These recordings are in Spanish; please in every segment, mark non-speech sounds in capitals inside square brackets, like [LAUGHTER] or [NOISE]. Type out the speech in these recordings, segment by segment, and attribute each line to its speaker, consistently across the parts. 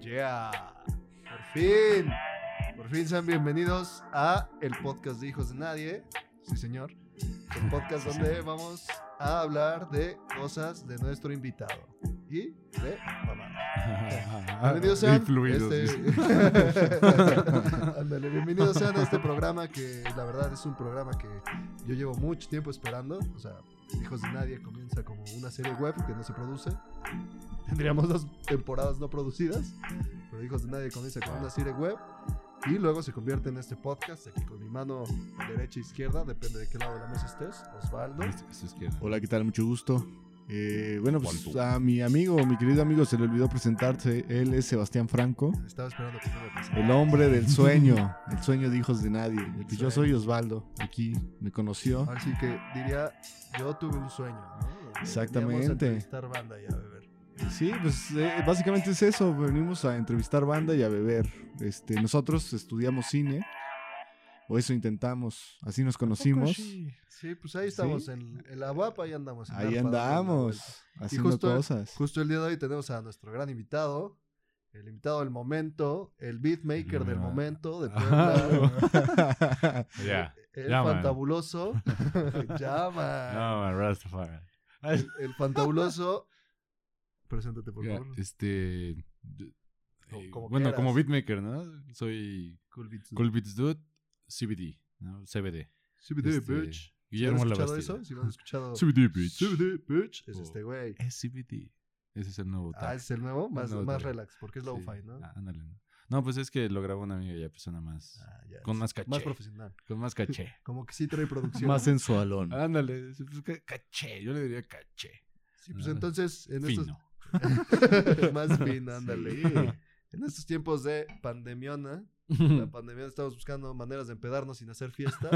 Speaker 1: Yeah. Por fin. Por fin sean bienvenidos a el podcast de Hijos de Nadie. Sí, señor. Un podcast donde vamos a hablar de cosas de nuestro invitado y de mamá. Bienvenidos sean.
Speaker 2: Ah, Y fluidos,
Speaker 1: este-
Speaker 2: dice.
Speaker 1: [LAUGHS]
Speaker 2: [LAUGHS]
Speaker 1: Ándale, bienvenidos sean a este programa que la verdad es un programa que yo llevo mucho tiempo esperando. O sea, Hijos de Nadie comienza como una serie web que no se produce. Tendríamos dos temporadas no producidas, pero Hijos de Nadie comienza como una serie web. Y luego se convierte en este podcast, aquí con mi mano derecha e izquierda, depende de qué lado de la mesa estés, Osvaldo.
Speaker 2: Este que es izquierda.
Speaker 3: [LAUGHS] Hola, ¿qué tal? Mucho gusto. Eh, bueno, pues
Speaker 2: ¿Cuánto?
Speaker 3: a mi amigo, mi querido amigo, se le olvidó presentarse. Él es Sebastián Franco,
Speaker 1: Estaba esperando que tú me presentaras.
Speaker 3: el hombre
Speaker 1: [LAUGHS]
Speaker 3: del sueño, el sueño de hijos de nadie. Y pues
Speaker 1: Sueño. Ah,
Speaker 3: yo soy Osvaldo, aquí me conoció.
Speaker 1: Así que diría, yo tuve un sueño, ¿no? Veníamos a
Speaker 3: Exactamente.
Speaker 1: entrevistar banda y a beber.
Speaker 3: Sí, pues eh, básicamente es eso, venimos a entrevistar banda y a beber. Este, nosotros estudiamos cine, o eso intentamos, así nos conocimos.
Speaker 1: Sí, sí, pues ahí estamos, en, en la guapa, ahí andamos. en
Speaker 3: Ahí
Speaker 1: Arpa, dando la
Speaker 3: andamos,
Speaker 1: vuelta.
Speaker 3: haciendo
Speaker 1: justo-
Speaker 3: cosas.
Speaker 1: Justo el día de hoy tenemos a nuestro gran invitado, el invitado del momento, el beatmaker del
Speaker 2: Ah.
Speaker 1: momento, de
Speaker 2: [LAUGHS]
Speaker 1: Puebla,
Speaker 2: Ya.
Speaker 1: el
Speaker 2: Ya, man.
Speaker 1: fantabuloso, llama,
Speaker 2: [LAUGHS] No, man, Rastafari.
Speaker 1: el, el fantabuloso, preséntate por
Speaker 2: Ya,
Speaker 1: favor,
Speaker 2: Este. d-
Speaker 1: Como-
Speaker 2: eh,
Speaker 1: como
Speaker 2: bueno, como
Speaker 1: quieras.
Speaker 2: beatmaker, ¿no? Soy
Speaker 1: Cool Beats.
Speaker 2: Cool Beats Dude, CBD, ¿no? CBD.
Speaker 1: CBD,
Speaker 2: Este,
Speaker 1: bitch. ¿Si han
Speaker 2: Guillermo
Speaker 1: escuchado
Speaker 2: Labastida.
Speaker 1: eso? Si han escuchado
Speaker 2: CBD, bitch.
Speaker 1: CBD, bitch, es
Speaker 2: O-
Speaker 1: este güey.
Speaker 2: Es CBD. Ese es el nuevo
Speaker 1: Ah,
Speaker 2: tag.
Speaker 1: es el nuevo, más,
Speaker 2: nuevo
Speaker 1: más
Speaker 2: track.
Speaker 1: relax, porque es
Speaker 2: Sí.
Speaker 1: lo-fi, ¿no?
Speaker 2: Ah, ándale, ¿no? No, pues es que lo grabó una amiga ya, persona más.
Speaker 1: Ah, ya,
Speaker 2: Con
Speaker 1: sí.
Speaker 2: más caché.
Speaker 1: Más profesional.
Speaker 2: Con más
Speaker 1: [LAUGHS]
Speaker 2: caché.
Speaker 1: Como que sí trae
Speaker 3: [LAUGHS]
Speaker 1: producción.
Speaker 3: Más sensualón.
Speaker 2: Ándale, sí, pues, ca- caché, yo le diría caché.
Speaker 1: Sí, pues entonces, en estos. [LAUGHS]
Speaker 2: Fino. [LAUGHS]
Speaker 1: más fino, ándale.
Speaker 2: Sí.
Speaker 1: En estos tiempos de pandemiona, la
Speaker 2: Mm.
Speaker 1: [LAUGHS]
Speaker 2: [LAUGHS]
Speaker 1: pandemia estamos buscando maneras de empedarnos sin hacer fiesta.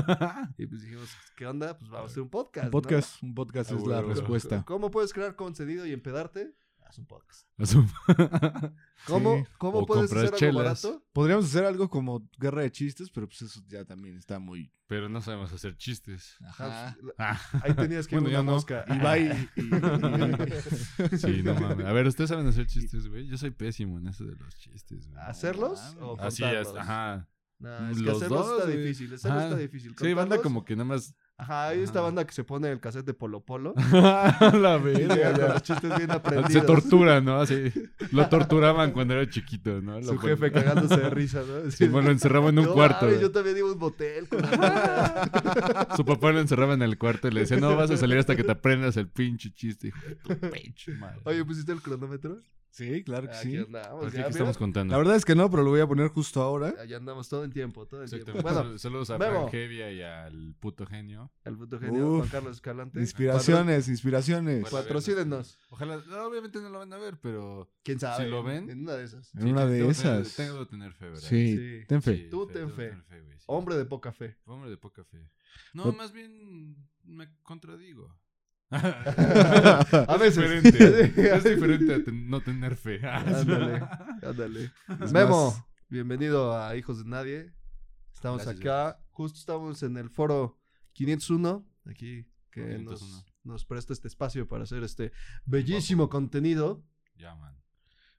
Speaker 1: Y pues dijimos, ¿qué onda? Pues vamos a hacer un podcast.
Speaker 3: Un
Speaker 1: ¿no?
Speaker 3: podcast, un podcast
Speaker 2: Ah,
Speaker 3: es
Speaker 2: bueno,
Speaker 3: la
Speaker 2: bueno.
Speaker 3: respuesta.
Speaker 1: ¿Cómo puedes crear contenido y empedarte? Haz un podcast.
Speaker 2: Asum-
Speaker 1: [LAUGHS] ¿Cómo, cómo
Speaker 2: O
Speaker 1: puedes
Speaker 2: compras
Speaker 1: hacer algo
Speaker 2: chelas.
Speaker 1: barato?
Speaker 3: [LAUGHS] Podríamos hacer algo como guerra de chistes, pero pues eso ya también está muy.
Speaker 2: Pero no sabemos hacer chistes.
Speaker 1: Ah, pues, la-
Speaker 2: Ah,
Speaker 1: Ahí tenías que ir
Speaker 2: Bueno, ya
Speaker 1: una
Speaker 2: no. Ah.
Speaker 1: mosca.
Speaker 3: Y va y. y-
Speaker 2: [LAUGHS]
Speaker 3: [LAUGHS] y-
Speaker 2: sí, no mames. A ver, ¿ustedes saben hacer chistes, güey? Yo soy pésimo en eso de los chistes, güey.
Speaker 1: [LAUGHS] ¿Hacerlos
Speaker 3: No
Speaker 1: o
Speaker 3: mames.
Speaker 2: Así es,
Speaker 1: contarlos?
Speaker 2: ajá.
Speaker 1: No, es que
Speaker 2: Los
Speaker 1: hacerlos
Speaker 2: dos,
Speaker 1: está
Speaker 2: güey.
Speaker 1: difícil. Hacerlos
Speaker 2: Ajá.
Speaker 1: está difícil.
Speaker 2: Sí, banda
Speaker 1: Contarlos,
Speaker 2: como que nada
Speaker 1: [LAUGHS]
Speaker 2: más.
Speaker 1: Ajá, hay esta
Speaker 2: Ajá.
Speaker 1: banda que se pone el cassette de Polo
Speaker 2: [LAUGHS]
Speaker 1: Polo.
Speaker 2: la
Speaker 1: y llega con [LAUGHS]
Speaker 2: verga.
Speaker 1: los chistes bien
Speaker 2: ya.
Speaker 1: aprendidos.
Speaker 2: [LAUGHS] Se tortura, ¿no? Así. Lo torturaban cuando era chiquito, ¿no? Lo
Speaker 1: Su
Speaker 2: pon-
Speaker 1: jefe cagándose de risa, ¿no?
Speaker 2: [LAUGHS] Sí, bueno, lo encerraba en un cuarto.
Speaker 1: mames, [LAUGHS]
Speaker 2: güey.
Speaker 1: yo también iba a un motel
Speaker 2: [LAUGHS]
Speaker 1: con la banda.
Speaker 2: Su papá lo encerraba en el cuarto y le decía, no vas a salir hasta que te aprendas el pinche chiste, hijo de tu
Speaker 3: [LAUGHS]
Speaker 2: pinche madre.
Speaker 1: Oye, ¿pusiste el cronómetro?
Speaker 3: Sí, claro que
Speaker 1: Aquí
Speaker 3: sí.
Speaker 1: andamos,
Speaker 2: Así
Speaker 1: Pues ya,
Speaker 2: que estamos
Speaker 3: La
Speaker 2: contando.
Speaker 3: verdad es que no, pero lo voy a poner justo ahora.
Speaker 1: mira, allá andamos todo el tiempo, todo el tiempo.
Speaker 2: Exactamente.
Speaker 1: Bueno,
Speaker 2: Sal- Saludos a
Speaker 1: Memo.
Speaker 2: Frangevia y al puto genio.
Speaker 1: el puto genio,
Speaker 3: Uf,
Speaker 1: Juan Carlos Escalante.
Speaker 3: Inspiraciones, inspiraciones.
Speaker 2: Bueno.
Speaker 1: Patrocínenos.
Speaker 2: Ojalá, no, obviamente no lo van a ver, pero.
Speaker 1: ¿Quién sabe?
Speaker 2: Si lo ven.
Speaker 1: En una de esas.
Speaker 3: En una de
Speaker 2: tengo que tener-
Speaker 3: esas.
Speaker 2: Tengo que tener fe, ¿verdad?
Speaker 3: Sí,
Speaker 1: Sí.
Speaker 3: ten fe.
Speaker 2: Sí,
Speaker 1: Tú ten
Speaker 2: tengo que
Speaker 1: fe.
Speaker 2: tener güey, sí.
Speaker 1: Hombre de poca
Speaker 2: [LAUGHS]
Speaker 1: fe. [LAUGHS]
Speaker 2: Hombre de poca fe. No,
Speaker 3: Ot-
Speaker 2: más bien me
Speaker 3: [LAUGHS]
Speaker 2: contradigo.
Speaker 1: A veces. [LAUGHS]
Speaker 2: Es diferente, es diferente a ten- no tener fe. [LAUGHS]
Speaker 1: Ándale. Ándale.
Speaker 3: Es
Speaker 1: Memo,
Speaker 3: más-
Speaker 1: bienvenido a Hijos de Nadie. Estamos
Speaker 2: Gracias,
Speaker 1: acá, justo estamos en el foro 501, aquí que
Speaker 2: 501.
Speaker 1: Nos, nos presta este espacio para hacer este bellísimo contenido.
Speaker 2: Ya, man.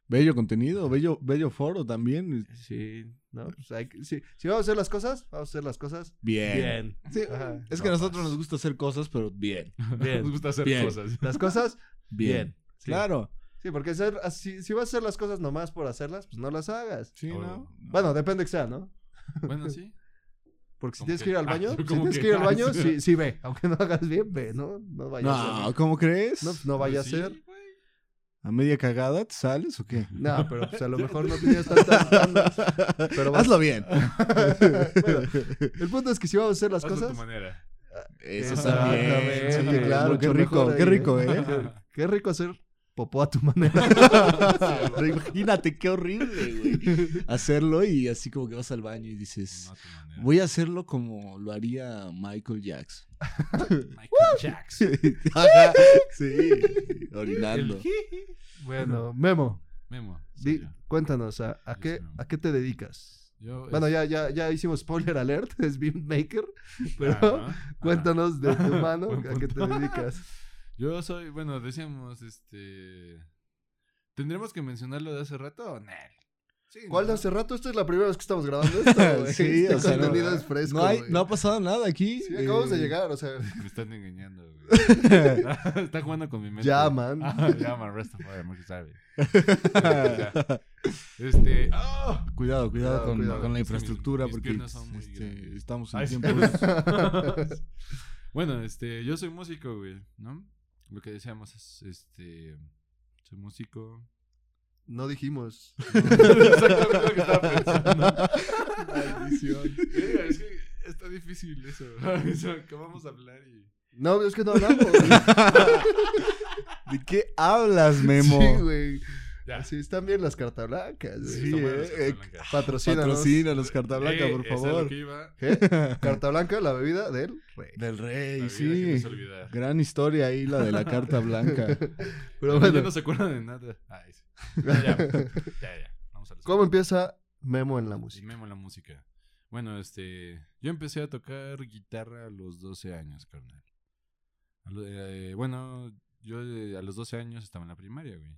Speaker 3: Bello contenido, bello, bello foro también.
Speaker 1: Sí, ¿no? Pues hay que- sí. Si vamos a hacer las cosas, vamos a hacer las cosas
Speaker 3: Bien.
Speaker 1: bien.
Speaker 3: Sí,
Speaker 1: Ajá.
Speaker 3: Es que a
Speaker 2: No
Speaker 3: nosotros
Speaker 2: más.
Speaker 3: nos gusta hacer cosas, pero bien.
Speaker 1: [LAUGHS] Bien.
Speaker 2: Nos gusta hacer
Speaker 3: Bien.
Speaker 2: cosas.
Speaker 1: Las cosas,
Speaker 3: Bien.
Speaker 1: bien. Sí.
Speaker 3: Claro.
Speaker 1: Sí, porque hacer, si, si vas a hacer las cosas nomás por hacerlas, pues no las hagas.
Speaker 3: Sí,
Speaker 2: Oh.
Speaker 3: ¿no?
Speaker 1: Bueno, depende que sea, ¿no?
Speaker 2: Bueno, sí.
Speaker 1: Porque si
Speaker 2: Como
Speaker 1: tienes
Speaker 2: que-
Speaker 1: que ir al
Speaker 2: ah,
Speaker 1: baño,
Speaker 2: yo
Speaker 1: si
Speaker 2: como
Speaker 1: tienes
Speaker 2: que-
Speaker 1: que ir al
Speaker 2: ah,
Speaker 1: baño,
Speaker 2: sí.
Speaker 1: sí, sí ve. Aunque no hagas bien, ve, ¿no? No vayas a
Speaker 3: No, ¿cómo crees?
Speaker 1: No, pues [LAUGHS] no vaya
Speaker 2: Pues
Speaker 1: a ser.
Speaker 2: sí, güey.
Speaker 3: ¿A media cagada te sales o qué?
Speaker 1: No, pero pues a lo mejor no tenías
Speaker 2: [LAUGHS]
Speaker 1: tantas bandas. Pero vas-
Speaker 3: Hazlo bien.
Speaker 1: Bueno, el punto es que si vamos a hacer las
Speaker 2: Hazlo a tu
Speaker 1: cosas.
Speaker 2: manera.
Speaker 3: Eso está
Speaker 1: Exactamente.
Speaker 3: bien. Sí, claro, qué
Speaker 1: Mucho
Speaker 3: rico,
Speaker 1: mejor
Speaker 3: qué
Speaker 1: ahí,
Speaker 3: rico, [LAUGHS] ¿eh?
Speaker 1: Qué rico hacer popó
Speaker 2: [LAUGHS]
Speaker 1: a tu manera.
Speaker 3: Imagínate qué horrible, güey. Hacerlo y así como que vas al baño y dices,
Speaker 2: No a tu manera.
Speaker 3: voy a hacerlo como lo haría Michael Jackson.
Speaker 2: Michael Jackson.
Speaker 3: Ajá, sí, orinando.
Speaker 1: [LAUGHS] Bueno, Memo,
Speaker 2: Memo. soy
Speaker 1: di-
Speaker 2: yo.
Speaker 1: cuéntanos, ¿a, a
Speaker 2: Yo
Speaker 1: qué,
Speaker 2: soy Memo.
Speaker 1: ¿a qué te dedicas?
Speaker 2: Yo,
Speaker 1: Bueno,
Speaker 2: es-
Speaker 1: ya, ya, ya hicimos spoiler alert, [LAUGHS] es Beatmaker, pero
Speaker 2: Pues Ah,
Speaker 1: [LAUGHS]
Speaker 2: ¿no? Ajá.
Speaker 1: cuéntanos de
Speaker 2: [LAUGHS]
Speaker 1: tu mano
Speaker 2: Buen
Speaker 1: a qué te
Speaker 2: punto.
Speaker 1: dedicas.
Speaker 2: Yo soy, bueno, decíamos, este. ¿Tendremos que mencionarlo de hace rato o no?
Speaker 1: ¿Cuál de hace rato? Esta es la primera vez que estamos grabando
Speaker 3: [LAUGHS]
Speaker 1: esto, güey.
Speaker 3: Sí,
Speaker 1: este
Speaker 3: o sea, no,
Speaker 1: contenido es fresco,
Speaker 3: No, hay,
Speaker 1: güey.
Speaker 3: no ha pasado nada aquí.
Speaker 1: Sí, acabamos de
Speaker 3: Eh,
Speaker 1: llegar, o sea,
Speaker 2: Me están engañando, güey.
Speaker 1: [LAUGHS]
Speaker 2: Está jugando con mi mente.
Speaker 1: ya, man.
Speaker 2: Ah, ya, man, rest of fire, more sabe. Este. ah,
Speaker 3: Cuidado, cuidado,
Speaker 1: Cuidado,
Speaker 3: con,
Speaker 1: cuidado.
Speaker 3: con la
Speaker 2: Es que mis-
Speaker 3: infraestructura
Speaker 2: mis
Speaker 3: porque
Speaker 2: piernas son muy
Speaker 3: este,
Speaker 2: grandes.
Speaker 3: estamos en
Speaker 2: ay,
Speaker 3: tiempos.
Speaker 2: siempre- [LAUGHS] bueno, este, yo soy músico, güey, ¿no? Lo que decíamos es, este,
Speaker 1: [LAUGHS]
Speaker 2: soy músico.
Speaker 1: No dijimos.
Speaker 3: [LAUGHS]
Speaker 2: Exactamente lo que estaba pensando. Verga, Es que está difícil eso. [LAUGHS] O sea, que vamos a hablar y...
Speaker 1: No, es que no
Speaker 3: [LAUGHS]
Speaker 1: hablamos.
Speaker 3: [LAUGHS] ¿De qué hablas, Memo?
Speaker 1: Sí, güey.
Speaker 2: Ya.
Speaker 1: Sí, están bien las cartas blancas. güey.
Speaker 3: Sí,
Speaker 1: Están
Speaker 3: eh,
Speaker 1: buenas.
Speaker 3: eh,
Speaker 1: Patrocínanos.
Speaker 3: Patrocina los carta blanca,
Speaker 2: Eh,
Speaker 3: por
Speaker 2: eso es lo
Speaker 3: favor.
Speaker 2: que iba.
Speaker 1: Carta blanca, la bebida del rey.
Speaker 3: [LAUGHS] Del
Speaker 2: La
Speaker 3: rey,
Speaker 2: vida que no
Speaker 3: sí.
Speaker 2: se olvida.
Speaker 3: Gran historia ahí, la de la carta blanca.
Speaker 1: [LAUGHS] Pero
Speaker 2: Ya
Speaker 1: bueno,
Speaker 2: no se acuerdan de nada.
Speaker 1: [LAUGHS]
Speaker 2: Ay, sí. Ya, ya, ya, ya. Vamos a los-
Speaker 1: ¿cómo empieza Memo en la
Speaker 2: Y
Speaker 1: música?
Speaker 2: Memo en la música. Bueno, este. Yo empecé a tocar guitarra a los 12 años, carnal. A lo- eh, bueno, yo eh, a los 12 años estaba en la primaria, güey.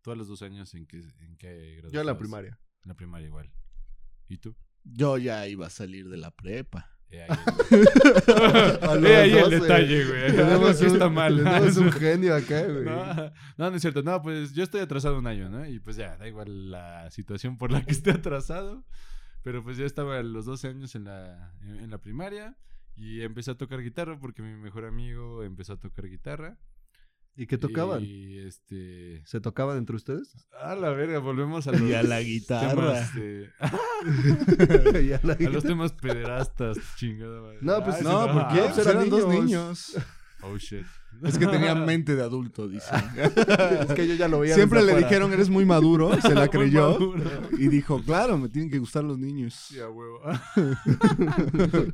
Speaker 2: ¿Tú a los 12 años en qué, en qué grado
Speaker 1: Yo en la
Speaker 2: estabas? [LAUGHS]
Speaker 1: primaria.
Speaker 2: En la primaria igual.
Speaker 1: [LAUGHS]
Speaker 2: ¿Y tú?
Speaker 3: [LAUGHS] Yo ya iba a salir de la prepa.
Speaker 2: He ahí, el- [LAUGHS]
Speaker 1: los
Speaker 2: He ahí el
Speaker 1: 12.
Speaker 2: detalle, güey. Algo
Speaker 1: Tenemos
Speaker 2: aquí
Speaker 1: un,
Speaker 2: está mal.
Speaker 1: tenemos
Speaker 2: [LAUGHS]
Speaker 1: un genio acá, güey.
Speaker 2: No, [LAUGHS] no, no es cierto. No, pues yo estoy atrasado un año, ¿no? Y pues ya, da igual la situación por la que esté atrasado. Pero pues yo estaba a los 12 años en la, en, en la primaria y empecé a tocar guitarra porque mi mejor amigo empezó a tocar guitarra.
Speaker 1: ¿Y qué tocaban?
Speaker 2: Y este...
Speaker 1: ¿Se tocaban entre ustedes?
Speaker 2: [LAUGHS]
Speaker 1: [LAUGHS]
Speaker 2: A la verga, volvemos a los
Speaker 3: [LAUGHS] Y a la
Speaker 2: temas...
Speaker 3: guitarra.
Speaker 2: eh,
Speaker 1: Ya la-
Speaker 2: a los temas pederastas, [LAUGHS] chingada madre.
Speaker 1: No, pues,
Speaker 2: Ay,
Speaker 3: No,
Speaker 1: no,
Speaker 3: ¿por qué?
Speaker 1: ah,
Speaker 3: Pues eran dos niños.
Speaker 2: Oh, shit.
Speaker 3: Es que tenía mente de adulto, dice.
Speaker 1: [LAUGHS] es que yo ya lo veía.
Speaker 3: Siempre
Speaker 1: desde
Speaker 3: le
Speaker 1: afuera.
Speaker 3: dijeron, eres muy maduro, se la
Speaker 2: Muy
Speaker 3: creyó.
Speaker 2: maduro. [LAUGHS]
Speaker 3: Y dijo, claro, me tienen que gustar los niños.
Speaker 2: Sí, a huevo. [LAUGHS]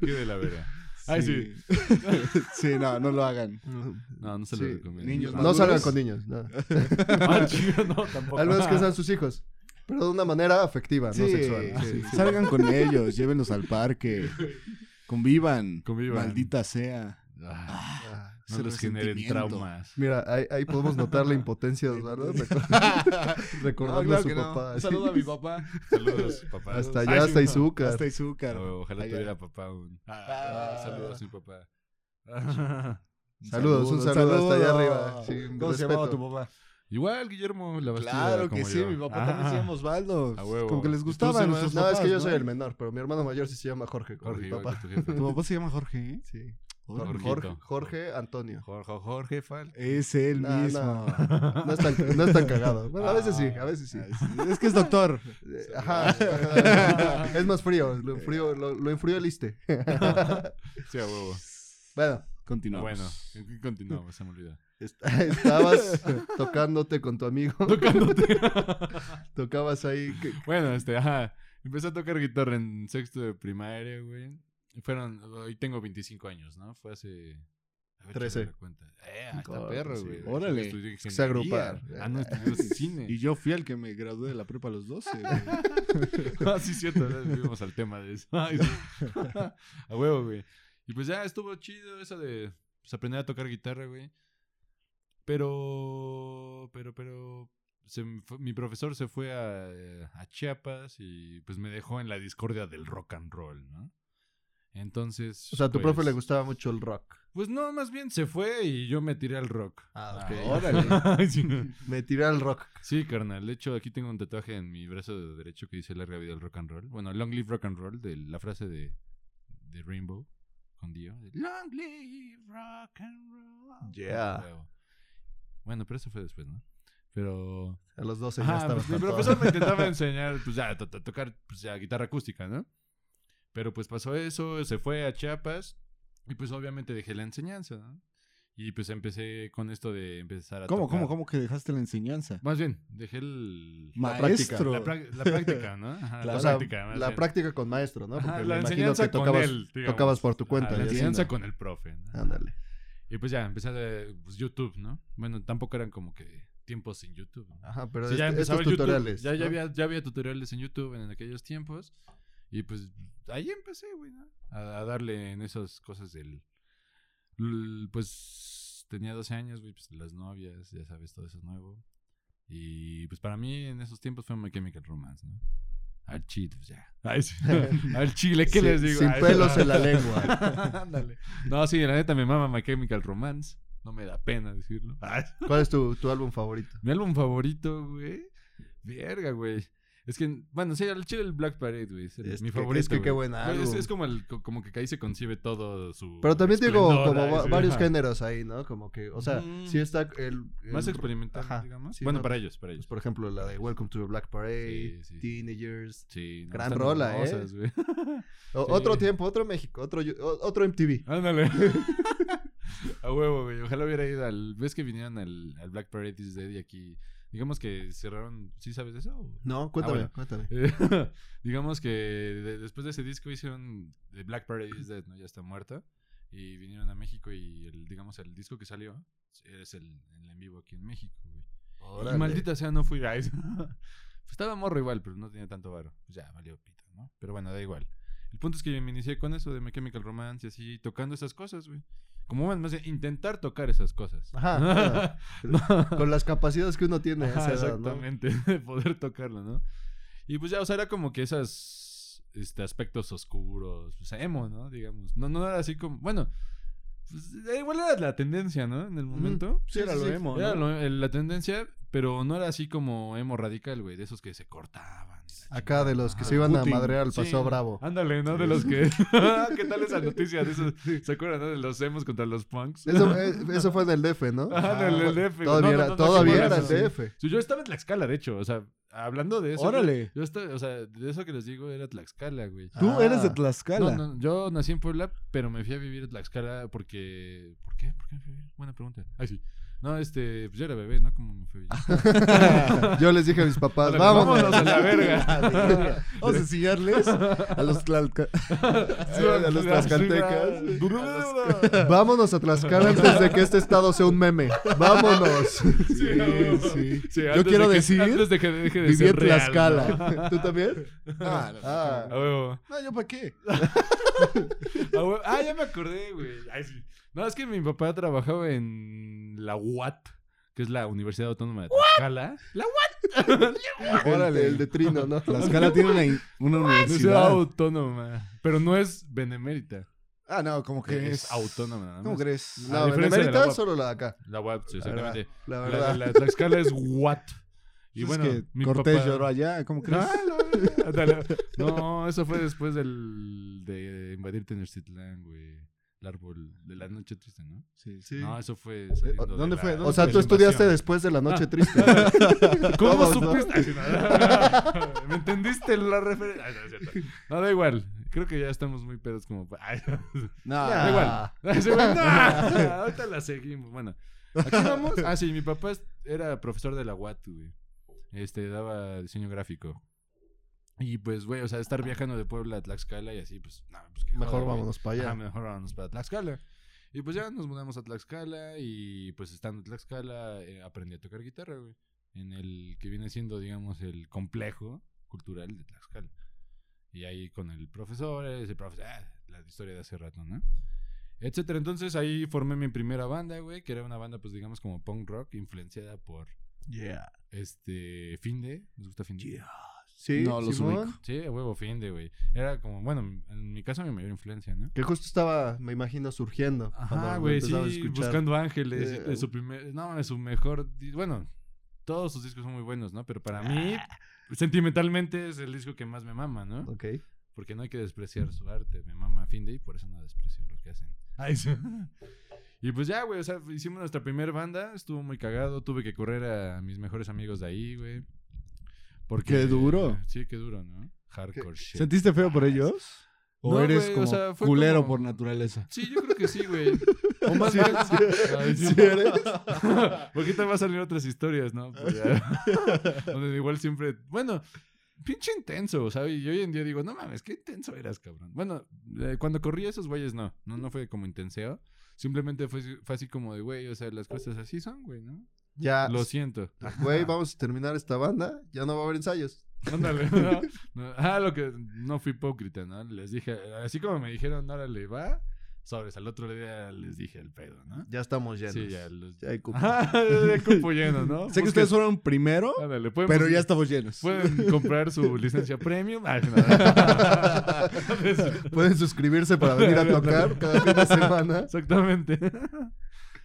Speaker 2: Qué de la verga. Ay, sí.
Speaker 3: Sí, [LAUGHS] no, no lo hagan.
Speaker 2: No, no se
Speaker 1: Sí,
Speaker 2: lo recomiendo.
Speaker 3: niños
Speaker 1: No salgan
Speaker 3: Maduros.
Speaker 1: con niños. No.
Speaker 2: [LAUGHS] Ah, chido, no, tampoco.
Speaker 1: Al menos que sean sus hijos. Pero de una manera afectiva, no sexual.
Speaker 3: sí, sí. Salgan con ellos, llévenlos al parque. Convivan.
Speaker 2: Convivan.
Speaker 3: Maldita sea.
Speaker 2: [LAUGHS] Ah,
Speaker 1: Ah,
Speaker 2: no
Speaker 3: ese
Speaker 2: les generen
Speaker 3: resentimiento.
Speaker 2: traumas.
Speaker 1: Mira, ahí, ahí podemos notar la impotencia de
Speaker 3: [LAUGHS]
Speaker 1: Osvaldo recor- recordando a su papá. [LAUGHS] sí.
Speaker 3: a mi papá.
Speaker 2: Saludos, papá.
Speaker 1: Hasta
Speaker 2: Ay,
Speaker 1: allá,
Speaker 2: sí,
Speaker 1: hasta
Speaker 2: no.
Speaker 1: Izúcar.
Speaker 3: Hasta Izúcar.
Speaker 2: O- ojalá
Speaker 3: Allá.
Speaker 2: tuviera papá un.
Speaker 3: Ah.
Speaker 2: Ah, saludos, mi papá. Ah.
Speaker 3: Un
Speaker 1: Saludos, un saludo hasta allá arriba. Sí,
Speaker 3: ¿Cómo
Speaker 1: respeto.
Speaker 3: se llamaba tu papá?
Speaker 2: Igual, Guillermo, la Bastida,
Speaker 3: Claro que
Speaker 2: como
Speaker 3: sí,
Speaker 2: yo.
Speaker 3: mi papá
Speaker 2: Ah.
Speaker 3: también se llama Osvaldo.
Speaker 2: A huevo.
Speaker 3: Como que les
Speaker 2: ¿Y tú
Speaker 3: gustaba
Speaker 2: se
Speaker 3: a
Speaker 1: No,
Speaker 3: nuestros
Speaker 1: es que
Speaker 3: papás,
Speaker 1: yo soy
Speaker 3: ¿no?
Speaker 1: el menor, pero mi hermano mayor sí se llama Jorge, como
Speaker 2: Jorge,
Speaker 1: mi
Speaker 2: igual
Speaker 1: papá.
Speaker 2: que tu jefe.
Speaker 3: [LAUGHS] ¿Tu papá se llama Jorge? eh?
Speaker 1: Sí.
Speaker 3: Jorge.
Speaker 2: Jorgito.
Speaker 1: Jorge, Jorge Antonio.
Speaker 2: Jorge, Jorge Fal.
Speaker 3: Es él
Speaker 1: Nah,
Speaker 3: mismo.
Speaker 1: No, no es tan, no es tan cagado. Bueno, a veces sí,
Speaker 2: Ah,
Speaker 1: a veces sí.
Speaker 3: Es que es doctor.
Speaker 1: Eh, Ajá. ajá. Es más frío, lo, frío, lo, lo enfrió el
Speaker 3: [LAUGHS]
Speaker 1: iste.
Speaker 2: Sí, a huevo.
Speaker 1: Bueno,
Speaker 3: [LAUGHS] Continuamos.
Speaker 2: Bueno, continuamos, se me olvidó.
Speaker 1: est- [LAUGHS]
Speaker 2: [LAUGHS]
Speaker 1: estabas tocándote con tu amigo.
Speaker 2: Tocándote.
Speaker 1: [LAUGHS] Tocabas ahí. ¿qué-
Speaker 2: [LAUGHS] Bueno, este, ajá. Empecé a tocar guitarra en sexto de primaria, güey. Fueron, hoy tengo 25 años, ¿no? Fue hace... a ver,
Speaker 1: 13.
Speaker 2: chécame la cuenta. Eh, hasta
Speaker 1: Claro,
Speaker 2: perro,
Speaker 1: sí.
Speaker 2: güey.
Speaker 3: Órale.
Speaker 2: Estudié
Speaker 1: que se
Speaker 2: ingeniería.
Speaker 1: agrupar.
Speaker 2: Ah,
Speaker 1: [LAUGHS]
Speaker 2: no, estudié cine.
Speaker 3: Y yo fui al que me gradué de la prepa a los [LAUGHS] 12. güey.
Speaker 2: [LAUGHS] ah, sí, cierto, ya vivimos al tema de eso.
Speaker 1: [LAUGHS]
Speaker 2: Ay, sí. a huevo, güey. Y pues ya estuvo chido eso de pues, aprender a tocar guitarra, güey. Pero, pero, pero, se me fue- mi profesor se fue a, eh, a Chiapas y pues me dejó en la discordia del rock and roll, ¿no? Entonces.
Speaker 1: O sea, a tu
Speaker 2: pues,
Speaker 1: profe le gustaba mucho el rock.
Speaker 2: Pues no, más bien se fue y yo me tiré al rock.
Speaker 1: Ah,
Speaker 3: órale.
Speaker 2: [LAUGHS] Ay, sí.
Speaker 1: [LAUGHS] Me tiré al rock.
Speaker 2: Sí, carnal. De hecho, aquí tengo un tatuaje en mi brazo de derecho que dice larga vida al rock and roll. Bueno, long live rock and roll, de la frase de, de Rainbow con Dio. de long live rock and roll. Ah,
Speaker 1: Yeah.
Speaker 2: Huevo. Bueno, pero eso fue después, ¿no? Pero...
Speaker 1: A los 12 ya
Speaker 2: Ah,
Speaker 1: estaba.
Speaker 2: pues, mi
Speaker 1: tatuado. [LAUGHS]
Speaker 2: profesor me intentaba enseñar, pues ya, to- to- tocar pues, ya, guitarra acústica, ¿no? Pero pues pasó eso, se fue a Chiapas y pues obviamente dejé la enseñanza, ¿no? Y pues empecé con esto de empezar a
Speaker 3: ¿Cómo,
Speaker 2: tocar.
Speaker 3: cómo, cómo que dejaste la enseñanza?
Speaker 2: Más bien, dejé el...
Speaker 3: Maestro.
Speaker 2: La, prá-
Speaker 1: [LAUGHS]
Speaker 2: la práctica, ¿no? Ajá,
Speaker 3: La
Speaker 2: la,
Speaker 1: O sea,
Speaker 2: práctica. más
Speaker 1: la
Speaker 2: bien.
Speaker 1: práctica con maestro, ¿no?
Speaker 2: Ajá,
Speaker 1: Porque
Speaker 2: la
Speaker 1: me imagino
Speaker 2: enseñanza
Speaker 1: que
Speaker 2: con
Speaker 1: tocabas,
Speaker 2: él, digamos.
Speaker 1: tocabas por tu cuenta.
Speaker 2: Ajá, la
Speaker 1: ya. Ah.
Speaker 2: enseñanza
Speaker 3: entiendo.
Speaker 2: con el profe. ¿no?
Speaker 1: Ándale.
Speaker 2: Y pues ya, empecé a, pues, YouTube, ¿no? Bueno, tampoco eran como que tiempos sin YouTube. ¿no?
Speaker 1: Ajá, pero
Speaker 2: Sí, ya
Speaker 1: este-
Speaker 2: empezaba
Speaker 1: estos
Speaker 2: YouTube,
Speaker 1: tutoriales.
Speaker 2: ya, ya,
Speaker 1: ¿no?
Speaker 2: había, ya había tutoriales en YouTube en aquellos tiempos. Y pues ahí empecé, güey, ¿no? A, a darle en esas cosas del... l- Pues tenía 12 años, güey, pues las novias, ya sabes, todo eso es nuevo. Y pues para mí en esos tiempos fue My Chemical Romance, ¿no? Al chile, pues ya. [LAUGHS]
Speaker 1: [LAUGHS]
Speaker 2: Ay, sí. Al chile, ¿qué les digo? Ah,
Speaker 1: Sin
Speaker 2: Ay,
Speaker 1: pelos
Speaker 2: no. [LAUGHS]
Speaker 1: en la lengua.
Speaker 2: Ándale. No, sí, la neta me mama My Chemical Romance. No me da pena decirlo. Ay.
Speaker 1: ¿Cuál es tu, tu álbum favorito?
Speaker 2: Mi álbum favorito, güey. Verga, güey. Es que, bueno, sí, al chile el Black Parade, güey. Es, el-
Speaker 1: Es
Speaker 2: mi
Speaker 1: que-
Speaker 2: favorito.
Speaker 1: es que qué
Speaker 2: güey.
Speaker 1: buen
Speaker 2: Güey, Es,
Speaker 1: álbum.
Speaker 2: es como, el, co- como que ahí se concibe todo su.
Speaker 1: Pero también digo
Speaker 2: esplendor,
Speaker 1: como
Speaker 2: ay,
Speaker 1: va-
Speaker 2: sí,
Speaker 1: varios
Speaker 2: ajá.
Speaker 1: géneros ahí, ¿no? Como que, o sea,
Speaker 2: Ujú.
Speaker 1: sí está el... el-
Speaker 2: Más experimental,
Speaker 1: Ajá.
Speaker 2: digamos.
Speaker 1: Sí,
Speaker 2: bueno,
Speaker 1: no,
Speaker 2: para ellos, para
Speaker 1: pues,
Speaker 2: ellos.
Speaker 1: por ejemplo, la de Welcome to the Black Parade,
Speaker 2: Sí, sí.
Speaker 1: Teenagers.
Speaker 2: Sí, no,
Speaker 1: Gran
Speaker 2: están
Speaker 1: rola, ¿eh?
Speaker 2: hermosas,
Speaker 1: [LAUGHS]
Speaker 2: güey.
Speaker 1: O-
Speaker 2: Sí.
Speaker 1: Otro tiempo, otro México, otro, yo- o- otro MTV. [LAUGHS]
Speaker 2: Ándale. A huevo, güey. Ojalá hubiera ido al. ¿Ves que vinieron al, al Black Parade This Dead y aquí? Digamos que cerraron. ¿Sí sabes de eso? o?
Speaker 1: No, cuéntame,
Speaker 2: Ah, bueno.
Speaker 1: cuéntame.
Speaker 2: Eh, [LAUGHS] digamos que de- después de ese disco hicieron The Black Parade is Dead, ¿no? Ya está muerta. Y vinieron a México y el, digamos, el disco que salió es el, el en vivo aquí en México, güey. Y
Speaker 1: Órale.
Speaker 2: maldita sea, no fui [LAUGHS] guys. Estaba morro igual, pero no tenía tanto varo. Pues ya, valió pito, ¿no? Pero bueno, da igual. El punto es que me inicié con eso de My Chemical Romance y así, tocando esas cosas, güey. Como bueno, más bien, intentar tocar esas cosas. [LAUGHS]
Speaker 1: Ajá, claro. Con las capacidades que uno tiene. a esa
Speaker 2: Ajá,
Speaker 1: edad, ¿no?
Speaker 2: exactamente, [LAUGHS] de poder tocarlo, ¿no? Y pues ya, o sea, era como que esas este, aspectos oscuros, pues emo, ¿no? Digamos. No, no era así como. Bueno, pues, eh, igual era la tendencia, ¿no? En el momento.
Speaker 1: Sí, era lo emo,
Speaker 2: Era
Speaker 1: ¿no?
Speaker 2: lo- el- la tendencia, pero no era así como emo radical, güey, de esos que se cortaban. y la Ah,
Speaker 1: Acá de los que se iban a madrear al paseo bravo.
Speaker 2: Ándale, ¿no? De
Speaker 3: Sí.
Speaker 1: [LAUGHS]
Speaker 2: los que. [LAUGHS] Ah, ¿Qué tal esa noticia? De esos, ¿Se acuerdan, no? De los emos contra los punks.
Speaker 1: Eso,
Speaker 2: [LAUGHS]
Speaker 1: eh, eso fue en el DF, ¿no?
Speaker 2: Ajá, en el DF, güey.
Speaker 1: Todavía
Speaker 2: No, no,
Speaker 1: era,
Speaker 2: no, no,
Speaker 1: todavía
Speaker 2: igual
Speaker 1: era el
Speaker 2: eso, sí. [LAUGHS]
Speaker 1: DF.
Speaker 2: Sí, yo estaba en Tlaxcala, de hecho. O sea, hablando de eso.
Speaker 3: Órale.
Speaker 2: Yo, yo estaba- o sea, de eso que les digo era Tlaxcala, güey.
Speaker 1: Ah,
Speaker 3: Tú eres de
Speaker 1: No,
Speaker 3: Tlaxcala. [LAUGHS]
Speaker 2: No, no, yo nací en Puebla, pero me fui a vivir a Tlaxcala porque. ¿Por qué? ¿Por qué me fui a vivir? Buena pregunta. Ay, sí. No, este, pues yo era bebé, ¿no? Como me fui a
Speaker 3: [LAUGHS]
Speaker 2: vivir.
Speaker 1: Yo les dije a mis papás,
Speaker 2: Órale,
Speaker 1: vámonos.
Speaker 2: vámonos a la
Speaker 1: [LAUGHS]
Speaker 2: verga.
Speaker 3: Vamos a enseñarles a [LAUGHS] los tlalca- a los tlaxcaltecas.
Speaker 1: Vámonos a Tlaxcala antes de que este estado sea un meme. Vámonos.
Speaker 2: Sí,
Speaker 3: Sí, sí.
Speaker 2: [LAUGHS] Sí,
Speaker 3: Yo
Speaker 2: antes de
Speaker 3: quiero
Speaker 2: que-
Speaker 3: decir,
Speaker 2: Antes de que deje de
Speaker 3: viví
Speaker 2: ser
Speaker 3: en
Speaker 2: real,
Speaker 3: Tlaxcala.
Speaker 1: ¿Tú también?
Speaker 3: Ah,
Speaker 1: Ah.
Speaker 2: ¿no? [LAUGHS] A huevo.
Speaker 3: No, yo para qué.
Speaker 2: Ah, güey. Ah, ya me acordé, güey. Ay, sí. No, es que mi papá trabajaba en la UAT, que es la Universidad Autónoma de Tlaxcala. La UAT.
Speaker 1: El, el de Trino, ¿no?
Speaker 3: Tlaxcala tiene una, in- una
Speaker 2: Universidad
Speaker 3: universidad.
Speaker 2: Autónoma. Pero no es benemérita.
Speaker 3: Ah, no, como que
Speaker 2: Es,
Speaker 3: es.
Speaker 2: autónoma, nada
Speaker 3: ¿Cómo
Speaker 2: más.
Speaker 3: crees?
Speaker 2: A
Speaker 1: No,
Speaker 2: diferencia de la
Speaker 1: Benemérita
Speaker 2: UAP.
Speaker 1: solo la de acá.
Speaker 2: La UAT, sí,
Speaker 1: La verdad,
Speaker 2: exactamente.
Speaker 1: La
Speaker 2: La,
Speaker 1: verdad.
Speaker 2: la de Tlaxcala es UAT. Y
Speaker 3: Es
Speaker 2: bueno,
Speaker 3: que
Speaker 2: mi
Speaker 3: Cortés
Speaker 2: papá-
Speaker 3: lloró allá, ¿cómo crees?
Speaker 2: Ah, no, ándale. No, eso fue después del, de invadir Tenochtitlán, güey. El árbol de la noche triste, ¿no?
Speaker 3: Sí,
Speaker 2: No, eso fue.
Speaker 3: Eh, ¿dónde fue? ¿Dónde
Speaker 1: O sea, tú estudiaste después de la
Speaker 2: Ah.
Speaker 1: noche
Speaker 2: [LAUGHS]
Speaker 1: triste.
Speaker 2: ¿Cómo
Speaker 1: Todos, ¿no?
Speaker 2: supiste?
Speaker 3: [LAUGHS]
Speaker 2: ¿Me entendiste la referencia? Ay, No, es cierto. No, da igual. Creo que ya estamos muy pedos como... pa- [LAUGHS] Ay,
Speaker 3: No,
Speaker 1: Ya.
Speaker 2: da [LAUGHS] igual. Ese güey, no.
Speaker 1: [LAUGHS]
Speaker 2: Ahorita la seguimos. Bueno. ¿Aquí vamos? Ah, sí. Mi papá es- era profesor de la UAT, güey. Este, daba diseño gráfico. Y pues, güey, o sea, estar viajando de Puebla a Tlaxcala y así, pues... No, pues que
Speaker 1: Mejor vámonos para
Speaker 2: Ajá,
Speaker 1: allá.
Speaker 2: mejor vámonos para Tlaxcala. Y pues ya nos mudamos a Tlaxcala y pues estando en Tlaxcala eh, aprendí a tocar guitarra, güey. En el que viene siendo, digamos, el complejo cultural de Tlaxcala. Y ahí con el profesor, ese profesor, ah, la historia de hace rato, ¿no? Etcétera. Entonces ahí formé mi primera banda, güey, que era una banda, pues digamos, como punk rock, influenciada por este Finde. ¿Les gusta Finde?
Speaker 1: Sí,
Speaker 3: No, los
Speaker 1: Simón.
Speaker 3: ubico.
Speaker 2: Sí, a huevo, Finde, güey. Era como, bueno, en mi caso mi mayor influencia, ¿no?
Speaker 1: Que justo estaba, me imagino, surgiendo.
Speaker 2: Ajá,
Speaker 1: cuando
Speaker 2: güey, sí,
Speaker 1: empezaba a escuchar.
Speaker 2: buscando ángeles.
Speaker 1: Eh,
Speaker 2: de su primer, no, de su mejor. di- Bueno, todos sus discos son muy buenos, ¿no? Pero para mí,
Speaker 1: Ah.
Speaker 2: sentimentalmente, es el disco que más me mama, ¿no?
Speaker 1: Ok.
Speaker 2: Porque no hay que despreciar su arte. Me mama Finde y por eso no desprecio lo que hacen. [LAUGHS] Y pues ya, güey, o sea, hicimos nuestra primera banda. Estuvo muy cagado. Tuve que correr a mis mejores amigos de ahí, güey. Porque,
Speaker 3: Qué duro.
Speaker 2: Sí, qué duro, ¿no? Hardcore shit.
Speaker 3: ¿Sentiste feo por ellos? ¿O
Speaker 2: No,
Speaker 3: eres
Speaker 2: güey, o
Speaker 3: como
Speaker 2: sea, fue
Speaker 3: culero
Speaker 2: como-
Speaker 3: por naturaleza?
Speaker 2: Sí, yo creo que sí,
Speaker 1: [LAUGHS]
Speaker 2: güey. O más
Speaker 1: Sí,
Speaker 2: bien.
Speaker 1: sí,
Speaker 2: [LAUGHS] Ay, sí.
Speaker 1: ¿Sí eres?
Speaker 2: [LAUGHS] Porque te van a salir otras historias, ¿no? Pues ya. [LAUGHS] Donde igual siempre. Bueno, pinche intenso, ¿sabes? Y hoy en día digo, no mames, qué intenso eras, cabrón. Bueno, eh, cuando corrí a esos güeyes, no. No, no fue como intenseo. Simplemente fue, fue así como de, güey, o sea, las cosas así son, güey, ¿no?
Speaker 3: Ah,
Speaker 1: Ya.
Speaker 2: Lo siento.
Speaker 1: Güey, vamos a terminar esta banda. Ya no va a haber ensayos.
Speaker 2: Ándale. ¿no? No, Ah, lo que no fui hipócrita, ¿no? Les dije, así como me dijeron, órale, va. Sobres, al otro día les dije el pedo, ¿no?
Speaker 1: Ya estamos llenos.
Speaker 2: Sí, [LAUGHS] ya los...
Speaker 1: Ya hay cupo.
Speaker 2: Ajá, de cupo lleno, ¿no?
Speaker 3: Sé que
Speaker 2: Busquen-
Speaker 3: ustedes fueron primero,
Speaker 2: Ándale, pueden
Speaker 3: pero
Speaker 2: buscar-
Speaker 3: ya estamos
Speaker 1: [LAUGHS]
Speaker 3: llenos.
Speaker 2: Pueden comprar su licencia premium. Ah, Ay, no.
Speaker 1: [LAUGHS] Pueden suscribirse para venir a tocar cada fin de semana.
Speaker 2: [LAUGHS] Exactamente.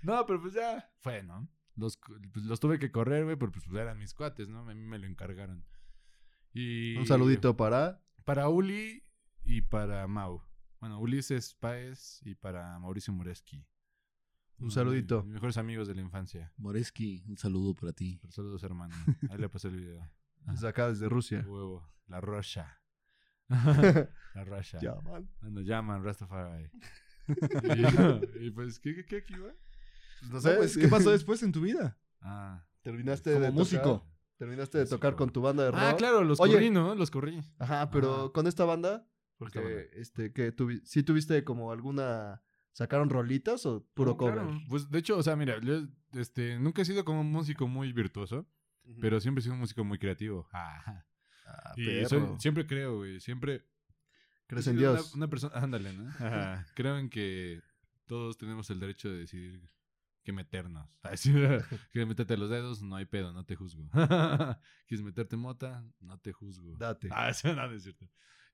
Speaker 2: No, pero pues ya fue, ¿no? Los, cu- pues los tuve que correr, güey, pero pues eran mis cuates, ¿no? A mí me lo encargaron. Y
Speaker 1: Un saludito para.
Speaker 2: Para Uli y para Mau. Bueno, Ulises Páez y para Mauricio Mureski.
Speaker 1: Un saludito.
Speaker 2: Mis mejores amigos de la infancia.
Speaker 4: Moreski, un saludo para ti.
Speaker 2: Por saludos, hermano. Ahí le pasé el
Speaker 1: [LAUGHS]
Speaker 2: video.
Speaker 1: Es acá desde Rusia.
Speaker 2: Huevo.
Speaker 1: [LAUGHS]
Speaker 2: La Rocha. La Rocha.
Speaker 1: Ya, man.
Speaker 2: Ah, Nos llaman [LAUGHS] Rastafari. y, y pues, ¿qué, qué, qué aquí va?
Speaker 1: No
Speaker 3: No,
Speaker 1: sé.
Speaker 3: pues, ¿Qué [LAUGHS] pasó después en tu vida?
Speaker 2: Ah,
Speaker 1: Terminaste
Speaker 3: Como
Speaker 1: de tocar-
Speaker 3: músico.
Speaker 1: Terminaste de tocar
Speaker 2: Músico.
Speaker 1: con tu banda de rock.
Speaker 2: Ah, claro, los
Speaker 1: Oye.
Speaker 2: corrí, ¿no? Los corrí.
Speaker 1: Ajá, pero
Speaker 2: Ajá.
Speaker 1: con esta banda, porque
Speaker 2: Esta banda.
Speaker 1: este que tuvi- sí tuviste como alguna sacaron rolitas o puro
Speaker 2: No,
Speaker 1: cover.
Speaker 2: claro. Pues de hecho, o sea, mira, yo este, nunca he sido como un músico muy virtuoso,
Speaker 1: Ujú.
Speaker 2: pero siempre he sido un músico muy creativo. [LAUGHS] Ajá.
Speaker 1: Ah,
Speaker 2: Y
Speaker 1: perro.
Speaker 2: soy- siempre creo, güey. Siempre.
Speaker 1: crees
Speaker 2: he
Speaker 1: en
Speaker 2: sido
Speaker 1: Dios.
Speaker 2: Una, una persona. Ándale, ¿no? Ajá. Creo en que todos tenemos el derecho de decidir que meternos. [LAUGHS] Así, que meterte los dedos, no hay pedo, no te juzgo. [LAUGHS] ¿Quieres meterte mota? No te juzgo.
Speaker 1: Date.
Speaker 2: [LAUGHS] Ah, eso no, no es cierto.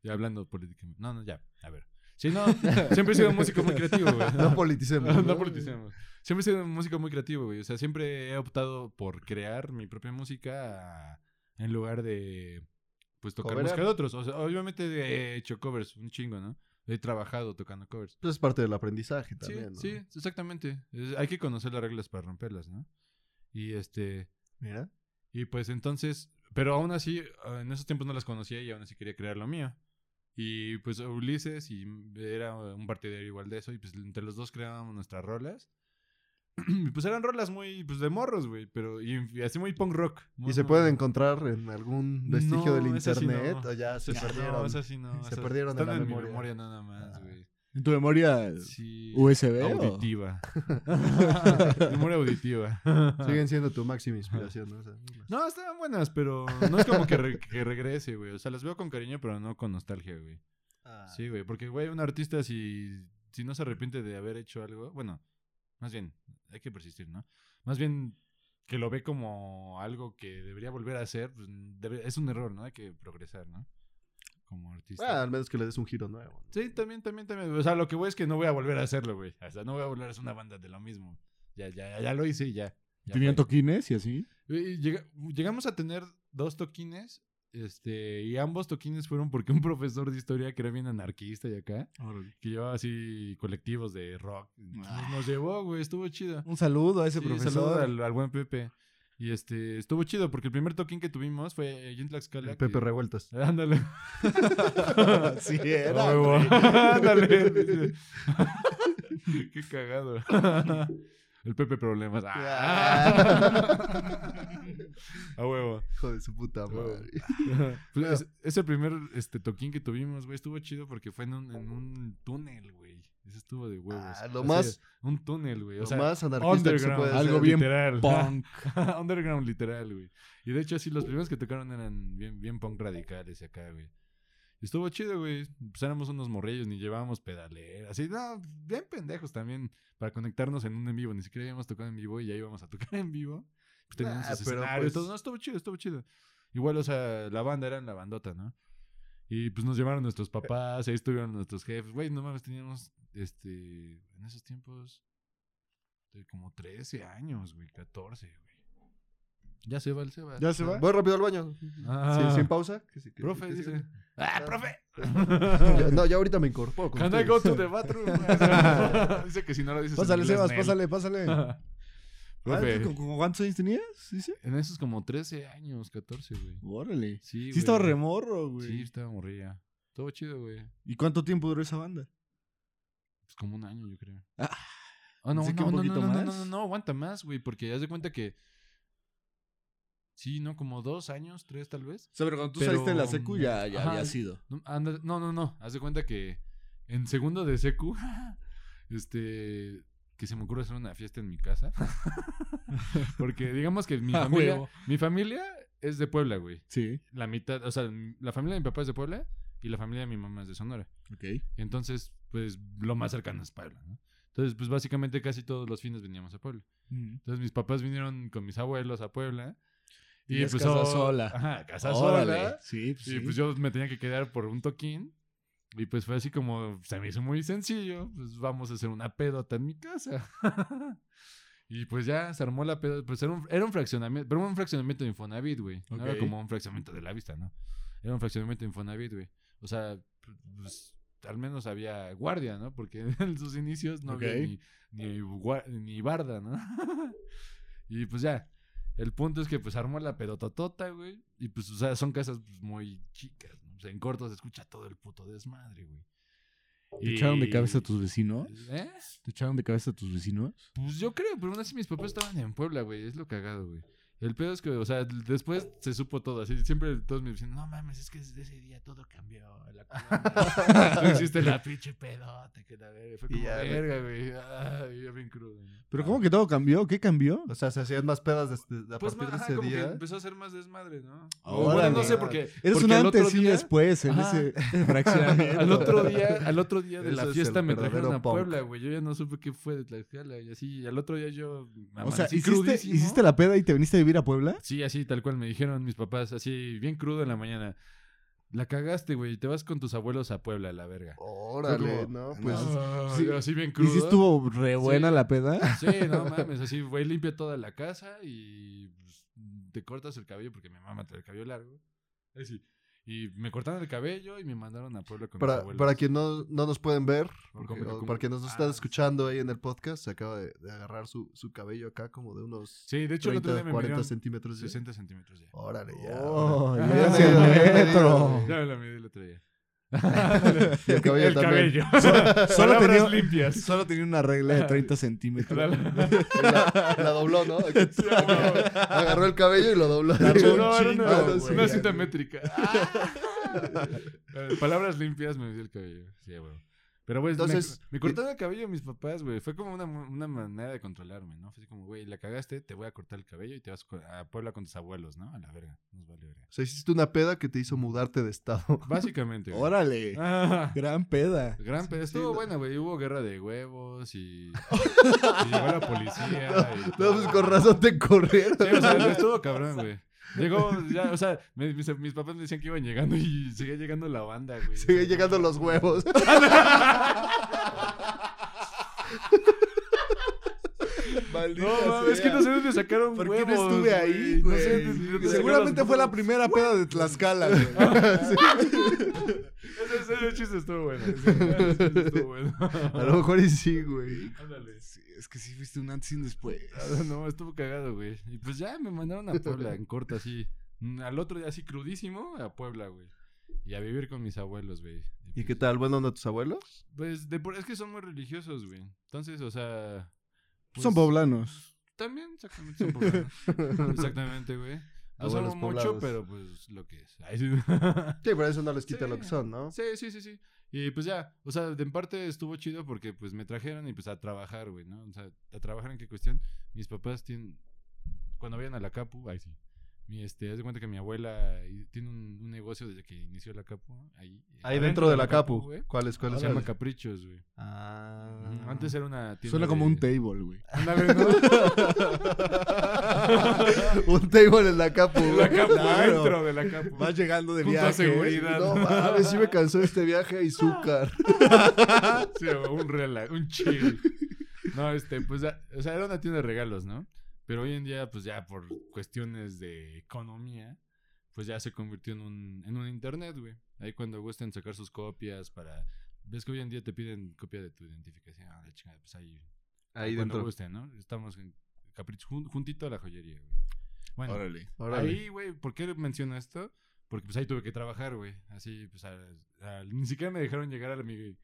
Speaker 2: Ya hablando políticamente. No, no, ya. A ver. Sí, no. siempre he sido un músico muy creativo, güey.
Speaker 1: Pues, No politicemos.
Speaker 2: [LAUGHS] No politicemos. Siempre he sido un músico muy creativo, güey. O sea, siempre he optado por crear mi propia música en lugar de pues tocar
Speaker 1: Coverear.
Speaker 2: música de otros. O sea, obviamente he hecho covers, un chingo, ¿no? He trabajado tocando covers.
Speaker 1: Pues es parte del aprendizaje
Speaker 2: Sí,
Speaker 1: también, ¿no?
Speaker 2: sí, exactamente. Es- hay que conocer las reglas para romperlas, ¿no? Y este,
Speaker 1: Mira.
Speaker 2: y pues entonces, pero aún así, eh, en esos tiempos no las conocía y aún así quería crear lo mío. Y pues Ulises y m- era un partidario igual de eso y pues entre los dos creábamos nuestras rolas. [CLEARS THROAT] Y pues eran rolas muy, pues de morros, güey, pero y, y así muy punk rock.
Speaker 1: ¿Y se pueden encontrar en algún vestigio
Speaker 2: No,
Speaker 1: del
Speaker 2: esas sí no.
Speaker 1: internet? O ya se perdieron.
Speaker 2: [LAUGHS] Ah, No, esas
Speaker 1: [LAUGHS]
Speaker 2: sí no.
Speaker 1: Se
Speaker 2: esas
Speaker 1: perdieron de
Speaker 2: están
Speaker 1: la
Speaker 2: en mi
Speaker 1: memoria. Ah.
Speaker 2: memoria nada más, güey.
Speaker 3: ¿En tu memoria
Speaker 2: Sí.
Speaker 3: USB?
Speaker 1: [LAUGHS]
Speaker 3: o-
Speaker 2: Auditiva. [LAUGHS] memoria auditiva.
Speaker 1: Siguen siendo tu máxima inspiración, ¿no? O sea,
Speaker 2: No, estaban buenas, pero no es como que, re- que regrese, güey. O sea, las veo con cariño, pero no con nostalgia, güey. Sí, güey, porque, güey, un artista si, si no se arrepiente de haber hecho algo, bueno, más bien, hay que persistir, ¿no? Más bien que lo ve como algo que debería volver a hacer, pues, debe- es un error, ¿no? Hay que progresar, ¿no? Como artista.
Speaker 1: Bueno, al menos que le des un giro nuevo. ¿no?
Speaker 2: Sí, también, también, también. O sea, lo que voy es que no voy a volver a hacerlo, güey. O sea, no voy a volver a hacer una banda de lo mismo. Ya, ya, ya lo hice y ya. ya
Speaker 3: ¿Tenían
Speaker 2: fue.
Speaker 3: toquines y así?
Speaker 2: Y Eh, llega- llegamos a tener dos toquines, este, y ambos toquines fueron porque un profesor de historia que era bien anarquista y acá, que llevaba así colectivos de rock, nos, nos llevó, güey, estuvo chido.
Speaker 3: Un saludo a ese
Speaker 2: Sí,
Speaker 3: profesor.
Speaker 2: saludo al, al buen Pepe. Y este, estuvo chido porque el primer toquín que tuvimos fue allí en Tlaxcala.
Speaker 1: El Pepe
Speaker 2: que-
Speaker 1: Revueltas.
Speaker 2: [LAUGHS] Ándale.
Speaker 3: sí,
Speaker 2: Ah,
Speaker 3: era.
Speaker 2: huevo.
Speaker 3: güey.
Speaker 2: [LAUGHS]
Speaker 1: [LAUGHS]
Speaker 2: Ándale. [LAUGHS] Qué cagado. El Pepe Problemas. Ah. [LAUGHS] A huevo.
Speaker 1: [LAUGHS] Hijo de su puta madre.
Speaker 2: Pues, es- ese primer este, toquín que tuvimos, güey, estuvo chido porque fue en un, en un túnel, güey. Eso estuvo de huevos.
Speaker 1: Ah, lo
Speaker 2: Así,
Speaker 1: más-
Speaker 2: Un túnel, güey. O
Speaker 1: Lo
Speaker 2: sea,
Speaker 1: más anarquista que se
Speaker 2: underground,
Speaker 1: puede ser.
Speaker 3: algo bien
Speaker 2: literal.
Speaker 3: Punk.
Speaker 2: [LAUGHS] underground, literal, güey. Y de hecho, así, los primeros que tocaron eran bien, bien punk radicales y acá, güey. Estuvo chido, güey. Pues éramos unos morrillos, ni llevábamos pedaleras. Así, no, bien pendejos también para conectarnos en un en vivo. Ni siquiera habíamos tocado en vivo y ya íbamos a tocar en vivo. Pues teníamos
Speaker 1: Ah,
Speaker 2: esos
Speaker 1: pero
Speaker 2: escenarios,
Speaker 1: pues-
Speaker 2: todo. No, estuvo chido, estuvo chido. Igual, o sea, la banda era la bandota, ¿no? Y pues nos llevaron nuestros papás, ahí estuvieron nuestros jefes. Güey, no mames, teníamos, este, en esos tiempos, de como 13 años, güey, 14, güey. Ya se va el Sebas.
Speaker 3: ¿Ya se va?
Speaker 1: Voy rápido al baño.
Speaker 2: Ah.
Speaker 1: Sí, sin pausa. Que sí, que-
Speaker 2: Profe,
Speaker 1: que sí.
Speaker 2: dice. ¡Ah, profe!
Speaker 1: Ya- no, ya ahorita me incorporo. con
Speaker 2: Can I
Speaker 1: ustedes.
Speaker 2: go to the bathroom? [LAUGHS] dice que si no lo dices. en
Speaker 3: Pásale,
Speaker 2: inglés,
Speaker 3: Sebas,
Speaker 2: Nel.
Speaker 3: pásale,
Speaker 2: [LAUGHS]
Speaker 3: pásale. Ah, ¿con-
Speaker 2: profe,
Speaker 3: con- con ¿Cuántos años tenías? Sí, sí.
Speaker 2: en esos como 13 años, 14, güey.
Speaker 3: Órale.
Speaker 2: Sí,
Speaker 3: Sí,
Speaker 2: güey.
Speaker 3: estaba remorro, güey.
Speaker 2: Sí, estaba morrilla. Todo chido, güey.
Speaker 3: ¿Y cuánto tiempo duró esa banda?
Speaker 2: Pues como un año, yo creo.
Speaker 3: Ah.
Speaker 2: Ah, no,
Speaker 3: Pensé que
Speaker 2: no,
Speaker 3: un
Speaker 2: no,
Speaker 3: poquito
Speaker 2: no, no,
Speaker 3: más.
Speaker 2: no, no, no, aguanta más, güey, porque haz de cuenta que. Sí, no, como dos años, tres tal vez.
Speaker 4: O sea, pero cuando
Speaker 2: tú saliste de la secu ya- ya había
Speaker 4: sido.
Speaker 2: No, anda- no, no, no, haz de cuenta que en segundo de secu, [LAUGHS] este. Que se me ocurre hacer una fiesta en mi casa. [LAUGHS] porque digamos que mi
Speaker 3: [LAUGHS] A
Speaker 2: familia.
Speaker 3: huevo.
Speaker 2: Mi familia es de Puebla, güey.
Speaker 3: Sí.
Speaker 2: La mitad, o sea, la familia de mi papá es de Puebla y la familia de mi mamá es de Sonora.
Speaker 3: Ok.
Speaker 2: Entonces, pues lo más cercano es Puebla, ¿no? Entonces, pues básicamente casi todos los fines veníamos a Puebla.
Speaker 3: Mm.
Speaker 2: Entonces mis papás vinieron con mis abuelos a Puebla. Y,
Speaker 4: es
Speaker 2: pues
Speaker 4: casa
Speaker 2: oh,
Speaker 4: sola.
Speaker 2: Ajá, casa
Speaker 4: Órale.
Speaker 2: sola.
Speaker 4: Sí, pues,
Speaker 2: Y pues yo me tenía que quedar por un toquín. Y pues fue así como, se me hizo muy sencillo, pues vamos a hacer una pedota en mi casa. [LAUGHS] y pues ya se armó la pedota, pues era un, era un fraccionamiento, pero un fraccionamiento de Infonavit, güey. No
Speaker 4: Ok.
Speaker 2: era como un fraccionamiento de la vista, ¿no? Era un fraccionamiento de Infonavit, güey. O sea, pues, al menos había guardia, ¿no? Porque [LAUGHS] en sus inicios no
Speaker 4: Ok.
Speaker 2: había ni, ni, gua- ni barda, ¿no? [LAUGHS] y pues ya, el punto es que pues armó la pedototota, güey. Y pues, o sea, son casas pues, muy chicas. ¿no? O sea, en corto se escucha todo el puto desmadre, güey.
Speaker 4: ¿Te echaron de cabeza a tus vecinos?
Speaker 2: ¿Eh?
Speaker 4: ¿Te echaron de cabeza a tus vecinos?
Speaker 2: Pues yo creo, pero aún así mis papás estaban en Puebla, güey. Es lo cagado, güey. El pedo es que, o sea, después se supo todo. Así siempre todos me dicen, no mames, es que desde ese día todo cambió. en La colonia". [LAUGHS] no existe la pinche pedota que la verga. Fue
Speaker 1: Y
Speaker 2: como
Speaker 1: ya, güey.
Speaker 2: verga, güey. Ay, ya bien crudo. ¿no?
Speaker 3: Pero ¿cómo que todo cambió? ¿Qué cambió?
Speaker 1: [LAUGHS] O sea, se hacían más pedas desde- a
Speaker 2: Pues,
Speaker 1: partir de
Speaker 2: ajá,
Speaker 1: ese
Speaker 2: como que
Speaker 1: día.
Speaker 2: empezó a ser más desmadre, ¿no?
Speaker 3: Órale.
Speaker 2: bueno, no sé, porque...
Speaker 3: Eres
Speaker 2: porque
Speaker 3: un
Speaker 2: al
Speaker 3: antes
Speaker 2: otro
Speaker 1: [LAUGHS]
Speaker 3: y
Speaker 2: día-
Speaker 3: después en
Speaker 2: Ajá.
Speaker 3: ese fraccionamiento.
Speaker 2: [LAUGHS] Al otro día, al otro día de
Speaker 1: Eso
Speaker 2: la
Speaker 1: es
Speaker 2: fiesta
Speaker 1: el
Speaker 2: me trajeron
Speaker 1: verdadero
Speaker 2: a
Speaker 1: punk.
Speaker 2: Puebla, güey. Yo ya no supe qué fue de Tlaxcala y así. y al otro día yo me
Speaker 3: O sea,
Speaker 2: amanecí
Speaker 3: ¿hiciste,
Speaker 2: crudísimo.
Speaker 3: ¿hiciste la peda y te viniste a vivir a Puebla?
Speaker 2: Sí, así tal cual me dijeron mis papás, así bien crudo en la mañana. La cagaste, güey. Te vas con tus abuelos a Puebla, la verga.
Speaker 1: Órale,
Speaker 2: Fue como,
Speaker 1: ¿no? Pues
Speaker 2: Ah,
Speaker 3: sí.
Speaker 2: así bien
Speaker 3: ¿Y
Speaker 2: crudo.
Speaker 3: si estuvo re buena
Speaker 2: Sí.
Speaker 3: la
Speaker 2: [LAUGHS]
Speaker 3: peda?
Speaker 2: Sí, no mames, así, güey, limpia toda la casa y pues, te cortas el cabello porque mi mamá trae el cabello largo. Así. Y me cortaron el cabello y me mandaron a Puebla con mis
Speaker 1: para,
Speaker 2: abuelos.
Speaker 1: para quien no, no nos pueden ver,
Speaker 2: Por
Speaker 1: porque-
Speaker 2: comer-
Speaker 1: o
Speaker 2: como-
Speaker 1: para quien nos están
Speaker 2: Ah.
Speaker 1: escuchando ahí en el podcast, se acaba de, de agarrar su, su cabello acá como de unos
Speaker 2: Sí, de hecho el otro
Speaker 1: 30,
Speaker 2: día me
Speaker 1: 40
Speaker 2: midieron
Speaker 1: centímetros. ¿sí?
Speaker 2: 60 centímetros ya.
Speaker 1: Órale, ya.
Speaker 3: Oh,
Speaker 1: órale.
Speaker 3: ya
Speaker 1: Ah,
Speaker 3: se
Speaker 1: ya, ya, ya,
Speaker 3: metro.
Speaker 2: Ya me la medí el otro día.
Speaker 1: Oh. [LAUGHS] Y el cabello
Speaker 2: el
Speaker 1: también.
Speaker 2: cabello.
Speaker 3: solo
Speaker 2: Palabras
Speaker 1: [LAUGHS]
Speaker 3: tenía- [LAUGHS]
Speaker 2: limpias.
Speaker 3: Solo tenía una regla de 30 centímetros.
Speaker 1: La, la dobló,
Speaker 2: [LAUGHS]
Speaker 1: ¿no?
Speaker 2: Sí, a huevo.
Speaker 1: Agarró el cabello y lo dobló.
Speaker 3: La
Speaker 2: Sí,
Speaker 3: dobló,
Speaker 2: no, era
Speaker 3: chingo,
Speaker 2: una,
Speaker 1: güey.
Speaker 2: una cinta
Speaker 1: Sí.
Speaker 2: métrica. [LAUGHS] Eh, Palabras limpias me dio el cabello. Sí, güey. Pero, güey,
Speaker 1: Entonces- eh,
Speaker 2: Entonces, me, cortaron el cabello mis papás, güey. Fue como una, una manera de controlarme, ¿no? Fue así como, güey, la cagaste, te voy a cortar el cabello y te vas co- a Puebla con tus abuelos, ¿no? A la verga. Nos vale verga.
Speaker 1: O sea, hiciste una peda que te hizo mudarte de estado. [LAUGHS]
Speaker 2: Básicamente. güey.
Speaker 3: Órale,
Speaker 1: Ah.
Speaker 2: Ajá.
Speaker 3: gran peda.
Speaker 2: Gran pedo. Estuvo
Speaker 1: no.
Speaker 2: buena, güey. Hubo guerra de huevos
Speaker 1: [LAUGHS]
Speaker 2: y, y llegó la policía. y
Speaker 1: No,
Speaker 2: todo.
Speaker 1: pues con razón te corrieron.
Speaker 2: Sí, o sea,
Speaker 3: [LAUGHS]
Speaker 2: estuvo cabrón, güey. Llegó, ya, o sea, me- mis, mis papás me decían que iban llegando y seguía llegando la banda, güey.
Speaker 1: Siguen llegando los
Speaker 2: [LAUGHS]
Speaker 1: huevos.
Speaker 3: Maldita
Speaker 2: No, mames, es que
Speaker 3: sea.
Speaker 2: no sé dónde sacaron
Speaker 3: ¿Por
Speaker 2: huevos.
Speaker 3: qué no estuve ahí,
Speaker 2: No
Speaker 3: güey?
Speaker 2: sé dónde- dónde sacaron
Speaker 3: Seguramente
Speaker 2: los
Speaker 3: fue la
Speaker 2: huevos.
Speaker 3: primera peda de Tlaxcala,
Speaker 2: [LAUGHS]
Speaker 3: güey.
Speaker 2: Ese, ese- ese chiste estuvo bueno.
Speaker 3: [LAUGHS]
Speaker 2: Ese chiste estuvo bueno. [LAUGHS]
Speaker 1: A lo mejor y sí, güey.
Speaker 2: Ándale.
Speaker 3: Sí, es que sí fuiste un antes y un después.
Speaker 2: Ah, No, estuvo cagado, güey. Y pues ya me mandaron a Puebla en corta, así. Mm, Al otro día, así crudísimo, a Puebla, güey. Y a vivir con mis abuelos, güey.
Speaker 1: ¿Y qué tal? ¿Buena onda tus abuelos?
Speaker 2: Pues de por- es que son muy religiosos, güey. Entonces, o sea. pues,
Speaker 3: Son poblanos.
Speaker 2: También, exactamente, son
Speaker 1: [LAUGHS]
Speaker 2: poblanos. exactamente, güey. No
Speaker 1: Abuelos
Speaker 2: son mucho,
Speaker 1: poblados.
Speaker 2: pero pues lo que es.
Speaker 1: [LAUGHS]
Speaker 2: Ay, sí.
Speaker 1: Sí, pero eso no les quita
Speaker 2: Sí.
Speaker 1: lo que son, ¿no?
Speaker 2: sí, sí, sí, sí. Y pues ya, o sea, de en parte estuvo chido porque pues me trajeron y pues a trabajar, güey, ¿no? O sea, a trabajar en qué cuestión. Mis papás tienen. Cuando vayan a la Capu, ahí sí. Mi, este, haz de cuenta que mi abuela y- tiene un, un negocio desde que inició la Capu. Ahí, eh,
Speaker 1: Ahí
Speaker 2: adentro
Speaker 1: dentro de la capu.
Speaker 2: güey.
Speaker 1: ¿Cuáles, cuáles
Speaker 2: Se llama
Speaker 1: son?
Speaker 2: Caprichos, güey.
Speaker 1: Ah.
Speaker 2: Antes era una tienda.
Speaker 3: Suena como
Speaker 2: de-
Speaker 3: un table, güey.
Speaker 2: [LAUGHS]
Speaker 1: [LAUGHS]
Speaker 2: Ándale, ¿no?
Speaker 1: [LAUGHS] Un table en la capu, güey. [LAUGHS]
Speaker 2: La capu,
Speaker 3: Claro.
Speaker 2: dentro de la capu.
Speaker 3: Vas llegando de
Speaker 2: Junto a
Speaker 3: viaje.
Speaker 2: seguridad.
Speaker 1: No mames, sí me cansó este viaje a
Speaker 2: [LAUGHS]
Speaker 1: Izúcar.
Speaker 2: Sí, o un relax, un chill. No, este, pues, ya- o sea, era una tienda de regalos, ¿no? Pero hoy en día, pues ya por cuestiones de economía, pues ya se convirtió en un, en un internet, güey. Ahí cuando gusten sacar sus copias para... Ves que hoy en día te piden copia de tu identificación. Ah, la chingada, pues ahí...
Speaker 1: Ahí
Speaker 2: cuando
Speaker 3: pues,
Speaker 1: dentro.
Speaker 2: gusten, ¿no? Estamos en Capricho, jun- juntito a la joyería, güey. Bueno,
Speaker 4: Órale.
Speaker 1: Órale.
Speaker 2: Ahí, güey, ¿por qué menciono esto? Porque pues ahí tuve que trabajar, güey. Así, pues al- al- ni siquiera me dejaron llegar a la, mi-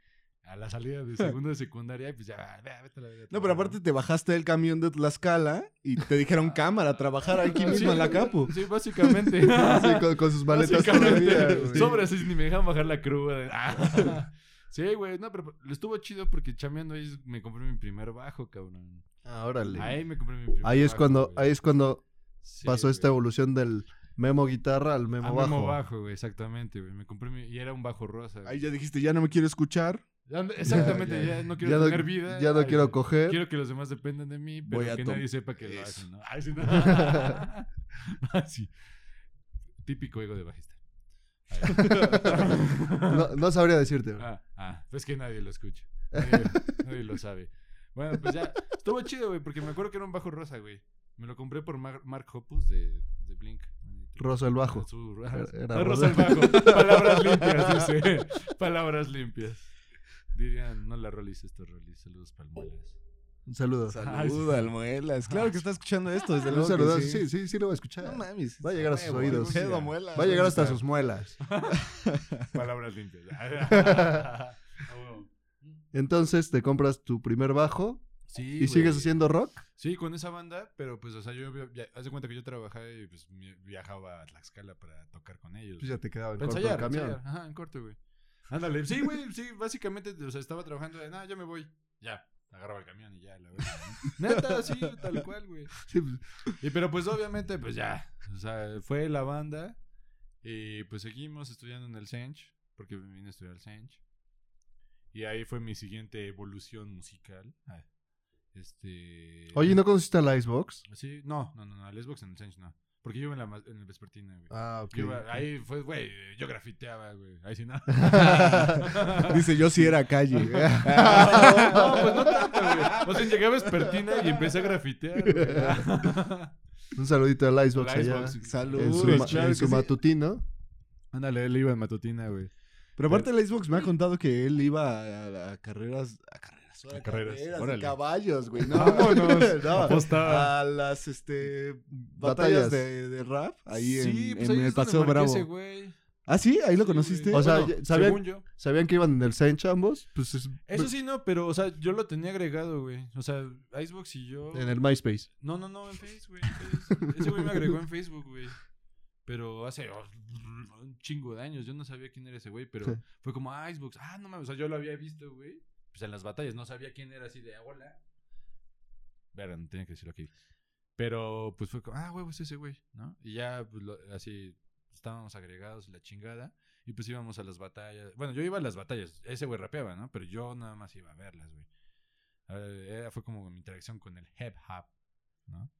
Speaker 2: a la
Speaker 1: [LAUGHS]
Speaker 2: salida de segundo de secundaria y pues ya, ah, ve- vete a la verga,
Speaker 3: No, pero
Speaker 2: trabajar, [LAUGHS]
Speaker 3: aparte te bajaste del camión de Tlaxcala y te
Speaker 1: Ah.
Speaker 3: dijeron cámara, trabajar aquí
Speaker 2: Sí,
Speaker 3: mismo en la capu.
Speaker 2: Sí,
Speaker 1: [LAUGHS]
Speaker 2: básicamente.
Speaker 1: Ah, Sí,
Speaker 2: [LAUGHS]
Speaker 1: con, con sus maletas
Speaker 2: Básicamente.
Speaker 1: todavía, güey.
Speaker 2: Sobre así, ni me dejaban bajar la cruda. Ah. [LAUGHS] Sí, güey, no, pero estuvo chido porque chameando ahí me compré mi primer bajo, cabrón.
Speaker 1: Ah, órale. Ahí,
Speaker 2: Ahí me compré mi primer
Speaker 1: es
Speaker 2: bajo,
Speaker 1: cuando,
Speaker 2: güey.
Speaker 1: ahí es cuando
Speaker 2: Sí,
Speaker 1: pasó esta
Speaker 2: güey.
Speaker 1: evolución del memo guitarra al memo
Speaker 2: Al
Speaker 1: bajo.
Speaker 2: memo bajo, güey, exactamente, güey. Me compré mi... Y era un bajo rosa. güey.
Speaker 3: Ahí ya dijiste, ya no me quiero escuchar.
Speaker 2: Ya no- exactamente,
Speaker 1: [LAUGHS] ya,
Speaker 2: ya,
Speaker 1: ya.
Speaker 2: no
Speaker 1: ya
Speaker 2: quiero
Speaker 1: no,
Speaker 2: tener vida.
Speaker 1: ya no
Speaker 2: Ay,
Speaker 1: quiero coger.
Speaker 2: Quiero que los demás dependan de mí, pero
Speaker 5: Voy a
Speaker 2: que
Speaker 5: tom-
Speaker 2: nadie sepa que lo
Speaker 5: Eso.
Speaker 2: hacen. ¿no? Ay,
Speaker 1: [LAUGHS]
Speaker 2: sí, no. [LAUGHS] Ah, sí. Típico ego de bajista. Ay.
Speaker 1: [LAUGHS] No, no sabría decirte. bro.
Speaker 2: Ah, ah, pues que nadie lo escucha. Nadie, nadie lo sabe. Bueno, pues ya. Estuvo chido, güey, porque me acuerdo que era un bajo rosa, güey. Me lo compré por Mar- Mark Hoppus de, de Blink.
Speaker 1: Rosa el bajo.
Speaker 2: Su-
Speaker 1: Era- era
Speaker 2: Ah, rosa el bajo. Palabras limpias, dice. Palabras limpias. Dirían, no la rolis esto, rolis. Saludos palmuelas.
Speaker 1: Un saludo.
Speaker 2: Ay, sí, sí.
Speaker 5: Salud, Almuelas.
Speaker 3: Claro que está escuchando esto, desde
Speaker 1: Ah, Un
Speaker 3: luego. que
Speaker 1: saludo.
Speaker 3: sí.
Speaker 1: Sí, sí, sí lo va a escuchar.
Speaker 3: No mames.
Speaker 1: Va a llegar a sus
Speaker 3: Huevo,
Speaker 1: oídos.
Speaker 3: pedo,
Speaker 1: Va
Speaker 3: muela.
Speaker 1: a llegar hasta sus muelas.
Speaker 2: Palabras limpias. [LAUGHS] Ah, huevo.
Speaker 1: Entonces te compras tu primer bajo
Speaker 2: Sí,
Speaker 1: y
Speaker 2: güey.
Speaker 1: sigues haciendo rock.
Speaker 2: Sí, con esa banda, pero pues, o sea, yo. via- Haz de cuenta que yo trabajaba y pues mi- viajaba a Tlaxcala para tocar con ellos.
Speaker 1: Pues ya te quedaba en
Speaker 2: Para
Speaker 1: corto
Speaker 2: ensayar,
Speaker 1: el camión.
Speaker 2: ensayar. Ajá, en corto, güey. Ándale. Sí, güey, sí, básicamente, o sea, estaba trabajando de, no, ya me voy. Ya, agarraba el camión y ya, la
Speaker 1: [LAUGHS]
Speaker 2: verdad. Neta, sí, tal cual, güey.
Speaker 1: Sí, pues,
Speaker 2: Y pero pues obviamente, pues ya, o sea, fue la banda y pues seguimos estudiando en el Sench, porque vine a estudiar al Sench. Y ahí fue mi siguiente evolución musical. Ah, Este...
Speaker 1: Oye, ¿no conociste a la Xbox?
Speaker 2: Sí, no, no, no, no, al Xbox en el Sench no. Porque yo iba en, la, ma- en el Vespertina, güey.
Speaker 1: Ah,
Speaker 2: Yo iba- ahí fue, güey, yo grafiteaba, güey.
Speaker 1: [LAUGHS]
Speaker 2: Ahí sí, no.
Speaker 3: [LAUGHS]
Speaker 2: pues
Speaker 3: Dice, yo sí era
Speaker 2: [LAUGHS]
Speaker 3: calle.
Speaker 2: no, pues no tanto, güey. O sea, llegué a Vespertina y empecé a grafitear,
Speaker 1: [LAUGHS]
Speaker 2: güey.
Speaker 1: Un saludito a la Xbox
Speaker 2: La
Speaker 1: allá.
Speaker 2: Xbox, sí.
Speaker 3: Salud.
Speaker 1: En su,
Speaker 2: Uy,
Speaker 1: ma-
Speaker 2: claro
Speaker 1: en
Speaker 2: que
Speaker 1: su
Speaker 2: sí.
Speaker 1: matutino.
Speaker 2: Ándale, él iba en matutina, güey.
Speaker 3: Pero aparte de la Xbox me ha contado que él iba a, a carreras... A carreras.
Speaker 2: A carreras,
Speaker 3: de
Speaker 2: órale.
Speaker 3: caballos, güey.
Speaker 1: [LAUGHS]
Speaker 3: No, [LAUGHS]
Speaker 2: Vámonos.
Speaker 3: No,
Speaker 2: Apostaba.
Speaker 3: A las este, batallas,
Speaker 1: Batallas.
Speaker 3: de, de rap. Ahí en,
Speaker 2: Sí, pues
Speaker 3: en
Speaker 2: ahí
Speaker 3: el
Speaker 2: es donde
Speaker 3: Paseo
Speaker 2: marqué
Speaker 3: Bravo.
Speaker 2: ese güey.
Speaker 3: Ah, sí, ahí lo
Speaker 2: Sí,
Speaker 3: conociste.
Speaker 2: güey.
Speaker 1: O sea,
Speaker 2: Bueno,
Speaker 1: ya- ¿sabían?
Speaker 2: según yo.
Speaker 1: ¿Sabían que iban en el Sench ambos? Pues es-
Speaker 2: Eso sí, no, pero, o sea, yo lo tenía agregado, güey. O sea, Icebox y yo.
Speaker 1: en el MySpace.
Speaker 2: No, no, no, en Facebook, güey. en Face. Ese güey me agregó en Facebook, güey. Pero hace oh, [LAUGHS] un chingo de años. Yo no sabía quién era ese güey, pero
Speaker 1: Sí.
Speaker 2: fue como "Ah, Icebox. Ah, no mames. O sea, yo lo había visto, güey. Pues en las batallas no sabía quién era así de "Ah, hola. Verán, tenía que decirlo aquí. Pero pues fue como, ah, güey, pues ese güey, ¿no? Y ya, pues lo- así, estábamos agregados, la chingada. Y pues íbamos a las batallas. Bueno, yo iba a las batallas. Ese güey rapeaba, ¿no? Pero yo nada más iba a verlas, güey. Eh, era- fue como mi interacción con el hip hop, ¿no?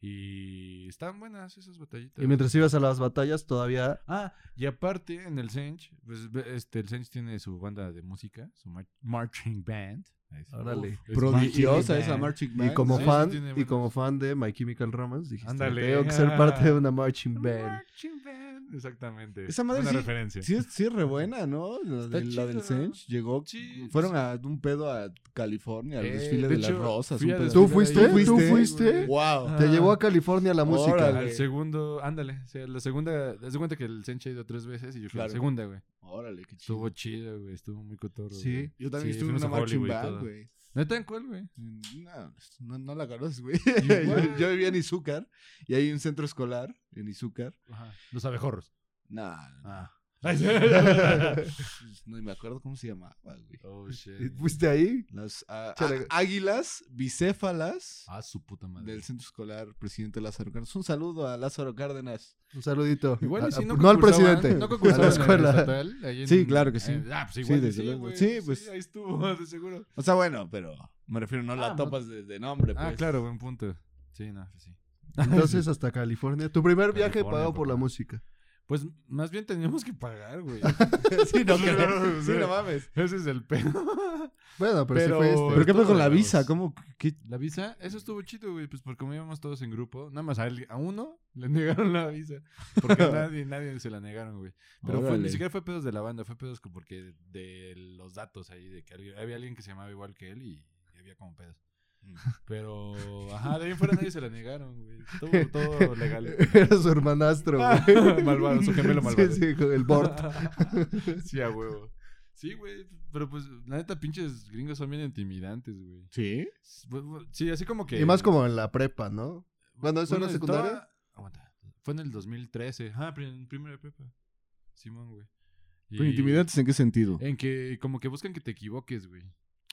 Speaker 2: Y estaban buenas esas batallitas.
Speaker 1: Y mientras ibas a las batallas, todavía.
Speaker 2: Ah, y aparte en el Sench, pues ve- este, el Sench tiene su banda de música, su mar- marching band. Ahí sí.
Speaker 1: Órale.
Speaker 2: Uf, es
Speaker 3: Prodigiosa
Speaker 2: marching
Speaker 3: esa
Speaker 2: band.
Speaker 3: Marching Band.
Speaker 1: Y como
Speaker 2: Sí, sí
Speaker 1: fan,
Speaker 2: tiene
Speaker 1: y
Speaker 2: buenas.
Speaker 1: como fan de My Chemical Romance, dijiste,
Speaker 2: Ándale.
Speaker 1: tengo que ser parte de una marching band.
Speaker 2: Marching band. Exactamente.
Speaker 3: Esa madre
Speaker 2: Una
Speaker 3: sí-
Speaker 2: referencia.
Speaker 3: Sí, es, sí es re buena, ¿no? La,
Speaker 2: Está
Speaker 3: de- la del
Speaker 2: chida.
Speaker 3: Sench llegó.
Speaker 2: Sí,
Speaker 3: Fueron a un pedo a California, al
Speaker 2: Eh,
Speaker 3: desfile
Speaker 2: de
Speaker 3: de, las
Speaker 2: hecho,
Speaker 3: rosas.
Speaker 2: fui
Speaker 3: un
Speaker 2: a
Speaker 3: pedo
Speaker 2: desfile
Speaker 3: así.
Speaker 1: ¿Tú fuiste?
Speaker 2: ahí,
Speaker 1: ¿Tú
Speaker 2: güey.
Speaker 1: fuiste?
Speaker 3: ¡Wow!
Speaker 1: Te
Speaker 2: Ah.
Speaker 1: llevó a California la música.
Speaker 3: Órale.
Speaker 2: Al segundo, ándale. O sea, la segunda, haz de cuenta que el Sench ha ido tres veces y yo fui a
Speaker 3: Claro.
Speaker 2: la segunda, güey.
Speaker 3: Órale, qué chido.
Speaker 2: Estuvo chido, güey. Estuvo muy cotorro.
Speaker 1: Sí.
Speaker 2: güey.
Speaker 3: Yo también
Speaker 2: Sí,
Speaker 3: estuve en
Speaker 2: fuimos
Speaker 3: una
Speaker 2: a
Speaker 3: marching
Speaker 2: Hollywood y
Speaker 3: band,
Speaker 2: todo.
Speaker 3: güey.
Speaker 2: Neta, ¿en cuál, güey?
Speaker 3: No, no, no la conoces, güey.
Speaker 2: Igual.
Speaker 3: yo, yo vivía en Izúcar y hay un centro escolar en Izúcar.
Speaker 2: Ajá. Los abejorros.
Speaker 3: No,
Speaker 2: Ah.
Speaker 3: no, no me acuerdo cómo se llamaba, güey. [LAUGHS]
Speaker 2: oh,
Speaker 1: ¿Y
Speaker 2: shit.
Speaker 3: pues,
Speaker 1: ¿Fuiste ahí?
Speaker 3: Las ah,
Speaker 1: Chale.
Speaker 3: á- águilas bicéfalas
Speaker 2: Ah, su puta madre.
Speaker 3: del centro escolar presidente Lázaro Cárdenas. Un saludo a Lázaro Cárdenas.
Speaker 1: Un saludito.
Speaker 2: Igual y
Speaker 1: A-
Speaker 2: si
Speaker 1: a-
Speaker 2: Ah, no
Speaker 1: al
Speaker 2: concursaban,
Speaker 1: presidente.
Speaker 2: No
Speaker 1: a la
Speaker 2: concursaban en el
Speaker 1: escuela.
Speaker 2: estatal, ahí en-
Speaker 3: Sí, claro que sí.
Speaker 2: eh, ah, pues
Speaker 3: Sí,
Speaker 2: igual y
Speaker 3: desde
Speaker 2: sí,
Speaker 3: luego.
Speaker 2: güey.
Speaker 3: Sí,
Speaker 2: Sí,
Speaker 3: pues.
Speaker 2: ahí estuvo, [LAUGHS] de seguro.
Speaker 3: O sea, bueno, pero me refiero, no
Speaker 2: Ah,
Speaker 3: la
Speaker 2: no-
Speaker 3: topas de, de nombre, pues.
Speaker 2: Ah, claro, buen punto. Sí, no, pues sí.
Speaker 1: Entonces hasta California. Tu primer viaje
Speaker 2: California,
Speaker 1: pagado por la
Speaker 2: papá.
Speaker 1: música.
Speaker 2: Pues más bien teníamos que pagar, güey.
Speaker 3: sí, no, creo.
Speaker 2: claro,
Speaker 3: sí,
Speaker 2: [LAUGHS] sí.
Speaker 3: no mames.
Speaker 2: Ese es el pedo. [LAUGHS]
Speaker 1: Bueno, pero, sí
Speaker 2: Pero-
Speaker 1: fue este.
Speaker 3: Pero qué
Speaker 2: todo
Speaker 3: pasa con la
Speaker 2: de los-
Speaker 3: visa, ¿cómo? ¿Qué?
Speaker 2: La visa, eso estuvo chido, güey. Pues porque como íbamos todos en grupo, nada más a, él- a uno le [LAUGHS] negaron la visa.
Speaker 1: [LAUGHS]
Speaker 2: Porque a nadie, nadie se la negaron, güey. Pero fue, ni
Speaker 3: Órale.
Speaker 2: siquiera fue pedos de la banda, fue pedos como porque de, los datos ahí, de que alguien- había alguien que se llamaba igual que él y, y había como pedos.
Speaker 1: Mm.
Speaker 2: Pero, ajá, de ahí en fuera nadie se la negaron, güey.
Speaker 1: [LAUGHS]
Speaker 2: Todo, todo legal.
Speaker 1: Era su hermanastro, güey.
Speaker 2: malvado, su gemelo malvado.
Speaker 1: Sí, sí, con el Bort.
Speaker 2: [LAUGHS] sí, a huevo. Sí, güey. Pero pues, la neta, pinches gringos son bien intimidantes, güey.
Speaker 3: ¿Sí?
Speaker 2: Sí, así como que.
Speaker 1: Y más como en la prepa, ¿no? Bueno, ¿eso era
Speaker 2: estaba-
Speaker 1: secundaria?
Speaker 2: Aguanta. Fue en el 2013. Ah, pri- en primera prepa. Simón, güey.
Speaker 3: ¿Pero
Speaker 2: Y-
Speaker 3: intimidantes en qué sentido?
Speaker 2: En que como que buscan que te equivoques, güey.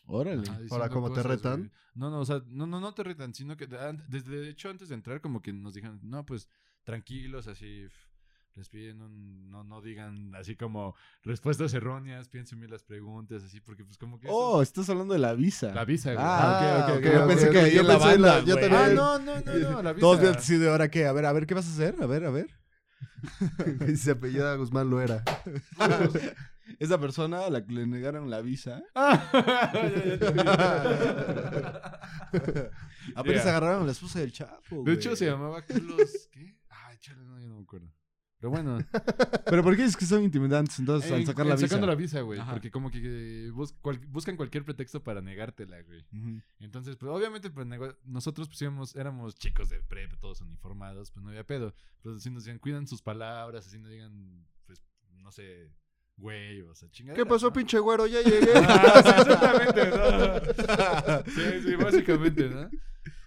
Speaker 3: Órale.
Speaker 2: Ajá,
Speaker 1: Ahora,
Speaker 2: diciendo
Speaker 1: ¿cómo te retan?
Speaker 2: güey. No, no, o sea, no, no, no te retan, sino que te- an- desde de hecho antes de entrar como que nos dijeron, no, pues tranquilos, así, f- les piden un- no, no digan así como respuestas erróneas, piensen bien las preguntas, así, porque pues como que... eso-
Speaker 3: Oh, estás hablando de la visa.
Speaker 2: la visa, güey.
Speaker 3: Ah,
Speaker 1: Ah,
Speaker 3: ok, ok, ok.
Speaker 1: ok,
Speaker 3: Yo
Speaker 1: ok,
Speaker 3: pensé
Speaker 1: ok,
Speaker 3: que ahí
Speaker 1: yo
Speaker 3: en la
Speaker 1: pensé en la-
Speaker 3: banda,
Speaker 1: yo
Speaker 3: güey.
Speaker 1: también.
Speaker 2: Ah, no, no, no, no, la
Speaker 3: [LAUGHS]
Speaker 2: visa.
Speaker 3: Todos bien así de ahora qué, a ver, a ver, ¿qué vas a hacer? A ver, a ver.
Speaker 1: [LAUGHS] Y se apellida Guzmán Loera.
Speaker 3: [LAUGHS] Esa persona a la que le negaron la [LAUGHS] visa.
Speaker 2: Ah, ya, ya entendí.
Speaker 3: Apenas
Speaker 2: Ya.
Speaker 3: agarraron a la esposa del Chapo.
Speaker 2: [LAUGHS] De
Speaker 3: güey.
Speaker 2: hecho, se llamaba Carlos. ¿Qué? Ah, chale, no, yo no me acuerdo. Pero [LAUGHS] bueno,
Speaker 3: Pero ¿por qué es que son intimidantes entonces al
Speaker 2: en-
Speaker 3: sacar
Speaker 2: en
Speaker 3: la visa?
Speaker 2: sacando la visa, güey.
Speaker 3: Ajá.
Speaker 2: Porque como que eh, bus- cual- buscan cualquier pretexto para negártela, güey.
Speaker 3: Ujú.
Speaker 2: Entonces, pues obviamente, pues nego- nosotros pues, íbamos- éramos chicos de prep, todos uniformados, pues no había pedo. Pero si nos decían, cuidan sus palabras, así no digan, pues, no sé, güey, o sea, chingada.
Speaker 1: ¿Qué pasó, pinche güero? Ya llegué.
Speaker 2: [LAUGHS] Ah, sí, exactamente, ¿no? [LAUGHS] Sí, sí, básicamente, ¿no?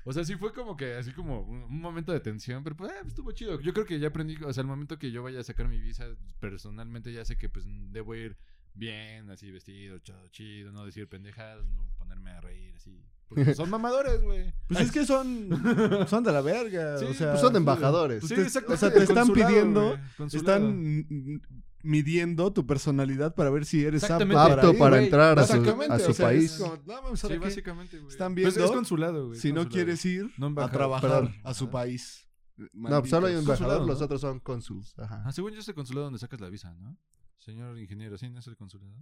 Speaker 2: O sea, sí fue como que, así como un un momento de tensión, pero pues, ah, estuvo chido. Yo creo que ya aprendí, o sea, el momento que yo vaya a sacar mi visa, personalmente ya sé que pues debo ir bien, así vestido, chido, chido, no decir pendejadas, no ponerme a reír, así.
Speaker 3: [LAUGHS]
Speaker 2: Porque son mamadores, güey.
Speaker 3: Pues es que [LAUGHS] son, son de la verga.
Speaker 2: Sí,
Speaker 3: o sea,
Speaker 1: Pues son embajadores.
Speaker 3: Pues
Speaker 2: Sí,
Speaker 3: te-
Speaker 2: exacto.
Speaker 3: o sea, te están
Speaker 2: Consulado,
Speaker 3: pidiendo,
Speaker 2: güey, consulado.
Speaker 3: Están mm, midiendo tu personalidad para ver si eres apto
Speaker 2: Exactamente.
Speaker 3: para,
Speaker 1: Apto
Speaker 3: ir,
Speaker 1: para
Speaker 3: güey.
Speaker 1: entrar a su-
Speaker 3: Básicamente,
Speaker 1: a su
Speaker 3: o sea,
Speaker 1: país.
Speaker 3: es como, no, vamos a
Speaker 2: Sí,
Speaker 3: ver qué.
Speaker 2: básicamente, güey.
Speaker 3: Están
Speaker 2: Pues,
Speaker 3: viendo
Speaker 2: es consulado, güey. es
Speaker 3: si no
Speaker 2: consulado.
Speaker 3: quieres ir
Speaker 2: No
Speaker 3: a
Speaker 2: embajador,
Speaker 3: trabajar
Speaker 2: perdón.
Speaker 3: a su
Speaker 2: Ajá.
Speaker 3: país.
Speaker 1: [LAUGHS] Ah. No, pues solo hay un
Speaker 3: Malditos.
Speaker 1: embajador,
Speaker 2: Consulado,
Speaker 1: los
Speaker 2: ¿no?
Speaker 1: otros son cónsuls. Ajá.
Speaker 2: Ah, según yo es el consulado donde sacas la visa, ¿no? Señor ingeniero, ¿sí no es el consulado?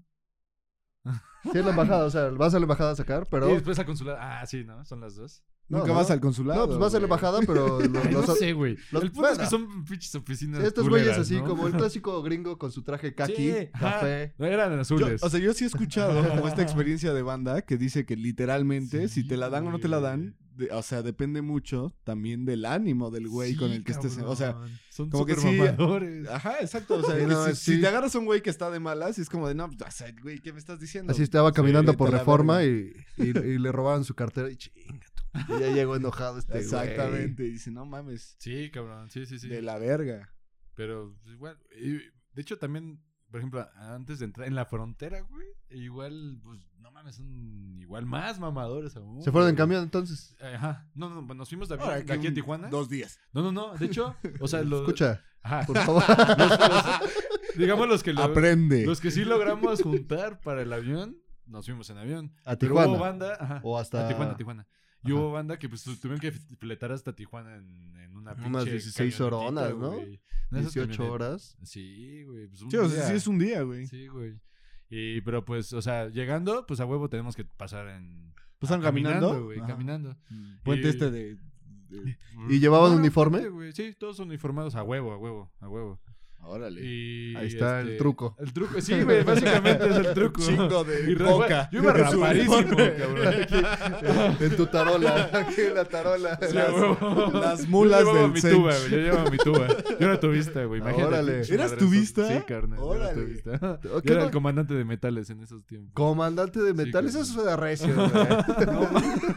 Speaker 1: Sí, es la embajada, o sea, vas a la embajada a sacar, pero.
Speaker 2: Y después al consulado. Ah, sí, ¿no? Son las
Speaker 3: [LAUGHS]
Speaker 2: dos.
Speaker 1: No,
Speaker 3: Nunca
Speaker 1: no.
Speaker 3: vas al consulado.
Speaker 1: No, pues vas a la
Speaker 3: güey.
Speaker 1: embajada, pero los,
Speaker 2: Ay,
Speaker 1: los-
Speaker 2: no sé, güey.
Speaker 1: los-
Speaker 2: el punto es que
Speaker 1: bueno.
Speaker 2: son pinches oficinas.
Speaker 1: estos
Speaker 2: culeras,
Speaker 1: güeyes así,
Speaker 2: ¿no?
Speaker 1: como el clásico gringo con su traje kaki,
Speaker 2: Sí, ajá.
Speaker 1: café.
Speaker 2: No, eran
Speaker 3: Yo-
Speaker 2: azules.
Speaker 3: o sea, yo sí
Speaker 1: [LAUGHS]
Speaker 3: he escuchado como esta experiencia de banda que dice que literalmente
Speaker 2: Sí,
Speaker 3: si te la dan o no te la dan,
Speaker 2: güey.
Speaker 3: de- o sea, depende mucho también del ánimo del güey con el que estés. en- O sea,
Speaker 2: son
Speaker 3: como
Speaker 2: como
Speaker 3: que
Speaker 2: que
Speaker 3: sí- ah,
Speaker 2: mamadores.
Speaker 3: ajá, exacto. O sea,
Speaker 1: Sí,
Speaker 3: que
Speaker 1: no,
Speaker 3: si,
Speaker 1: sí.
Speaker 3: si te agarras a un güey que está de malas, y es como de, no, pues, o sea, güey, ¿qué me estás diciendo?
Speaker 1: Así estaba caminando
Speaker 3: Sí,
Speaker 1: por
Speaker 3: te la
Speaker 1: reforma y, y- y le robaban su cartera y chinga tú. Y ya llegó enojado este güey.
Speaker 3: Exactamente. Y dice, no mames,
Speaker 2: Sí, cabrón. Sí, sí, sí.
Speaker 3: de la verga.
Speaker 2: Pero pues, igual. y- de hecho, también, por ejemplo, antes de entrar en la frontera, güey. Igual, pues, no mames, son igual más mamadores aún.
Speaker 1: Se fueron en
Speaker 2: güey.
Speaker 1: camión entonces.
Speaker 2: Ajá. No, no, no, nos fuimos de, avión
Speaker 3: Ahora
Speaker 2: de
Speaker 3: que
Speaker 2: aquí a
Speaker 3: un-
Speaker 2: Tijuana.
Speaker 3: Dos días.
Speaker 2: No, no, no. De hecho,
Speaker 3: [LAUGHS]
Speaker 2: o sea, los.
Speaker 1: Escucha,
Speaker 2: [LAUGHS] Ajá.
Speaker 1: por favor.
Speaker 2: Digamos los que lo-
Speaker 3: Aprende.
Speaker 2: los que sí logramos juntar para el avión, nos fuimos en avión.
Speaker 1: [LAUGHS] A
Speaker 2: Pero hubo
Speaker 1: Tijuana.
Speaker 2: banda. Ajá.
Speaker 1: O hasta.
Speaker 2: A Tijuana, a Tijuana. Y
Speaker 1: Ajá.
Speaker 2: hubo banda que pues tu- tuvieron que fletar hasta Tijuana en, en una pinche
Speaker 1: Unas 16
Speaker 2: camionetita,
Speaker 1: horonas, ¿no?
Speaker 2: güey. No, esas
Speaker 1: 18
Speaker 2: camionetas.
Speaker 1: horas.
Speaker 2: Sí, güey. Pues un
Speaker 3: Sí, o sea,
Speaker 2: día.
Speaker 3: sí es un día, güey.
Speaker 2: Sí, güey. Y, pero pues, o sea, llegando, pues a huevo tenemos que pasar en...
Speaker 3: ¿Pasaron
Speaker 2: ah,
Speaker 3: caminando?
Speaker 2: güey,
Speaker 3: Ajá.
Speaker 2: caminando.
Speaker 1: Mm.
Speaker 3: Puente
Speaker 2: Y-
Speaker 3: este de...
Speaker 2: [LAUGHS]
Speaker 3: de-
Speaker 1: ¿Y llevaban
Speaker 2: No, no,
Speaker 1: uniforme?
Speaker 2: puente, güey. Sí, todos uniformados a huevo, a huevo, a huevo.
Speaker 3: Órale.
Speaker 2: Y, este,
Speaker 1: Ahí está el truco.
Speaker 2: El truco, sí, güey, básicamente es el truco.
Speaker 3: Chingo de
Speaker 2: [LAUGHS] Y raspa-
Speaker 3: coca. [LAUGHS]
Speaker 2: Yo iba
Speaker 3: en su
Speaker 2: raspadísimo,
Speaker 3: uniforme.
Speaker 2: cabrón.
Speaker 1: En tu tarola. [LAUGHS] Aquí en la tarola.
Speaker 2: Sí,
Speaker 3: Las-
Speaker 2: a huevo.
Speaker 3: las mulas
Speaker 2: yo llevaba
Speaker 3: del
Speaker 2: mi
Speaker 3: Zench.
Speaker 2: tuba, güey. Yo llevaba mi tuba. Yo era tubista, güey. Imagínate.
Speaker 1: Órale.
Speaker 2: pinche
Speaker 3: ¿Eras
Speaker 2: madre, eso-
Speaker 3: tubista?
Speaker 2: Sí, carnal. yo era
Speaker 3: Órale.
Speaker 2: tubista.
Speaker 1: ¿Qué
Speaker 2: Yo era
Speaker 1: no?
Speaker 2: el comandante de metales en esos tiempos.
Speaker 1: Comandante de metales,
Speaker 2: claro.
Speaker 1: eso es arrecio, güey.
Speaker 2: [LAUGHS]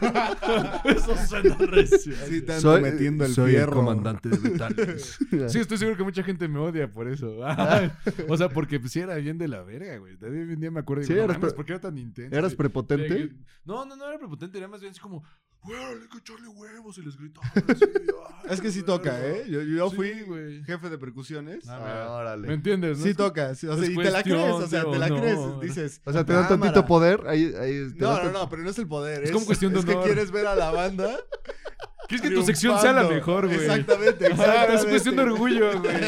Speaker 2: Eso suena recio.
Speaker 3: Sí, te ando
Speaker 1: Soy-
Speaker 3: metiendo el
Speaker 1: soy el
Speaker 3: fierro.
Speaker 1: comandante. [LAUGHS]
Speaker 2: de metales. Sí, estoy seguro que mucha gente me odia por eso.
Speaker 3: Ah.
Speaker 2: [LAUGHS] o sea, porque pues, sí era bien de la verga, güey. De ahí un día me acuerdo y
Speaker 1: Sí,
Speaker 2: digo, no
Speaker 1: eras
Speaker 2: mames,
Speaker 1: pre-
Speaker 2: ¿por qué era tan intenso?
Speaker 1: ¿Eras
Speaker 2: güey?
Speaker 1: prepotente?
Speaker 2: No, no, no era prepotente, era más bien así como, güey, órale, hay que echarle huevos y les
Speaker 3: [LAUGHS]
Speaker 2: gritaba. así, ay,
Speaker 3: Es que sí
Speaker 2: la
Speaker 3: toca,
Speaker 2: verga.
Speaker 3: ¿eh? Yo, yo
Speaker 2: Sí,
Speaker 3: fui
Speaker 2: güey.
Speaker 3: jefe de percusiones.
Speaker 2: Ah,
Speaker 1: Ah,
Speaker 2: ¿Me
Speaker 1: Órale.
Speaker 2: entiendes? no?
Speaker 3: sí
Speaker 2: Es como-
Speaker 3: toca. sí, o sea,
Speaker 2: es
Speaker 3: y te la crees, o
Speaker 2: cuestión
Speaker 3: sea,
Speaker 2: de
Speaker 3: te la
Speaker 2: honor.
Speaker 3: crees. Dices,
Speaker 1: O sea, te dan tantito
Speaker 3: "Cámara".
Speaker 1: poder. Ahí, ahí, te
Speaker 3: No,
Speaker 1: dan
Speaker 3: no,
Speaker 1: tan-
Speaker 3: no, pero no es el poder.
Speaker 2: Es como cuestión de
Speaker 3: Es que
Speaker 2: honor.
Speaker 3: quieres ver a la
Speaker 2: [LAUGHS]
Speaker 3: banda.
Speaker 2: ¿Quieres que tu sección sea la
Speaker 3: triunfando.
Speaker 2: mejor, güey? [LAUGHS]
Speaker 3: Exactamente,
Speaker 2: Ah,
Speaker 3: exactamente.
Speaker 2: es cuestión de
Speaker 3: [LAUGHS]
Speaker 2: orgullo, güey.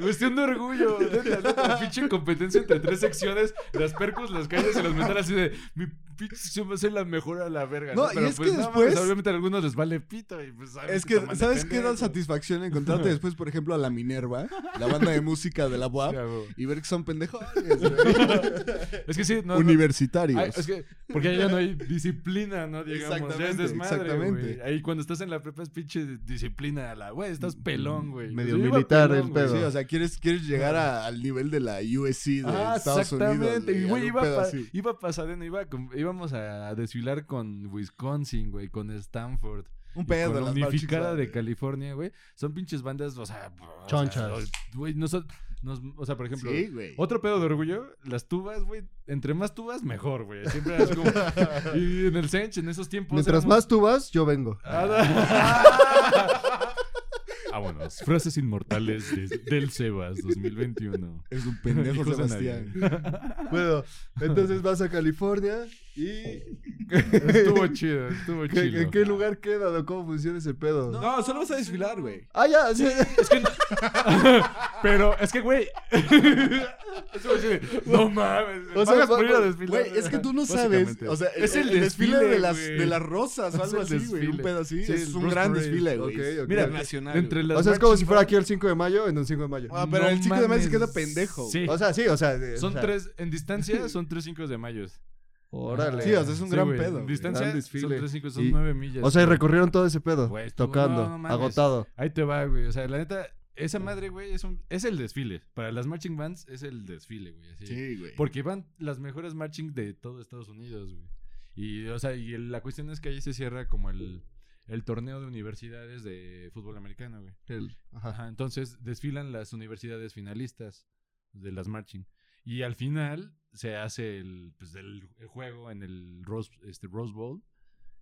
Speaker 2: cuestión de orgullo. Neta, neta, la pinche competencia entre tres secciones, las percus, las calles y los metales así de mi pinche sección va a ser la mejor a la verga.
Speaker 3: No, y es que
Speaker 2: no,
Speaker 3: después-
Speaker 2: pues, obviamente a algunos les vale pito y pues saben
Speaker 3: Es que,
Speaker 2: toman de
Speaker 3: ¿sabes qué da
Speaker 2: pendejos.
Speaker 3: satisfacción
Speaker 2: [LAUGHS]
Speaker 3: encontrarte después, por ejemplo, a la Minerva, la banda de música de la
Speaker 2: Sí,
Speaker 3: UAP,
Speaker 2: a huevo.
Speaker 3: y ver que son pendejos
Speaker 2: [LAUGHS]
Speaker 3: güey.
Speaker 2: Es que sí, no, no,
Speaker 3: universitarios.
Speaker 2: Ay, es que, [LAUGHS] porque ya no hay disciplina, ¿no? Digamos, ya es
Speaker 3: Exactamente,
Speaker 2: desmadre,
Speaker 3: exactamente.
Speaker 2: güey. Ahí cuando estás en la prepa es pinche disciplina a la, güey, estás pelón, güey.
Speaker 1: Medio
Speaker 2: Yo iba
Speaker 1: militar el
Speaker 2: güey.
Speaker 1: pedo.
Speaker 3: Sí, o sea, quieres, quieres llegar a- al nivel de la USC de
Speaker 2: Ah,
Speaker 3: Estados Unidos.
Speaker 2: exactamente. Y, güey,
Speaker 3: algún
Speaker 2: iba,
Speaker 3: pedo
Speaker 2: pa-
Speaker 3: así.
Speaker 2: iba a Pasadena, iba con- íbamos a desfilar con Wisconsin, güey, con Stanford.
Speaker 3: Un
Speaker 2: y
Speaker 3: pedo.
Speaker 2: con
Speaker 3: las
Speaker 2: la
Speaker 3: Marching
Speaker 2: Unificada
Speaker 3: Band,
Speaker 2: de
Speaker 3: güey.
Speaker 2: California, güey. Son pinches bandas, o sea... bro, o sea,
Speaker 1: Chonchas.
Speaker 2: los- Güey, nosotros... nos- o sea, por ejemplo...
Speaker 3: Sí, güey.
Speaker 2: Otro pedo de orgullo, las tubas, güey. Entre más tubas, mejor, güey. Siempre eras como... y en el Sench, en esos tiempos...
Speaker 1: Mientras
Speaker 2: éramos-
Speaker 1: más tú vas, yo vengo.
Speaker 2: Ah, no. [LAUGHS] Vámonos. Frases inmortales de- del Sebas 2021.
Speaker 3: Es un
Speaker 2: [LAUGHS]
Speaker 3: pendejo,
Speaker 2: Hijos de
Speaker 3: Sebastián.
Speaker 2: nadie.
Speaker 1: Bueno, entonces vas a California y.
Speaker 2: [LAUGHS] estuvo chido, estuvo
Speaker 1: ¿qué-
Speaker 2: chido.
Speaker 1: ¿En qué lugar queda o cómo funciona ese pedo?
Speaker 5: No, solo vas a desfilar, güey.
Speaker 1: Ah, ya, sí.
Speaker 2: Pero es que, güey. Eso es así de, no mames.
Speaker 1: O sea,
Speaker 2: pagas
Speaker 1: va-
Speaker 2: por ir a
Speaker 1: va-
Speaker 2: desfilar.
Speaker 3: Güey, es que tú no sabes.
Speaker 2: Básicamente.
Speaker 3: O sea, el,
Speaker 2: Es el
Speaker 3: el desfile,
Speaker 2: desfile,
Speaker 3: de, las,
Speaker 2: güey.
Speaker 3: de las rosas
Speaker 2: Es
Speaker 3: o algo
Speaker 2: el
Speaker 3: así, güey. Un
Speaker 2: desfile.
Speaker 3: pedo así.
Speaker 2: Sí,
Speaker 3: es
Speaker 2: el
Speaker 3: un
Speaker 2: Rose
Speaker 3: gran
Speaker 2: Parade.
Speaker 3: desfile, güey.
Speaker 1: Ok, ok.
Speaker 5: Mira,
Speaker 1: ok.
Speaker 5: nacional.
Speaker 2: Entre
Speaker 5: güey.
Speaker 1: [LAUGHS]
Speaker 2: las
Speaker 1: O sea, es como si
Speaker 2: marching
Speaker 1: fuera aquí el 5 de mayo en un 5 de mayo.
Speaker 3: Ah, pero
Speaker 2: No
Speaker 3: el chico de mayo se queda
Speaker 2: mames.
Speaker 3: pendejo.
Speaker 2: Sí.
Speaker 1: O sea, sí, o sea. de-
Speaker 2: bands. Son
Speaker 1: o sea,
Speaker 2: tres.
Speaker 3: [LAUGHS]
Speaker 2: En distancia son tres 5 de mayo.
Speaker 1: Órale.
Speaker 3: Sí, o sea, es un
Speaker 2: Sí,
Speaker 3: gran
Speaker 2: güey,
Speaker 3: pedo.
Speaker 2: En
Speaker 3: güey.
Speaker 2: distancia
Speaker 1: Gran
Speaker 2: son
Speaker 1: desfile.
Speaker 2: tres 5, son
Speaker 1: Y-
Speaker 2: 9 millas.
Speaker 1: O sea, y
Speaker 2: güey.
Speaker 1: recorrieron todo ese pedo.
Speaker 2: Güey, estuvo-
Speaker 1: tocando,
Speaker 2: no, no mames.
Speaker 1: agotado.
Speaker 2: Ahí te va, güey. O sea, la neta, esa madre, güey, es, un, es el desfile. Para las marching bands es el desfile, güey. así.
Speaker 3: Sí, güey.
Speaker 2: Porque van las mejores marching de todo Estados Unidos, güey. Y, o sea, y el- la cuestión es que ahí se cierra como el, el torneo de universidades de fútbol americano, güey.
Speaker 1: [LAUGHS]
Speaker 2: Ajá, entonces desfilan las universidades finalistas de las marching. Y al final se hace el, pues, el, el juego en el Rose, este, Rose Bowl.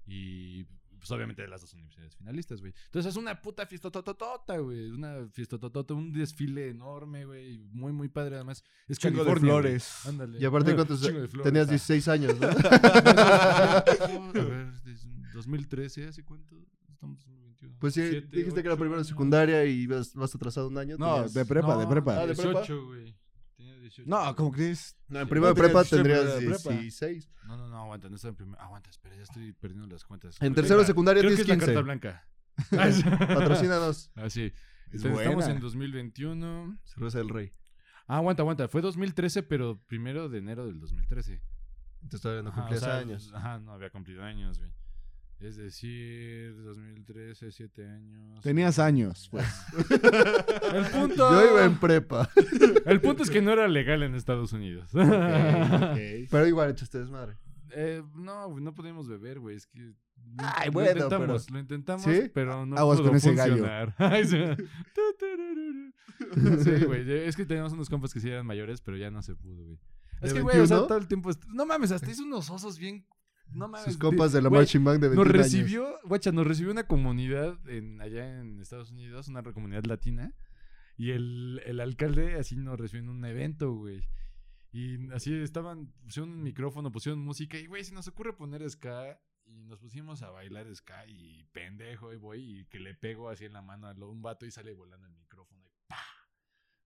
Speaker 2: Y pues obviamente de las dos universidades finalistas, güey. Entonces es una puta fiestototota, güey. Una fiestototota, un desfile enorme, güey. Muy, muy padre además. Es
Speaker 3: Chingo de
Speaker 2: California, güey.
Speaker 3: flores.
Speaker 2: Ándale.
Speaker 1: Y
Speaker 2: [LAUGHS]
Speaker 1: aparte,
Speaker 2: Ah,
Speaker 1: ¿cuántos?
Speaker 2: chingo de flores.
Speaker 1: Tenías [LAUGHS]
Speaker 2: Ah.
Speaker 1: 16 años, ¿no?
Speaker 2: [LAUGHS] A ver, desde 2013, ¿hace cuánto? Estamos en 2021.
Speaker 1: Pues sí,
Speaker 2: Siete,
Speaker 1: dijiste que era
Speaker 2: ocho
Speaker 1: primero de
Speaker 2: años.
Speaker 1: secundaria y vas, vas atrasado un año.
Speaker 3: No,
Speaker 1: tenías-
Speaker 3: de prepa, de
Speaker 1: Ah,
Speaker 3: prepa.
Speaker 1: de- prepa?
Speaker 2: 18, güey. Tenía 18.
Speaker 3: No, ¿cómo crees?
Speaker 1: No, en primero de
Speaker 3: No,
Speaker 1: prepa
Speaker 3: tenías primero
Speaker 1: tendrías
Speaker 3: de prepa.
Speaker 1: 16.
Speaker 2: No, no, no, aguanta, no estaba en primero. Aguanta, espera, ya estoy perdiendo las cuentas.
Speaker 1: En tercero de secundaria
Speaker 2: Creo que
Speaker 1: tienes
Speaker 2: es la
Speaker 1: 15.
Speaker 2: carta blanca. Ah, es- [LAUGHS]
Speaker 1: Patrocínanos.
Speaker 2: Ah, sí.
Speaker 3: Es
Speaker 2: Entonces, estamos
Speaker 3: buena.
Speaker 2: en 2021.
Speaker 1: Cerveza del Rey.
Speaker 2: Ah, aguanta, aguanta. Fue 2013, pero primero de enero del 2013.
Speaker 1: Entonces todavía no
Speaker 2: Ajá, o
Speaker 1: cumplías
Speaker 2: sea, pues,
Speaker 1: años.
Speaker 2: Ajá, no había cumplido años, güey. Es decir, 2013, 7 años.
Speaker 3: Tenías años, pues.
Speaker 2: [LAUGHS] El punto.
Speaker 1: Yo iba en prepa.
Speaker 2: El punto es que no era legal en Estados Unidos. [LAUGHS]
Speaker 1: Pero igual echaste desmadre.
Speaker 2: Eh, no, güey, no podíamos beber, güey. Es que.
Speaker 1: Ay,
Speaker 2: lo
Speaker 1: bueno,
Speaker 2: intentamos, lo intentamos,
Speaker 1: ¿Sí?
Speaker 2: pero no
Speaker 3: Aguas
Speaker 2: pudo
Speaker 3: con ese gallo.
Speaker 2: funcionar. [LAUGHS] Ay, sí.
Speaker 1: [LAUGHS]
Speaker 2: Tu, turururu. Sí, güey. Es que teníamos unos compas que sí eran mayores, pero ya no se pudo, güey. Es
Speaker 1: ¿De
Speaker 2: que, güey, o sea,
Speaker 1: 21?
Speaker 2: todo el tiempo. est- No mames, hasta hizo unos osos bien. No mames.
Speaker 1: Sus compas de la
Speaker 2: güey,
Speaker 1: Marching Band de 21
Speaker 2: Nos
Speaker 1: años.
Speaker 2: recibió, guacha, nos recibió una comunidad en, allá en Estados Unidos, una re- comunidad latina. Y el, el alcalde así nos recibió en un evento, güey. Y así estaban, pusieron un micrófono, pusieron música. Y, güey, se nos ocurre poner ska. Y nos pusimos a bailar ska. Y pendejo, y voy. Y que le pego así en la mano a lo- un vato y sale volando el micrófono. Y pa.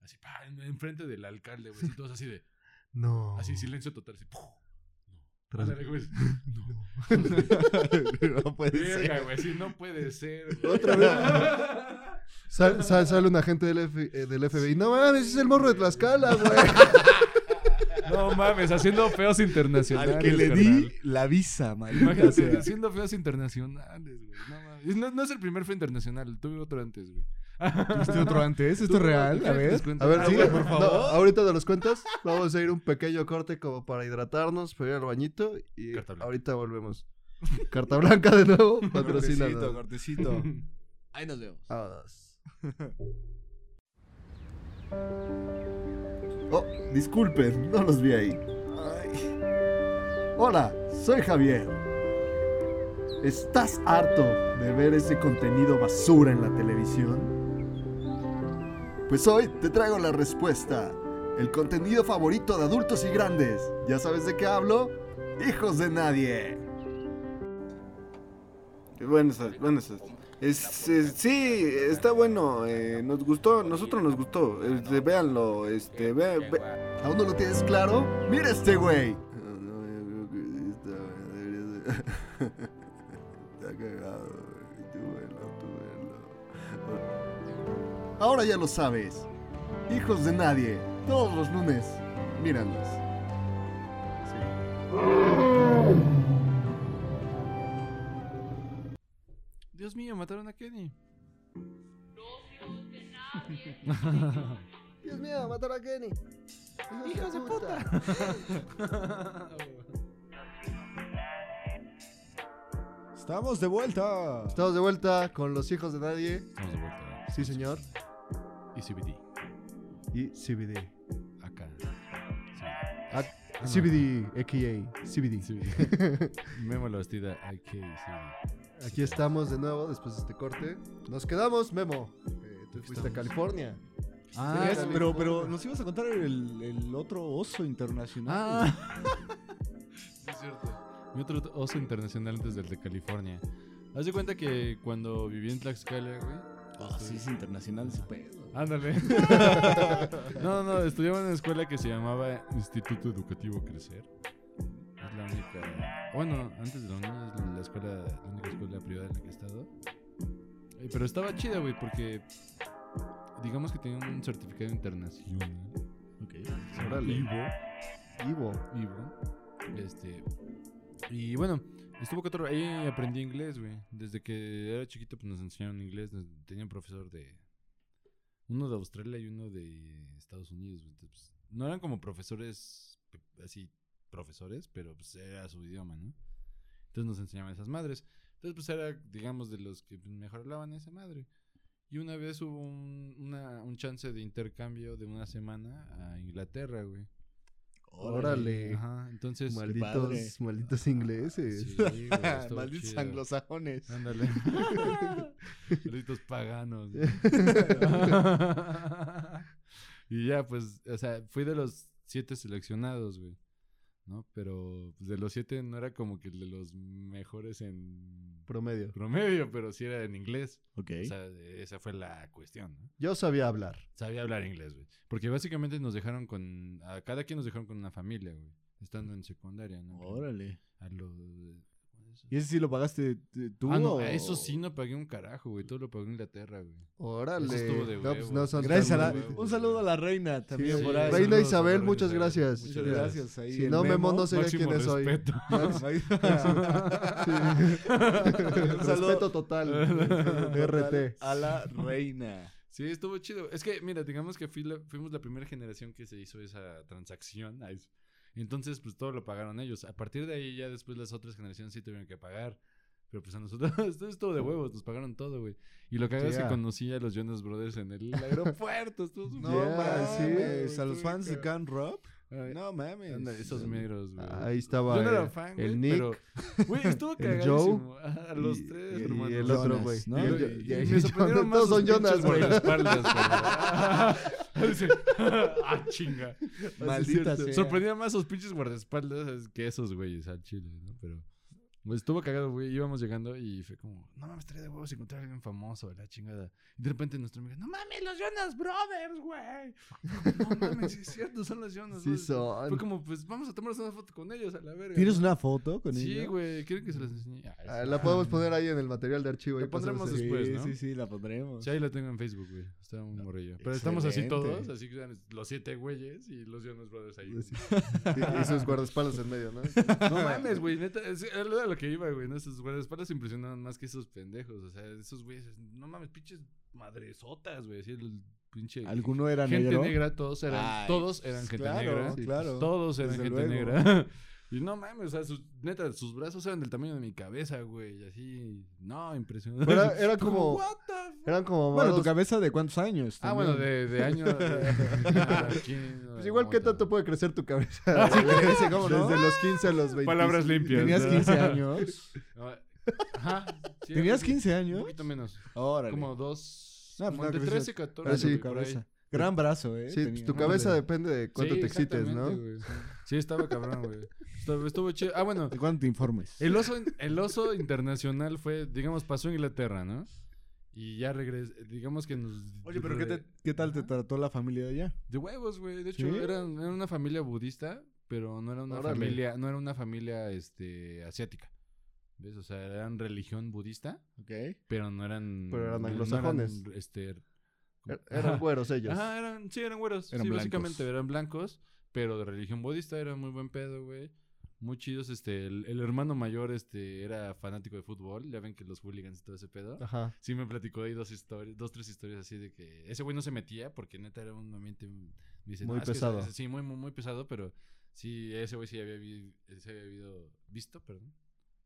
Speaker 2: Así, pa. en- Enfrente del alcalde, güey. Y todos así de.
Speaker 1: No.
Speaker 2: Así, silencio total. Así, ¡pum! No.
Speaker 1: Tras-
Speaker 2: Ándale, güey. No.
Speaker 3: [LAUGHS] no puede ser.
Speaker 2: Verga, güey, [LAUGHS] sí, no puede ser. güey.
Speaker 1: Otra
Speaker 2: [LAUGHS]
Speaker 1: vez. Sal- sal- sale un agente del, F- eh, del FBI. No mames, es el morro de Tlaxcala, güey.
Speaker 2: [LAUGHS] No mames, haciendo feos internacionales.
Speaker 3: Al que le di la visa, maldita
Speaker 2: Imagínate,
Speaker 1: [LAUGHS]
Speaker 3: sea.
Speaker 2: haciendo feos internacionales, güey. No mames. No, no es el primer feo internacional, tuve otro antes, güey.
Speaker 3: ¿Viste otro antes? ¿Esto es real? A ver.
Speaker 1: A ver,
Speaker 2: Ah,
Speaker 1: sí,
Speaker 2: güey,
Speaker 1: por favor. ahorita de los cuentas, vamos a ir un pequeño corte como para hidratarnos, para ir al bañito y
Speaker 2: Carta blanca.
Speaker 1: ahorita volvemos. Carta blanca de
Speaker 2: [LAUGHS]
Speaker 1: nuevo,
Speaker 3: Cortecito,
Speaker 1: patrocinado.
Speaker 3: [LAUGHS] cortecito.
Speaker 5: Ahí nos vemos.
Speaker 1: Vámonos.
Speaker 6: Oh, disculpen, no los vi ahí. Hola, soy Javier. ¿Estás harto de ver ese contenido basura en la televisión? Pues hoy te traigo la respuesta. El contenido favorito de adultos y grandes. ¿Ya sabes de qué hablo? Hijos de nadie.
Speaker 7: Buenas, tardes, buenas. tardes. Es, es- sí, está bueno. eh, nos gustó, nosotros nos gustó. Este, véanlo, este, ve, ve-
Speaker 6: ¿Aún no lo tienes claro? Mira este güey.
Speaker 7: No, yo creo que sí está- debería ser.
Speaker 6: Está cagado, güey. Tú velo, tú velo. Ahora ya lo sabes. Hijos de nadie. Todos los lunes. Míranos.
Speaker 2: Dios mío, mataron a Kenny.
Speaker 1: Dios mío, mataron a Kenny. Hijos de puta.
Speaker 3: Estamos de vuelta.
Speaker 1: Estamos de vuelta con los hijos de nadie.
Speaker 2: Estamos de vuelta.
Speaker 1: Sí, señor.
Speaker 2: Y CBD.
Speaker 1: Y CBD.
Speaker 2: Acá.
Speaker 1: Ah, CBD, a.k.a. CBD. [LAUGHS]
Speaker 2: Memo la vestida. AK, CBD.
Speaker 1: Aquí estamos de nuevo después de este corte. Nos quedamos, Memo. eh, Te fuiste a California.
Speaker 3: Ah,
Speaker 1: Sí,
Speaker 3: pero,
Speaker 1: California.
Speaker 3: pero nos ibas a contar el, el otro oso internacional.
Speaker 2: Ah. Sí, [LAUGHS] es cierto. Mi otro oso internacional antes del de California. Haz de cuenta que cuando viví en Tlaxcala, güey.
Speaker 3: Oh,
Speaker 4: Ah, sí, es internacional ese
Speaker 3: [LAUGHS]
Speaker 4: pedo.
Speaker 2: Ándale. no, no, estudiaba en una escuela que se llamaba Instituto Educativo Crecer. Es la única. Bueno, antes de la UNAM es la escuela, la única escuela privada en la que he estado. Eh, Pero estaba chida, güey, porque digamos que tenía un certificado internacional.
Speaker 4: Ok.
Speaker 2: Órale. Ivo.
Speaker 1: Ivo.
Speaker 2: Ivo. Este. Y bueno, estuvo cuatro. Ahí aprendí inglés, güey. Desde que era chiquito, pues nos enseñaron inglés. nos- tenía un profesor de. Uno de Australia y uno de Estados Unidos, güey. Entonces, pues, no eran como profesores, pe- así, profesores, pero pues era su idioma, ¿no? Entonces nos enseñaban esas madres. Entonces, pues era, digamos, de los que mejor hablaban esa madre. Y una vez hubo un, una- un chance de intercambio de una semana a Inglaterra, güey.
Speaker 1: Órale. Pues,
Speaker 2: Ajá, entonces.
Speaker 4: padre.
Speaker 1: Malditos, malditos ingleses.
Speaker 2: Sí, güey, estuvo
Speaker 3: Malditos
Speaker 2: chido.
Speaker 3: anglosajones.
Speaker 2: Ándale. Malditos paganos. ¿no? y ya, pues, o sea, fui de los siete seleccionados, güey. ¿No? Pero pues, de los siete no era como que el de los mejores en
Speaker 1: Promedio.
Speaker 2: promedio, pero sí era en inglés.
Speaker 4: Ok.
Speaker 2: O sea, esa fue la cuestión, ¿no?
Speaker 1: Yo sabía hablar.
Speaker 2: Sabía hablar inglés, güey. Porque básicamente nos dejaron con. A cada quien nos dejaron con una familia, güey. Estando en secundaria, ¿no?
Speaker 4: Órale.
Speaker 2: A los.
Speaker 3: ¿Y ese sí lo pagaste eh, tú?
Speaker 2: Ah,
Speaker 3: o-
Speaker 2: no, a eso sí no pagué un carajo, güey. Todo lo pagó Inglaterra, güey.
Speaker 1: Órale.
Speaker 2: Eso estuvo de
Speaker 1: no, pues
Speaker 2: huevos.
Speaker 1: no son
Speaker 3: Gracias a
Speaker 1: tan [LAUGHS]
Speaker 3: la,
Speaker 1: muy-
Speaker 2: huevos.
Speaker 3: un saludo a la reina también
Speaker 1: Sí,
Speaker 3: por ahí.
Speaker 1: Reina
Speaker 2: Saludos a
Speaker 1: Isabel,
Speaker 2: la
Speaker 1: muchas
Speaker 2: reina Isabel.
Speaker 1: gracias.
Speaker 3: Muchas gracias. Ahí
Speaker 1: Si
Speaker 3: el
Speaker 1: no, Memo no
Speaker 3: [LAUGHS] Memo.
Speaker 1: sería
Speaker 2: Máximo
Speaker 1: quién es hoy.
Speaker 2: respeto.
Speaker 1: [LAUGHS] Un
Speaker 3: saludo.
Speaker 1: Respeto [LAUGHS]
Speaker 2: [LAUGHS]
Speaker 1: total. RT.
Speaker 3: A la reina.
Speaker 2: Sí, estuvo chido. Es que, mira, digamos que fui la- fuimos la primera generación que se hizo esa transacción. Ay, sí. Entonces, pues todo lo pagaron ellos. A partir de ahí, ya después las otras generaciones sí tuvieron que pagar. Pero pues a nosotros, [LAUGHS] esto es todo de huevos, nos pagaron todo, güey. Y lo que hago es que
Speaker 1: Yeah.
Speaker 2: conocí a los Jonas Brothers en el
Speaker 3: [LAUGHS]
Speaker 2: aeropuerto. Estuvo súper-
Speaker 3: No
Speaker 1: Yeah,
Speaker 3: mames,
Speaker 1: sí.
Speaker 3: a los fans de Can Rob.
Speaker 2: Ay,
Speaker 3: No mames.
Speaker 2: Anda, esos meros, güey.
Speaker 1: Ahí estaba
Speaker 2: Yo no era
Speaker 1: el-
Speaker 2: fan,
Speaker 1: eh, el
Speaker 2: güey,
Speaker 1: Nick,
Speaker 2: pero... Güey, estuvo
Speaker 1: [LAUGHS] el Joe
Speaker 2: cagadísimo. [LAUGHS] A los
Speaker 1: y-
Speaker 2: tres,
Speaker 1: y
Speaker 2: hermano.
Speaker 1: el otro
Speaker 4: Jonas,
Speaker 1: güey.
Speaker 4: ¿no?
Speaker 1: Y
Speaker 2: Y-
Speaker 1: el-
Speaker 2: y-
Speaker 1: y-
Speaker 2: y
Speaker 1: [LAUGHS] y-
Speaker 2: me sorprendieron más
Speaker 1: Todos son
Speaker 2: sus
Speaker 1: Jonas,
Speaker 2: pinches
Speaker 1: güey.
Speaker 2: guardaespaldas, güey. [LAUGHS] Dice, ah, chinga.
Speaker 3: Maldita sea.
Speaker 2: Sorprendía más sus pinches guardaespaldas que esos güeyes al chile, ¿no? Pero pues, estuvo cagado, güey. Íbamos llegando y fue como, no mames, estaría de huevos encontrar a alguien famoso, la chingada. Y de repente nuestro amigo, no mames, los Jonas Brothers, güey. [LAUGHS] No mames, sí es cierto, son los
Speaker 1: [LAUGHS]
Speaker 2: Jonas
Speaker 1: Sí
Speaker 2: Brothers. Fue
Speaker 1: son.
Speaker 2: como, pues vamos a tomarnos una foto con ellos a la verga.
Speaker 3: ¿Tienes una foto con
Speaker 2: Sí,
Speaker 3: ellos?
Speaker 2: güey, quiero que se las enseñe.
Speaker 1: Ah, La podemos poner ahí en el material de archivo.
Speaker 2: La
Speaker 1: ahí pasamos
Speaker 2: pondremos
Speaker 1: el-
Speaker 2: después,
Speaker 3: sí,
Speaker 2: ¿no?
Speaker 3: sí, sí, la pondremos.
Speaker 2: [LAUGHS] Sí, ahí la tengo en Facebook, güey. Está un morrillo. Pero estamos así
Speaker 3: Excelente. Pues
Speaker 2: todos, así que eran los siete güeyes y los Jonas Brothers ahí. güey. [LAUGHS]
Speaker 1: Y- Y sus guardaespaldas en medio, ¿no?
Speaker 2: No mames, güey, neta, es, era lo que iba, güey. ¿no? Esos guardaespaldas impresionaban más que esos pendejos. O sea, esos güeyes, no mames, pinches madresotas, güey. Así el pinche.
Speaker 3: ¿Alguno era
Speaker 2: gente
Speaker 3: negro?
Speaker 2: negra, todos eran,
Speaker 3: Ay, pues
Speaker 2: todos eran gente
Speaker 3: claro,
Speaker 2: negra.
Speaker 3: claro.
Speaker 2: Todos eran
Speaker 3: Desde
Speaker 2: gente
Speaker 3: luego.
Speaker 2: negra. [LAUGHS] Y no mames, o sea, sus, neta, sus brazos eran del tamaño de mi cabeza, güey. y Así, no, impresionante. [LAUGHS]
Speaker 1: Era, era como.
Speaker 2: What the fuck?
Speaker 1: Eran como.
Speaker 3: Bueno, tu
Speaker 1: amados.
Speaker 3: cabeza de cuántos años.
Speaker 2: Ah, bueno,
Speaker 3: también?
Speaker 2: de, de año. ah, ¿quién?
Speaker 1: Pues igual, ¿qué
Speaker 2: Otra.
Speaker 1: tanto puede crecer tu [LAUGHS] cabeza?
Speaker 2: [LAUGHS]
Speaker 3: crece, ¿cómo no?
Speaker 1: Ah, Desde los 15 a los 20.
Speaker 2: Palabras limpias.
Speaker 3: ¿Tenías
Speaker 2: ¿no?
Speaker 3: 15
Speaker 2: [LAUGHS]
Speaker 3: años?
Speaker 2: Ah, Ajá. sí,
Speaker 3: ¿Tenías
Speaker 2: un-
Speaker 3: 15
Speaker 2: Un
Speaker 3: años?
Speaker 2: poquito menos.
Speaker 3: Órale.
Speaker 2: Como dos.
Speaker 3: No, pues
Speaker 2: como
Speaker 3: no,
Speaker 2: entre
Speaker 3: creció-
Speaker 2: 13 y
Speaker 1: pero
Speaker 2: 14.
Speaker 1: sí,
Speaker 2: güey,
Speaker 3: tu
Speaker 2: por ahí.
Speaker 3: cabeza. Gran brazo, ¿eh?
Speaker 1: Sí, pues tu
Speaker 3: Tenía.
Speaker 1: cabeza
Speaker 3: Órale.
Speaker 1: depende de cuánto
Speaker 2: Sí,
Speaker 1: te excites, ¿no?
Speaker 2: exactamente, güey. Sí, estaba cabrón, güey. Estuvo, estuvo chido. Ah, bueno.
Speaker 3: ¿De cuándo te informes?
Speaker 2: El oso, el oso internacional fue, digamos, pasó a Inglaterra, ¿no? Y ya regresé. Digamos que nos.
Speaker 3: Oye, pero ¿qué, te- qué tal te trató la familia de allá?
Speaker 2: De huevos, güey. De hecho,
Speaker 3: ¿Sí?
Speaker 2: eran, era una familia budista, pero no era una
Speaker 1: Órale.
Speaker 2: familia, no era una familia este, asiática. ¿Ves? O sea, eran religión budista,
Speaker 3: Ok.
Speaker 2: pero no eran.
Speaker 1: Pero eran
Speaker 2: no
Speaker 1: anglosajones.
Speaker 2: eran, este, como-
Speaker 1: Er- Eran
Speaker 2: Ajá.
Speaker 1: güeros ellos.
Speaker 2: Ajá, eran, sí, eran güeros.
Speaker 3: Eran
Speaker 2: sí,
Speaker 3: blancos.
Speaker 2: básicamente eran blancos, pero de religión budista, eran muy buen pedo, güey. Muy chidos, este, el, el hermano mayor, este, era fanático de fútbol, ya ven que los hooligans y todo ese pedo.
Speaker 1: Ajá.
Speaker 2: Sí, me platicó ahí dos historias, dos, tres historias así de que ese güey no se metía porque neta era un ambiente mm, me dice,
Speaker 1: Muy
Speaker 2: "No, es que
Speaker 1: pesado.
Speaker 2: ese- sí, muy, muy, muy pesado, pero sí, ese güey sí había, vi- se había habido- visto, perdón,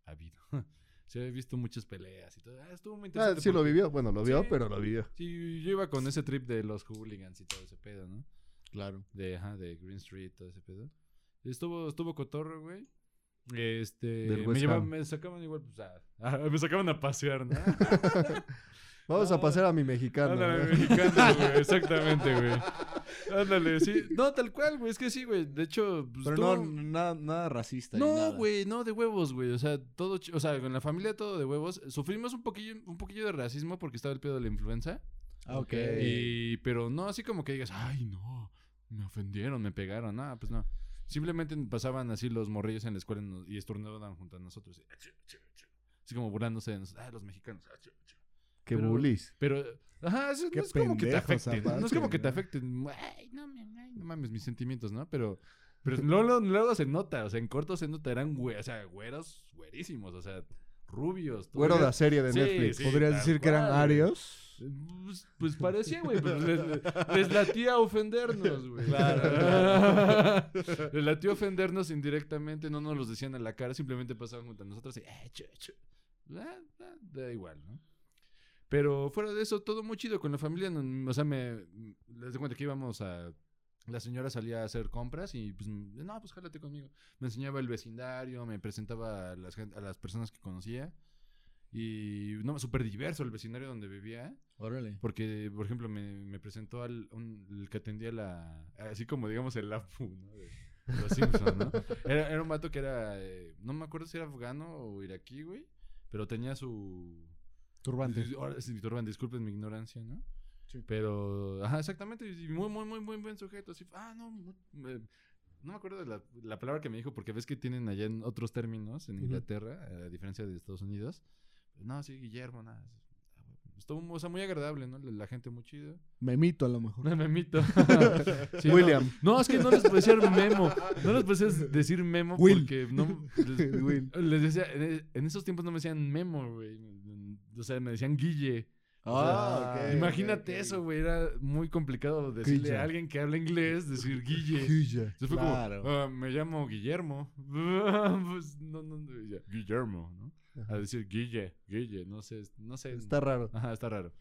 Speaker 2: habido. [LAUGHS] se había visto muchas peleas y todo. Ah, estuvo muy
Speaker 1: Ah,
Speaker 2: interesante.
Speaker 1: sí lo
Speaker 2: porque-
Speaker 1: vivió. Bueno, lo vio,
Speaker 2: Sí.
Speaker 1: pero lo vivió.
Speaker 2: Sí, yo iba con ese trip de los hooligans y todo ese pedo, ¿no?
Speaker 3: Claro.
Speaker 2: De, ajá, de Green Street, todo ese pedo. Estuvo, estuvo cotorro, güey. Este,
Speaker 1: Del
Speaker 2: me,
Speaker 1: West
Speaker 2: lleva-
Speaker 1: Ham.
Speaker 2: [LAUGHS] me sacaban igual, pues, a- a- me sacaban a pasear, ¿no?
Speaker 1: Vamos a pasar a mi mexicano. [LAUGHS]
Speaker 2: Ándale,
Speaker 1: ¿no?
Speaker 2: mexicano,
Speaker 4: [LAUGHS]
Speaker 2: güey. Exactamente, güey. Ándale, sí. No, tal cual, güey. Es que sí, güey. De hecho, pues,
Speaker 4: Pero
Speaker 2: tú-
Speaker 4: no, nada, nada racista. ni nada.
Speaker 2: No, güey, no, de huevos, güey. O sea, todo, ch- o sea, con la familia todo de huevos. Sufrimos un poquillo, un poquillo de racismo porque estaba el pedo de la influenza.
Speaker 4: Ah, ok.
Speaker 2: Y, pero no así como que digas, ay, no, me ofendieron, me pegaron. Nada, pues no. Simplemente pasaban así los morrillos en la escuela y nos- y estornudaban junto a nosotros. y, "Achu, achu, achu". Así como burlándose de nosotros. Ah, los mexicanos. achu, achu".
Speaker 3: Que
Speaker 2: Pero-
Speaker 3: bullies.
Speaker 2: Pero, ajá, eso
Speaker 3: Pues, Qué
Speaker 2: no es como que te
Speaker 3: pendejos
Speaker 2: afecten. No es
Speaker 3: aparte,
Speaker 2: como que te
Speaker 3: ¿no?
Speaker 2: afecten. Ay, no, me- ay, no mames, mis sentimientos, ¿no? Pero,
Speaker 3: [LAUGHS]
Speaker 2: pero luego, luego se nota, o sea, en corto se nota, eran güe- o sea, güeros, güerísimos, o sea, rubios. todo.
Speaker 1: Güero de la serie de
Speaker 2: Sí,
Speaker 1: Netflix.
Speaker 2: sí,
Speaker 3: ¿Podrías
Speaker 2: tal
Speaker 3: decir que eran
Speaker 2: cual, güey.
Speaker 3: arios?
Speaker 2: Pues, pues parecía, güey, pero les, les latía ofendernos, güey.
Speaker 4: Claro,
Speaker 2: [LAUGHS] les latía ofendernos indirectamente, no nos los decían a la cara, simplemente pasaban junto a nosotros y, "Eh, chu, chu". Ah, ah, da igual, ¿no? Pero fuera de eso, todo muy chido con la familia. no- O sea, me. Les de cuenta que íbamos a. La señora salía a hacer compras y pues, m- no, pues jálate conmigo. Me enseñaba el vecindario, me presentaba a las, gen- a las personas que conocía. Y no, súper diverso el vecindario donde vivía.
Speaker 4: Órale.
Speaker 2: Porque, por ejemplo, me, me presentó al un- el que atendía la. Así como, digamos, el APU, ¿no? De los Simpsons, ¿no? Era, era un vato que era. eh, no me acuerdo si era afgano o iraquí, güey. Pero tenía su.
Speaker 3: Turbante.
Speaker 2: Sí, ahora sí, mi turbante, disculpen mi ignorancia, ¿no? Pero, ajá, exactamente. Y muy, muy, muy, muy buen sujeto. Así, ah, no. mu- me- no me acuerdo de la, la palabra que me dijo, porque ves que tienen allá en otros términos en Inglaterra, a diferencia de Estados Unidos. No, sí, Guillermo, nada. sí. Estuvo mu- o sea, muy agradable, ¿no? La, la gente muy chida.
Speaker 3: Memito a lo mejor.
Speaker 2: [LAUGHS] Memito. Sí, no.
Speaker 1: William.
Speaker 2: No, es que no les puede decir memo. No les puede decir memo
Speaker 3: Will.
Speaker 2: porque no. Les,
Speaker 3: Will.
Speaker 2: les decía, en, en esos tiempos no me decían memo, güey. O sea, me decían guille.
Speaker 4: Ah,
Speaker 3: Ah,
Speaker 4: ok.
Speaker 2: Imagínate eso, güey. Era muy complicado decirle
Speaker 3: Guille.
Speaker 2: a alguien que habla inglés, [LAUGHS] decir guille.
Speaker 3: Guille.
Speaker 2: Entonces fue
Speaker 4: Claro.
Speaker 2: como, "Ah, me llamo Guillermo. [LAUGHS] Pues, no, no, no, ya, Guillermo, ¿no? A decir guille, guille, no sé, no sé.
Speaker 1: Está raro.
Speaker 2: Ajá, está raro.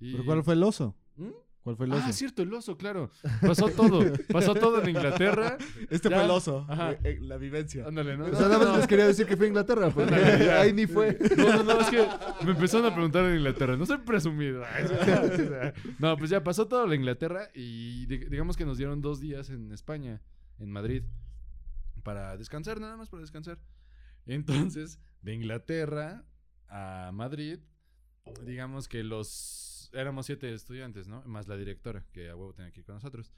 Speaker 2: Y-
Speaker 3: ¿Pero cuál fue el oso?
Speaker 2: ¿Mm?
Speaker 3: ¿Cuál fue el oso?
Speaker 2: Ah, cierto, el oso, claro. Pasó todo. Pasó todo en Inglaterra.
Speaker 3: Este
Speaker 2: Ya.
Speaker 3: fue el oso.
Speaker 2: Ajá.
Speaker 3: eh, eh, La vivencia.
Speaker 2: Ándale, ¿no?
Speaker 1: O sea, nada más les quería decir que fue a Inglaterra, pues. [LAUGHS]
Speaker 2: Ándale, ya.
Speaker 1: Ahí ni fue.
Speaker 2: No,
Speaker 1: [LAUGHS]
Speaker 2: no, no, es que me empezaron a preguntar en Inglaterra. No soy presumido. [LAUGHS] No, pues ya pasó todo la Inglaterra y dig- digamos que nos dieron dos días en España, en Madrid, para descansar, nada más para descansar. Entonces, de Inglaterra a Madrid, digamos que los... Éramos siete estudiantes, ¿no? Más la directora, que a huevo tenía que ir con nosotros.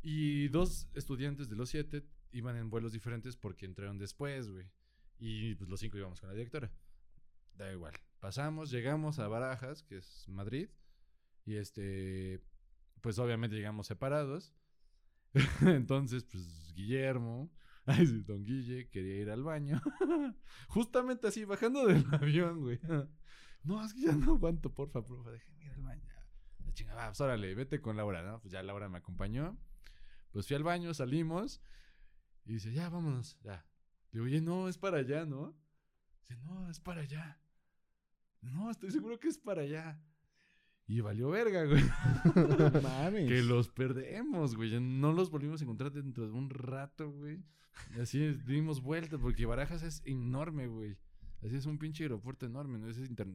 Speaker 2: Y dos estudiantes de los siete iban en vuelos diferentes porque entraron después, güey. Y pues los cinco íbamos con la directora. Da igual. Pasamos, llegamos a Barajas, que es Madrid. Y este, pues obviamente llegamos separados. [LAUGHS] Entonces, pues Guillermo, [LAUGHS] ay, sí, don Guille, quería ir al baño. [LAUGHS] Justamente así, bajando del [LAUGHS] avión, güey. No, es que ya no aguanto, porfa, porfa, déjenme ir al baño. La chingada, "Ah, pues órale, vete con Laura, ¿no? Pues ya Laura me acompañó. Pues fui al baño, salimos. Y dice, ya, vámonos, ya. Le digo, oye, no, es para allá, ¿no? Dice, no, es para allá. No, estoy seguro que es para allá. Y valió verga, güey. Ah,
Speaker 3: [LAUGHS] No mames.
Speaker 2: Que los perdemos, güey. Ya No los volvimos a encontrar dentro de un rato, güey. Y Así dimos vuelta, porque Barajas es enorme, güey. Así es un pinche aeropuerto enorme, ¿no? Ese Es, inter-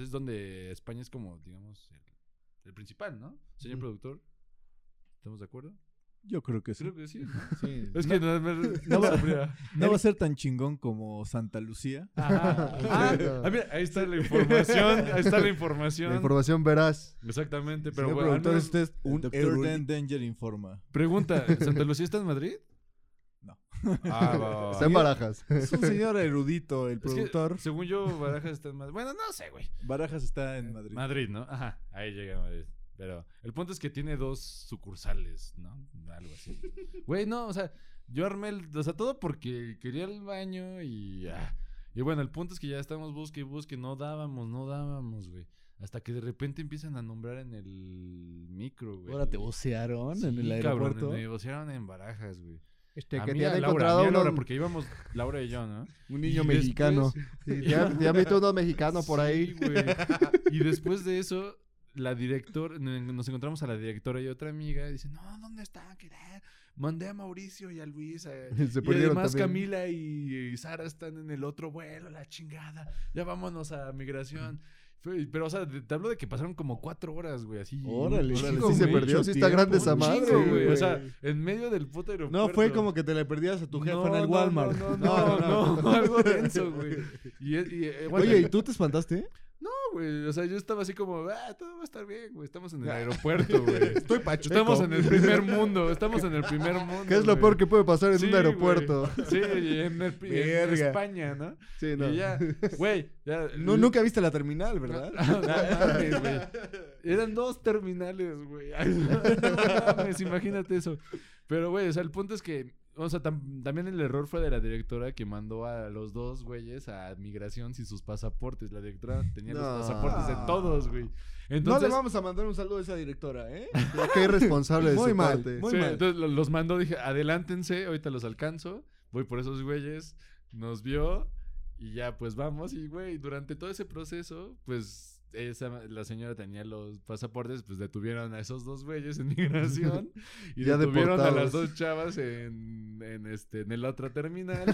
Speaker 2: es donde España es como, digamos, el, el principal, ¿no? Señor productor, ¿estamos de acuerdo?
Speaker 3: Yo creo que sí.
Speaker 2: Creo que sí. ¿no?
Speaker 4: Sí.
Speaker 2: Es que no, me-
Speaker 4: no va-
Speaker 2: sabría.
Speaker 4: No va a ser tan chingón como Santa Lucía.
Speaker 2: Ajá. Ah, ah, mira, ahí está la información. Ahí está la información.
Speaker 1: La información verás.
Speaker 2: Exactamente, pero
Speaker 3: Señor
Speaker 2: bueno. al
Speaker 3: productor,
Speaker 2: menos-
Speaker 1: este-
Speaker 3: usted es un
Speaker 4: Doctor
Speaker 3: euro-
Speaker 4: Dan Danger informa.
Speaker 2: Pregunta, ¿Santa Lucía está en Madrid?
Speaker 4: No.
Speaker 2: Ah, va, va, va.
Speaker 1: Está en
Speaker 2: [LAUGHS]
Speaker 1: barajas.
Speaker 3: Es un señor erudito, el
Speaker 2: Es que,
Speaker 3: productor.
Speaker 2: según yo, Barajas está en Madrid. Bueno, no sé, güey.
Speaker 4: Barajas está
Speaker 2: Eh,
Speaker 4: en Madrid.
Speaker 2: Madrid, ¿no? Ajá, ahí llega Madrid. Pero el punto es que tiene dos sucursales, ¿no? Algo así. Güey, no, o sea, yo armé, el- o sea, todo porque quería el baño y... ah. Y bueno, el punto es que ya estamos busque y busque, no dábamos, no dábamos, güey. Hasta que de repente empiezan a nombrar en el micro, güey.
Speaker 4: Ahora te vocearon en el
Speaker 2: Sí, cabrón,
Speaker 4: aeropuerto.
Speaker 2: me negociaron en Ah, barajas, güey.
Speaker 1: Este,
Speaker 2: A
Speaker 1: que
Speaker 2: mí,
Speaker 1: te
Speaker 2: a
Speaker 1: han
Speaker 2: Laura, a mí, a
Speaker 1: encontrado
Speaker 2: Laura,
Speaker 1: unos-
Speaker 2: porque íbamos Laura y
Speaker 1: [LAUGHS]
Speaker 2: yo, ¿no?
Speaker 1: un niño
Speaker 2: y después-
Speaker 1: mexicano. Y ya, ya viste unos mexicanos por
Speaker 2: Sí,
Speaker 1: ahí. [LAUGHS]
Speaker 2: güey. Y después de eso, la directora, nos encontramos a la directora y otra amiga. Y dicen, no, ¿dónde están? ¿Qué tal? Mandé a Mauricio y a Luis. a-
Speaker 1: Se
Speaker 2: y
Speaker 1: perdieron
Speaker 2: además
Speaker 1: también.
Speaker 2: Camila y, y Sara están en el otro vuelo, la chingada. Ya vámonos a migración. Fue- Pero, o sea, te te hablo de que pasaron como cuatro horas, güey, así.
Speaker 3: Órale,
Speaker 2: un
Speaker 1: Órale,
Speaker 2: chingo,
Speaker 1: sí se
Speaker 2: güey.
Speaker 1: perdió,
Speaker 3: mucho
Speaker 1: sí está grande
Speaker 3: tiempo,
Speaker 1: esa
Speaker 2: Un
Speaker 1: madre,
Speaker 2: chingo, güey. O
Speaker 1: güey.
Speaker 2: sea, en medio del puto aeropuerto.
Speaker 3: No fue como que te le perdías a tu jefe en el Walmart. [LAUGHS]
Speaker 2: No, no, no, no, algo denso, güey. Y, es- y, eh, bueno,
Speaker 3: Oye, ¿y tú te espantaste?
Speaker 2: no, güey, o sea, yo estaba así como, ah, todo va a estar bien, güey, estamos en el aeropuerto, güey. Estoy pachuteco. Estamos en el primer mundo, estamos en el primer mundo.
Speaker 1: ¿Qué es lo
Speaker 2: güey.
Speaker 1: peor que puede pasar en
Speaker 2: Sí,
Speaker 1: un aeropuerto?
Speaker 2: güey. Sí, y en, el- y en
Speaker 3: Verga.
Speaker 2: España, ¿no?
Speaker 1: Sí, no.
Speaker 2: Y ya, güey,
Speaker 3: [LAUGHS]
Speaker 2: ya. Ah,
Speaker 3: No,
Speaker 2: [LAUGHS]
Speaker 3: nunca viste la terminal, ¿verdad?
Speaker 2: No mames, güey. Eran dos terminales, güey. Ay, [LAUGHS] no mames, imagínate eso. Pero, güey, o sea, el punto es que. O sea, tam- también el error fue de la directora que mandó a los dos güeyes a migración sin sus pasaportes. La directora tenía
Speaker 1: No.
Speaker 2: los pasaportes de todos, güey.
Speaker 3: no le
Speaker 2: Entonces,
Speaker 3: vamos a mandar un saludo a esa directora, ¿eh?
Speaker 1: [LAUGHS] Qué irresponsable de
Speaker 3: Muy
Speaker 1: su
Speaker 3: mal,
Speaker 1: parte.
Speaker 3: muy
Speaker 2: sí,
Speaker 3: mal.
Speaker 2: entonces lo- los mandó, dije, adelántense, ahorita los alcanzo. Voy por esos güeyes. Nos vio y ya, pues vamos. Y, güey, durante todo ese proceso, pues esa, la señora tenía los pasaportes, pues detuvieron a esos dos güeyes en migración. y
Speaker 1: Ya
Speaker 2: detuvieron a las
Speaker 1: deportados.
Speaker 2: dos chavas en, en, este, en el otro terminal.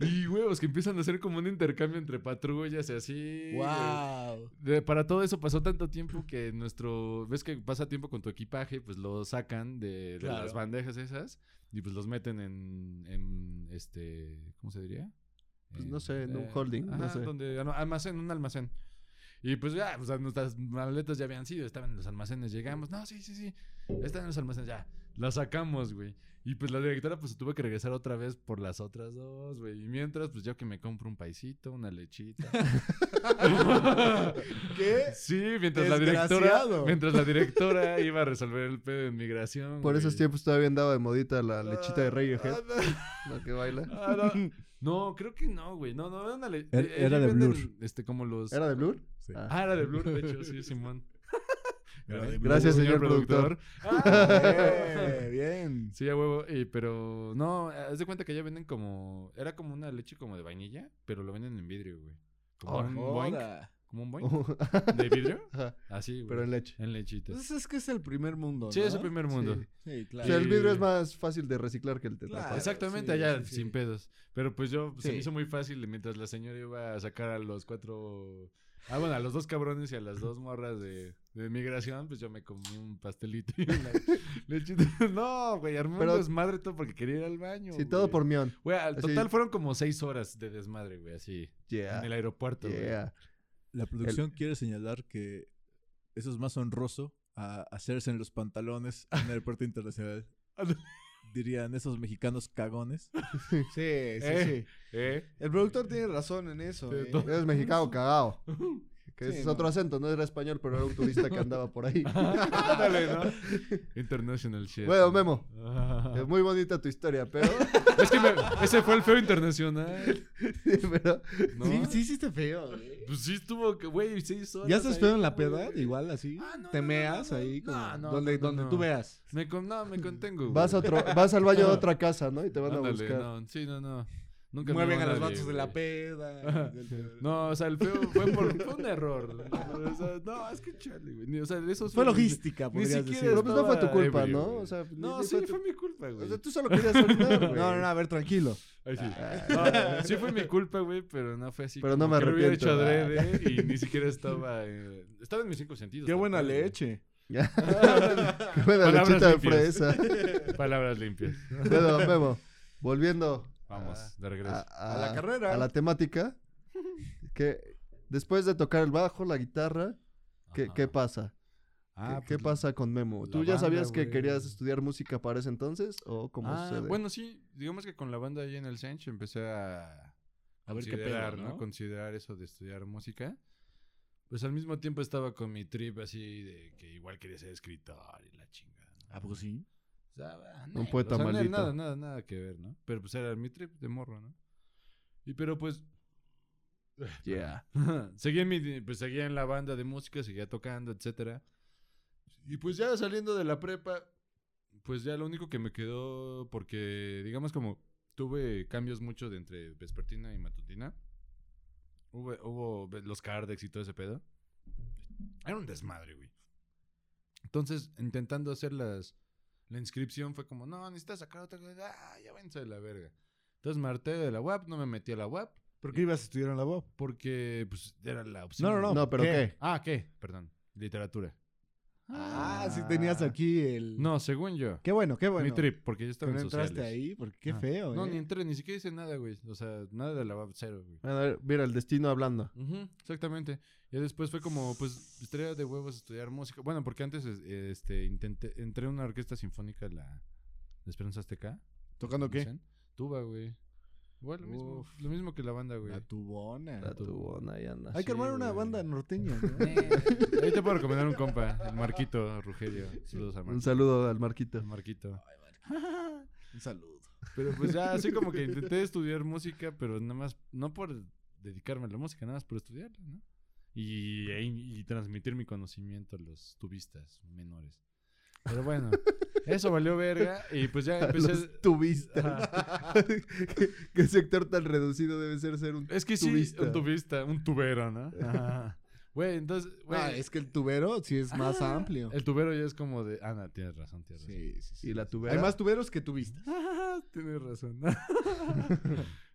Speaker 2: y, huevos, que empiezan a hacer como un intercambio entre patrullas y así. güey.
Speaker 4: ¡Wow!
Speaker 2: De- para todo eso pasó tanto tiempo que nuestro. ¿Ves que pasa tiempo con tu equipaje? Pues lo sacan de, de
Speaker 4: Claro.
Speaker 2: las bandejas esas y pues los meten en. en este. ¿Cómo se diría? eh,
Speaker 1: Pues, no sé, en un holding, no
Speaker 2: ajá,
Speaker 1: sé.
Speaker 2: donde- en un almacén, un almacén. Y pues ya, o sea, nuestras maletas ya habían sido, estaban en los almacenes, llegamos, no, sí, sí, sí, están en los almacenes, ya, las sacamos, güey. Y pues la directora pues tuve que regresar otra vez por las otras dos, güey. Y mientras, pues yo que me compro un paisito, una
Speaker 1: [LAUGHS]
Speaker 2: lechita.
Speaker 3: ¿Qué?
Speaker 2: Sí, mientras la directora,
Speaker 3: Desgraciado.
Speaker 2: mientras la directora iba a resolver el pedo de migración.
Speaker 1: Por
Speaker 2: güey.
Speaker 1: esos tiempos todavía andaba de modita la lechita de Radiohead, la que baila.
Speaker 2: Ah, no. [LAUGHS] No, creo que no, güey. No, no, era una le-
Speaker 4: Era-
Speaker 2: eh,
Speaker 4: era
Speaker 2: ahí
Speaker 4: de
Speaker 2: venden,
Speaker 4: Blur.
Speaker 2: Este, como los.
Speaker 1: ¿Era de Blur?
Speaker 2: Ah, era de Blur, de hecho, sí, Simón.
Speaker 4: Era de
Speaker 3: [LAUGHS]
Speaker 1: Gracias, señor
Speaker 2: Ah.
Speaker 3: Eh, bien.
Speaker 2: Sí, a huevo. eh, pero no, haz de cuenta que ya venden como. Era como una leche como de vainilla, pero lo venden en vidrio, güey. Como un boing.
Speaker 4: Ahora.
Speaker 2: Como
Speaker 1: [LAUGHS]
Speaker 2: un boing. ¿De vidrio?
Speaker 1: Ajá.
Speaker 2: Así, güey.
Speaker 1: Ah, Pero en leche.
Speaker 2: en lechitas.
Speaker 3: Entonces Pues es que es el primer mundo,
Speaker 2: Sí,
Speaker 3: ¿no?
Speaker 2: es el primer mundo.
Speaker 1: Sí.
Speaker 4: Sí,
Speaker 1: O
Speaker 4: claro.
Speaker 1: sea, el
Speaker 2: Sí.
Speaker 1: vidrio es más fácil de reciclar que el
Speaker 4: Claro,
Speaker 1: tetrapack.
Speaker 2: Exactamente,
Speaker 4: sí,
Speaker 2: allá
Speaker 4: sí, sí.
Speaker 2: sin pedos. Pero pues yo se me
Speaker 4: Sí.
Speaker 2: hizo muy fácil mientras la señora iba a sacar a los cuatro. Ah, bueno, a los dos cabrones y a las dos morras de, de migración, pues yo me comí un pastelito y una [LAUGHS] lechita. No, güey, armé
Speaker 1: Pero-
Speaker 2: un desmadre todo porque quería ir al baño.
Speaker 1: Sí, todo
Speaker 2: güey.
Speaker 1: por mión.
Speaker 2: Güey, al
Speaker 1: así.
Speaker 2: total fueron como seis horas de desmadre, güey, así. En el
Speaker 1: Yeah.
Speaker 2: aeropuerto, güey.
Speaker 1: Yeah.
Speaker 4: La producción quiere señalar que eso es más honroso a hacerse en los pantalones en el
Speaker 3: [LAUGHS]
Speaker 4: aeropuerto internacional. Dirían esos mexicanos cagones.
Speaker 3: Ah, Sí, sí,
Speaker 2: Eh.
Speaker 3: sí.
Speaker 2: ¿Eh?
Speaker 1: [LAUGHS]
Speaker 3: El productor tiene razón en eso.
Speaker 2: Sí,
Speaker 3: eh.
Speaker 2: todo-
Speaker 1: Eres mexicano, cagao.
Speaker 2: [LAUGHS]
Speaker 1: Que
Speaker 3: Sí,
Speaker 1: ese es
Speaker 3: no.
Speaker 1: otro acento, no era español, pero era un turista que andaba por
Speaker 2: [LAUGHS]
Speaker 1: ahí.
Speaker 2: Ándale, ¿no? International shit.
Speaker 1: Bueno, Memo.
Speaker 2: Ah.
Speaker 1: Es muy bonita tu historia, pero. [LAUGHS]
Speaker 2: Es que me- ese fue el feo internacional.
Speaker 1: pero-
Speaker 2: ¿no?
Speaker 3: Sí, sí, hiciste feo. eh. güey.
Speaker 2: Pues sí estuvo, que- güey, seis horas.
Speaker 3: ¿Ya estás
Speaker 2: ahí,
Speaker 3: pedo en la
Speaker 2: güey.
Speaker 3: peda? Igual así.
Speaker 2: Ah, no,
Speaker 3: te
Speaker 2: no, no,
Speaker 3: meas
Speaker 2: no, no.
Speaker 3: ahí como
Speaker 2: No, no,
Speaker 3: donde,
Speaker 2: no, no,
Speaker 3: donde
Speaker 2: no.
Speaker 3: tú veas.
Speaker 2: Me con- no, me contengo. güey.
Speaker 1: vas, a otro, vas al baño de otra casa, ¿no? Y te van a
Speaker 2: Ándale,
Speaker 1: buscar.
Speaker 2: No, sí, no, no. Nunca
Speaker 3: Mueven
Speaker 2: me
Speaker 3: a
Speaker 2: va
Speaker 3: los
Speaker 2: nadie,
Speaker 3: vatos de la
Speaker 2: güey.
Speaker 3: peda.
Speaker 2: No, o sea, el feo fue por fue un error. O sea, no, es que chale, güey. Ni- O sea, de esos
Speaker 3: Fue
Speaker 2: feos ni-
Speaker 3: logística,
Speaker 2: Ni
Speaker 3: podrías decir.
Speaker 2: [LAUGHS] siquiera
Speaker 1: Pero pues no fue tu
Speaker 2: estaba
Speaker 1: culpa,
Speaker 2: ebrio,
Speaker 1: ¿no?
Speaker 2: güey.
Speaker 1: O sea, ni-
Speaker 2: no,
Speaker 1: ni
Speaker 2: sí,
Speaker 1: fue tu-
Speaker 2: fue mi culpa, güey.
Speaker 1: O sea, tú solo querías
Speaker 2: [LAUGHS]
Speaker 1: orinar, güey.
Speaker 3: No,
Speaker 1: [LAUGHS]
Speaker 3: no, no, a ver, tranquilo.
Speaker 2: Ay, sí. No, sí fue mi culpa, güey, pero no fue así.
Speaker 1: Ah. Pero no
Speaker 2: como
Speaker 1: me
Speaker 2: que lo hubiera
Speaker 1: arrepiento. Ah.
Speaker 2: hecho adrede y ni siquiera estaba. eh, estaba en mis cinco sentidos.
Speaker 3: Qué buena
Speaker 2: tampoco, güey.
Speaker 3: leche. [LAUGHS]
Speaker 1: Qué buena
Speaker 2: Palabras
Speaker 1: lechita de
Speaker 2: limpias.
Speaker 1: fresa.
Speaker 2: [LAUGHS] Palabras limpias.
Speaker 1: Pero, Memo, volviendo
Speaker 2: Vamos, de regreso.
Speaker 1: a,
Speaker 3: A la carrera.
Speaker 1: a la
Speaker 3: [LAUGHS]
Speaker 1: temática, que después de tocar el bajo, la guitarra, ¿qué,
Speaker 2: Ajá.
Speaker 1: qué pasa?
Speaker 2: Ah,
Speaker 1: ¿Qué, qué
Speaker 2: pues,
Speaker 1: pasa con Memo?
Speaker 2: la
Speaker 1: ¿Tú ya
Speaker 2: banda,
Speaker 1: sabías que
Speaker 2: güey.
Speaker 1: querías estudiar música para ese entonces? ¿O cómo
Speaker 2: Ah,
Speaker 1: sucede?
Speaker 2: bueno, sí, digamos que con la banda ahí en el Sench empecé a,
Speaker 4: A ver qué pedo,
Speaker 2: considerar,
Speaker 4: ¿no?
Speaker 2: Considerar eso de estudiar música. Pues al mismo tiempo estaba con mi trip así de que igual quería ser escritor y la chingada. ¿no?
Speaker 4: ¿A poco sí?
Speaker 2: O sea, bah,
Speaker 1: Un
Speaker 2: nada,
Speaker 1: poeta
Speaker 2: o sea, na-
Speaker 1: maldito.
Speaker 2: Nada, nada, nada que ver, ¿no? Pero pues era mi trip de morro, ¿no? Y pero
Speaker 1: [LAUGHS]
Speaker 2: pues...
Speaker 1: Yeah.
Speaker 2: [LAUGHS] seguía, en mi, pues, seguía en la banda de música, seguía tocando, etcétera. Y pues ya saliendo de la prepa, pues ya lo único que me quedó, porque digamos como tuve cambios mucho de entre vespertina y matutina. Hubo, hubo ve- los cardex y todo ese pedo. Era un desmadre, güey. Entonces, intentando hacer las, la inscripción, fue como, no, necesitas sacar otra cosa. Ah, ya váyanse de la verga. Entonces me harté de la UAP, no me metí a la UAP.
Speaker 3: ¿Por qué ibas a estudiar en la Bob?
Speaker 2: Porque pues, era la opción.
Speaker 3: No, no, no.
Speaker 1: No, pero ¿qué?
Speaker 2: Ah, ¿qué? Perdón. Literatura.
Speaker 3: Ah, sí tenías aquí el.
Speaker 2: No, según yo.
Speaker 3: Qué bueno, qué bueno.
Speaker 2: Mi trip, porque yo
Speaker 3: Que
Speaker 2: estaba
Speaker 3: no
Speaker 2: en sociales.
Speaker 3: entraste ahí, porque qué
Speaker 2: Ah.
Speaker 3: feo,
Speaker 2: No,
Speaker 3: ¿eh?
Speaker 2: ni entré, ni siquiera hice nada, güey. O sea, nada de la BAP cero, güey.
Speaker 1: Bueno, a ver, mira, el destino hablando.
Speaker 2: Ujú, exactamente. Y después fue como, pues, estaría de huevos estudiar música. Bueno, porque antes es- este, intenté, entré a una orquesta sinfónica, la de Esperanza Azteca.
Speaker 3: ¿Tocando qué?
Speaker 2: Dicen. Tuba, güey. Igual lo mismo,
Speaker 3: Uf.
Speaker 2: lo mismo que la banda, güey.
Speaker 3: La tubona.
Speaker 1: La tubona y andas.
Speaker 3: Hay que
Speaker 2: Sí,
Speaker 3: armar una
Speaker 2: güey. Eh.
Speaker 3: banda norteña, ¿no?
Speaker 2: [LAUGHS] Ahí te puedo recomendar un compa, el Marquito Rugerio. Saludos a
Speaker 1: Un
Speaker 2: Marquito.
Speaker 1: saludo al Marquito.
Speaker 2: Al Marquito.
Speaker 3: Un saludo.
Speaker 2: Pero [LAUGHS] pues ya, así como que intenté estudiar música, pero nada más, no por dedicarme a la música, nada más por estudiarla, ¿no? Y, e y- y transmitir mi conocimiento a los tubistas menores. Pero bueno, eso valió verga. Y pues ya empecé.
Speaker 1: [LAUGHS] Los tubistas.
Speaker 2: Ajá.
Speaker 1: [LAUGHS] ¿Qué sector tan reducido debe ser ser un
Speaker 2: es que sí,
Speaker 1: Tubista.
Speaker 2: un tubista, un tubero, ¿no? Ajá. Güey, entonces, güey,
Speaker 3: Ah, es que el tubero sí es más amplio.
Speaker 2: el tubero ya es como de. Ah, no, tienes razón, tienes razón.
Speaker 3: Sí, sí, sí.
Speaker 1: y la tubera?
Speaker 3: Hay más tuberos que tubistas.
Speaker 2: Ah, tienes razón.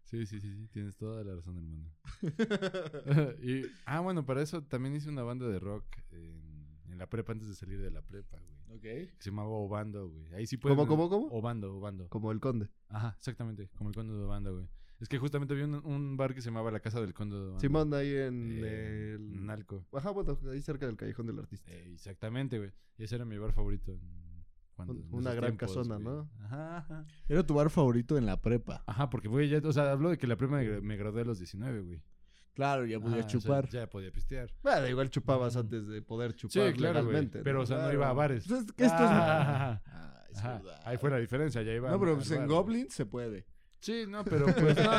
Speaker 2: sí, sí, sí, sí, tienes toda la razón, hermano.
Speaker 1: [LAUGHS]
Speaker 2: [LAUGHS] Y- ah, bueno, para eso también hice una banda de rock en, en la prepa antes de salir de la prepa,
Speaker 3: [LAUGHS]
Speaker 2: güey.
Speaker 3: Ok.
Speaker 2: Que se llamaba Obando, güey. Ahí sí pueden...
Speaker 1: ¿Cómo, cómo, cómo?
Speaker 2: Obando, Obando.
Speaker 1: Como el conde.
Speaker 2: Ajá, exactamente, como el Conde de Obando, güey. Es que justamente había un, un bar que se llamaba La Casa del Conde de Obando.
Speaker 1: Simón ahí en
Speaker 2: Eh,
Speaker 1: el...
Speaker 2: Nalco.
Speaker 1: Ajá, bueno, ahí cerca del Callejón del Artista.
Speaker 2: Eh, exactamente, güey. Y ese era mi bar favorito. en- cuando-
Speaker 1: Un-
Speaker 2: en
Speaker 1: una
Speaker 2: esos
Speaker 1: gran casona,
Speaker 2: güey.
Speaker 1: ¿no?
Speaker 2: Ajá, ajá.
Speaker 3: Era tu bar favorito en la prepa.
Speaker 2: Ajá, porque, güey, ya, o sea, hablo de que la prima me, gra- me gradué a los 19, güey.
Speaker 3: Claro, ya
Speaker 2: Ah, o sea, ya podía pistear.
Speaker 1: Bueno, igual chupabas antes de poder
Speaker 2: Sí,
Speaker 1: chupar
Speaker 2: claro, güey.
Speaker 1: legalmente. ¿no?
Speaker 2: Pero, o sea, no iba a bares.
Speaker 3: Pues es que esto es-
Speaker 2: Ah,
Speaker 3: Ah, es
Speaker 2: ajá.
Speaker 3: verdad.
Speaker 2: Ahí fue la diferencia, ya iba.
Speaker 3: No,
Speaker 2: al
Speaker 3: pero pues,
Speaker 2: bar,
Speaker 3: en
Speaker 2: güey.
Speaker 3: Goblin se puede.
Speaker 2: Sí, no, pero
Speaker 3: [LAUGHS]
Speaker 2: pues no.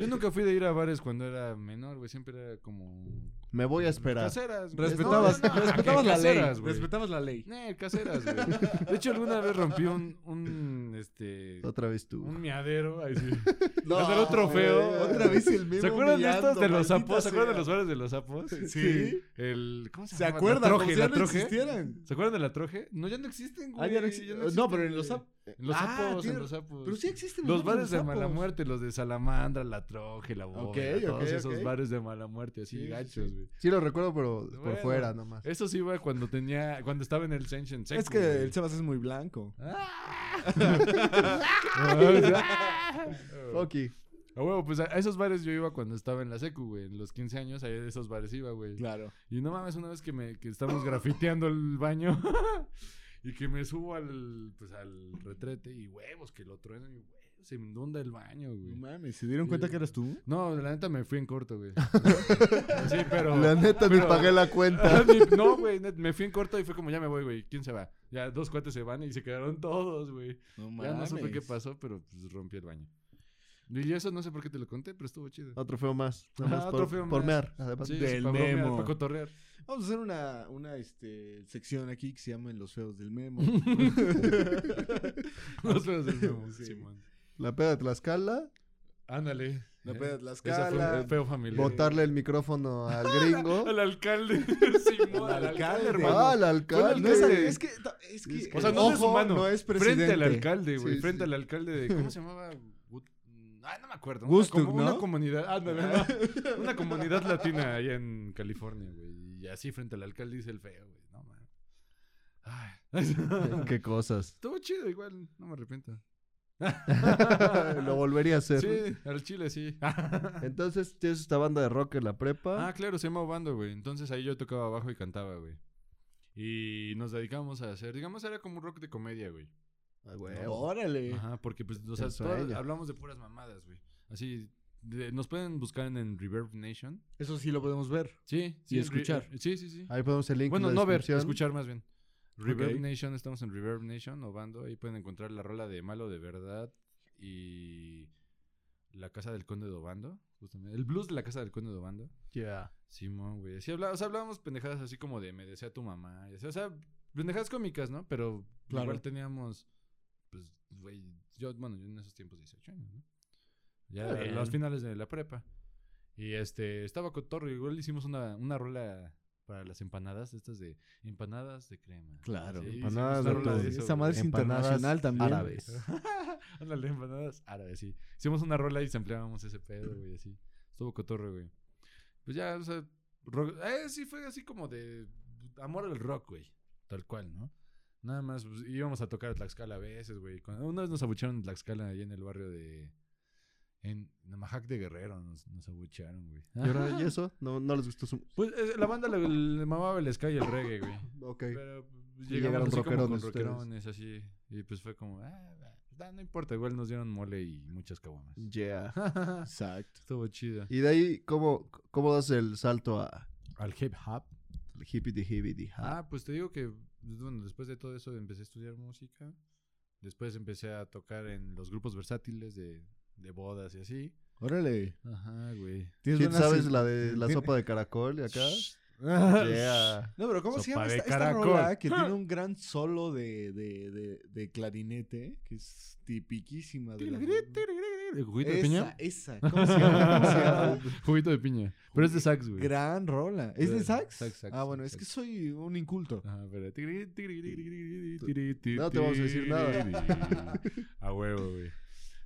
Speaker 2: Yo nunca fui de ir a bares cuando era menor, güey. Siempre era como.
Speaker 1: Me voy a
Speaker 2: pues,
Speaker 1: esperar.
Speaker 2: Caseras, güey.
Speaker 3: Respetabas,
Speaker 2: No, no, no,
Speaker 3: respetabas
Speaker 2: que
Speaker 3: la ley.
Speaker 2: caseras, güey.
Speaker 3: Respetabas la ley.
Speaker 2: Eh, caseras, güey. De hecho, alguna vez rompí un. un este.
Speaker 1: Otra vez tú.
Speaker 2: Un miadero. Ahí sí.
Speaker 3: No,
Speaker 2: Hacer un trofeo.
Speaker 3: güey, Otra vez el mismo.
Speaker 2: ¿Se acuerdan de estos de los sapos? ¿Se acuerdan de los
Speaker 3: los
Speaker 2: bares de los sapos?
Speaker 3: Sí.
Speaker 2: El, ¿Cómo se
Speaker 3: ¿Se
Speaker 2: llama?
Speaker 3: acuerdan?
Speaker 2: La
Speaker 3: Como
Speaker 2: troje,
Speaker 3: si ya
Speaker 2: la
Speaker 3: no
Speaker 2: troje.
Speaker 3: existieran.
Speaker 2: ¿Se acuerdan de la troje? No, ya no existen, güey.
Speaker 3: Ah, ya no exi- No,
Speaker 2: existen,
Speaker 3: pero en los
Speaker 2: güey.
Speaker 3: sapos.
Speaker 2: En los
Speaker 3: Ah,
Speaker 2: sapos,
Speaker 3: tiene-
Speaker 2: en los sapos.
Speaker 3: Pero sí existen.
Speaker 2: Los bares de
Speaker 3: Mala
Speaker 2: mala muerte, los de Salamandra, la troje, la bóveda,
Speaker 3: Ok,
Speaker 2: todos
Speaker 3: ok,
Speaker 2: esos
Speaker 3: ok.
Speaker 2: bares de mala muerte, así
Speaker 3: Sí, sí,
Speaker 2: gachos,
Speaker 3: sí.
Speaker 2: güey.
Speaker 1: Sí lo recuerdo, pero por
Speaker 2: Bueno.
Speaker 1: fuera nomás.
Speaker 2: Eso sí iba cuando tenía, cuando estaba en el Senshin Seku,
Speaker 3: Es que
Speaker 2: güey.
Speaker 3: el Sebas es muy blanco.
Speaker 2: [LAUGHS]
Speaker 3: [LAUGHS]
Speaker 2: Ah,
Speaker 1: Oki.
Speaker 2: huevo, pues a a esos bares yo iba cuando estaba en la secu, güey. En los 15 años, ahí de esos bares iba, güey.
Speaker 3: Claro.
Speaker 2: Y no mames, una vez que me que estamos grafiteando el baño [LAUGHS] y que me subo al pues al retrete y huevos que lo truenan y huevos, se me inunda el baño,
Speaker 3: No
Speaker 2: güey.
Speaker 3: mames, ¿se dieron cuenta que eras tú?
Speaker 2: No, la neta me fui en corto, güey. sí, pero
Speaker 1: La neta ni
Speaker 2: pero-
Speaker 1: pagué
Speaker 2: [LAUGHS]
Speaker 1: la cuenta.
Speaker 2: Ah, ni- no, güey, net- me fui en corto y fue como ya me voy, güey. ¿Quién se va? Ya dos cuates se van y se quedaron todos, güey.
Speaker 3: No
Speaker 2: Ya no supe qué pasó, pero pues rompí el baño. Y eso no sé por qué te lo conté, pero estuvo chido.
Speaker 1: Otro feo más.
Speaker 2: Ajá,
Speaker 1: Nomás por,
Speaker 2: otro feo
Speaker 1: por
Speaker 2: más.
Speaker 1: mear. Además.
Speaker 2: Sí,
Speaker 3: del
Speaker 2: para bromear,
Speaker 3: memo.
Speaker 2: Para cotorrear.
Speaker 3: Vamos a hacer una, una este, sección aquí que se llama Los Feos del
Speaker 2: [LAUGHS]
Speaker 3: Memo.
Speaker 2: Los feos [LAUGHS] del memo,
Speaker 3: Sí.
Speaker 2: Simón.
Speaker 1: La peda de Tlaxcala.
Speaker 2: Ándale. Eh.
Speaker 3: La peda de Tlaxcala.
Speaker 2: Esa fue un eh, feo familiar.
Speaker 1: Botarle el micrófono
Speaker 2: [LAUGHS]
Speaker 1: al gringo.
Speaker 2: Al alcalde. [LAUGHS] Simón, al alcalde, hermano.
Speaker 1: Ah, al alcalde.
Speaker 3: No, es, es que, es que
Speaker 2: O sea,
Speaker 3: el
Speaker 2: no es
Speaker 3: ojo
Speaker 2: humano.
Speaker 3: no es
Speaker 2: Frente
Speaker 3: presidente.
Speaker 2: al alcalde, güey.
Speaker 1: Sí,
Speaker 2: frente
Speaker 1: sí.
Speaker 2: al alcalde de. ¿Cómo se llamaba? Gut- Ah, no me acuerdo.
Speaker 3: Gustuk,
Speaker 2: una, como
Speaker 3: ¿no? [LAUGHS]
Speaker 2: una comunidad. Ah, no, no, no. Una comunidad latina allá en California, güey. Y así frente al alcalde dice el feo, güey. No, man. [LAUGHS] Ay.
Speaker 1: Qué cosas.
Speaker 2: Estuvo chido, igual. No me arrepiento.
Speaker 1: [LAUGHS] Lo volvería a hacer.
Speaker 2: Sí, al chile sí.
Speaker 1: Entonces tienes esta banda de rock en la prepa.
Speaker 2: Ah, claro, se llamaba Bando, güey. Entonces ahí yo tocaba bajo y cantaba, güey. Y nos dedicábamos a hacer, digamos, era como un rock de comedia, güey.
Speaker 1: Ah, güey.
Speaker 3: Órale.
Speaker 2: Ajá, porque pues, o sea,
Speaker 1: Eso
Speaker 2: todas-
Speaker 1: ella.
Speaker 2: hablamos de puras mamadas, güey. Así, de- nos pueden buscar en, en Reverb Nation.
Speaker 3: Eso sí lo podemos ver.
Speaker 2: Sí,
Speaker 3: Y
Speaker 2: sí. en
Speaker 3: escuchar.
Speaker 2: Re- eh, sí, sí, sí.
Speaker 1: Ahí ponemos el link.
Speaker 2: Bueno,
Speaker 1: en la
Speaker 2: no ver,
Speaker 1: descripción.
Speaker 2: escuchar más bien. Reverb
Speaker 3: Ok.
Speaker 2: Nation, estamos en Reverb Nation o Bando. Ahí pueden encontrar la rola de Malo de Verdad y La Casa del Conde de Obando. Justamente. El blues de La Casa del Conde de Obando.
Speaker 1: Ya.
Speaker 2: Simón, güey. Así habla- o sea, hablábamos pendejadas así como de me desea tu mamá. y así, o sea, pendejadas cómicas, ¿no? Pero
Speaker 3: Claro.
Speaker 2: igual teníamos, pues, güey, yo, bueno, yo en esos tiempos 18 años, ¿no? Ya a los finales de la prepa. Y este, estaba con Torre, igual hicimos una, una rola para las empanadas, estas de empanadas de crema.
Speaker 3: Claro,
Speaker 2: Sí, hicimos
Speaker 1: empanadas
Speaker 2: una
Speaker 1: de
Speaker 2: rola
Speaker 1: todo.
Speaker 2: de eso,
Speaker 3: Esa madre es
Speaker 2: güey.
Speaker 1: Empanadas
Speaker 3: internacional también.
Speaker 2: [LAUGHS]
Speaker 1: árabes.
Speaker 2: Ándale, empanadas árabes, sí. Hicimos una rola y se empleábamos ese pedo, güey, así. Estuvo cotorre, güey. Pues ya, o sea, rock- eh, sí fue así como de amor al rock, güey. Tal cual, ¿no? Nada más pues, íbamos a tocar a Tlaxcala a veces, güey. Cuando- Una vez nos abucharon en Tlaxcala, ahí en el barrio de... En Namajac de Guerrero nos, nos abucharon, güey.
Speaker 1: Y ahora, ¿y eso? No, no les gustó su...
Speaker 2: Pues eh, la banda le, le mamaba el ska y el reggae, güey.
Speaker 1: Ok.
Speaker 2: Pero pues,
Speaker 1: Y
Speaker 2: llegamos
Speaker 1: llegaron
Speaker 2: así como con
Speaker 1: rockerones ustedes.
Speaker 2: rockerones, así. Y pues fue como, ah, va, da, no importa, igual nos dieron mole y muchas caguamas. [LAUGHS]
Speaker 1: Yeah.
Speaker 3: Exacto.
Speaker 2: Estuvo chido.
Speaker 1: Y de ahí, ¿cómo, cómo das el salto a
Speaker 2: Al hip hop.
Speaker 1: hippity hippity hop?
Speaker 2: Ah, pues te digo que, bueno, después de todo eso empecé a estudiar música. Después empecé a tocar en los grupos versátiles de, de bodas y así.
Speaker 3: Órale.
Speaker 2: Ajá, güey.
Speaker 3: ¿Tienes
Speaker 1: ¿Quién
Speaker 3: buenas-
Speaker 1: sabes
Speaker 3: [LAUGHS]
Speaker 1: la de la
Speaker 3: tiene-
Speaker 1: sopa de caracol de acá? Yeah.
Speaker 3: No, pero ¿cómo se
Speaker 2: Sopa
Speaker 3: llama
Speaker 2: de
Speaker 3: esta, esta
Speaker 2: caracol.
Speaker 3: rola que tiene un gran solo de, de, de, de clarinete que es tipiquísima de la
Speaker 2: ¿El juguito de
Speaker 3: esa,
Speaker 2: piña?
Speaker 3: esa, ¿cómo se llama? ¿Cómo se
Speaker 2: [LAUGHS]
Speaker 3: llama?
Speaker 2: Juguito de piña. Pero es de sax, güey.
Speaker 3: Gran rola. ¿Es de
Speaker 2: Gran-
Speaker 3: sax?
Speaker 2: sax, sax,
Speaker 3: ah, bueno,
Speaker 2: sax,
Speaker 3: es que
Speaker 2: sax.
Speaker 3: soy un inculto.
Speaker 2: Ajá, pero-
Speaker 1: No te vamos a decir
Speaker 2: nada.
Speaker 1: [LAUGHS]
Speaker 2: A huevo, güey.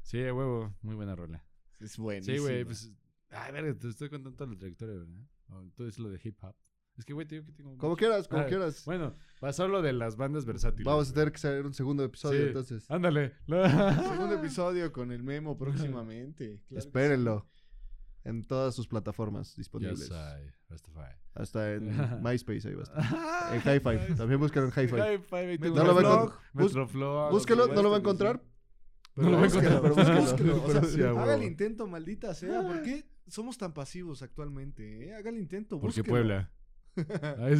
Speaker 2: Sí, a huevo. Muy buena rola.
Speaker 3: Es bueno.
Speaker 2: Sí, güey, pues. Ay, verga, te estoy contando toda la trayectoria, ¿verdad? O Todo es lo de hip hop. Es que, güey, te digo que tengo.
Speaker 1: Como
Speaker 2: mucho-
Speaker 1: quieras, como
Speaker 2: Ah,
Speaker 1: quieras.
Speaker 2: Bueno, pasó lo de las bandas versátiles.
Speaker 1: Vamos a
Speaker 2: güey.
Speaker 1: tener que hacer un segundo episodio
Speaker 2: Sí. Ah,
Speaker 1: entonces.
Speaker 2: Ándale.
Speaker 1: [LAUGHS]
Speaker 3: Segundo episodio con el memo próximamente. Claro que
Speaker 1: Espérenlo. En todas sus plataformas
Speaker 2: Ya
Speaker 1: disponibles.
Speaker 2: sabes, Rastafari.
Speaker 1: Hasta en
Speaker 2: [LAUGHS]
Speaker 1: MySpace ahí va a estar. En High Five. También buscan en High Five.
Speaker 2: Ah, Hi-Fi.
Speaker 1: No lo va a encont- bus-
Speaker 2: Metroflog.
Speaker 1: Búsquelo, no lo va a encontrar.
Speaker 2: No lo va a encontrar.
Speaker 1: pero
Speaker 3: sí.
Speaker 1: búsquelo.
Speaker 3: Búsquelo, o sea,
Speaker 2: Sí, a
Speaker 3: haga el
Speaker 2: huevo.
Speaker 3: intento, maldita sea. ¿Por qué somos tan pasivos actualmente? eh? Haga el intento.
Speaker 2: Porque
Speaker 3: búsquelo.
Speaker 2: Puebla. [LAUGHS] Ahí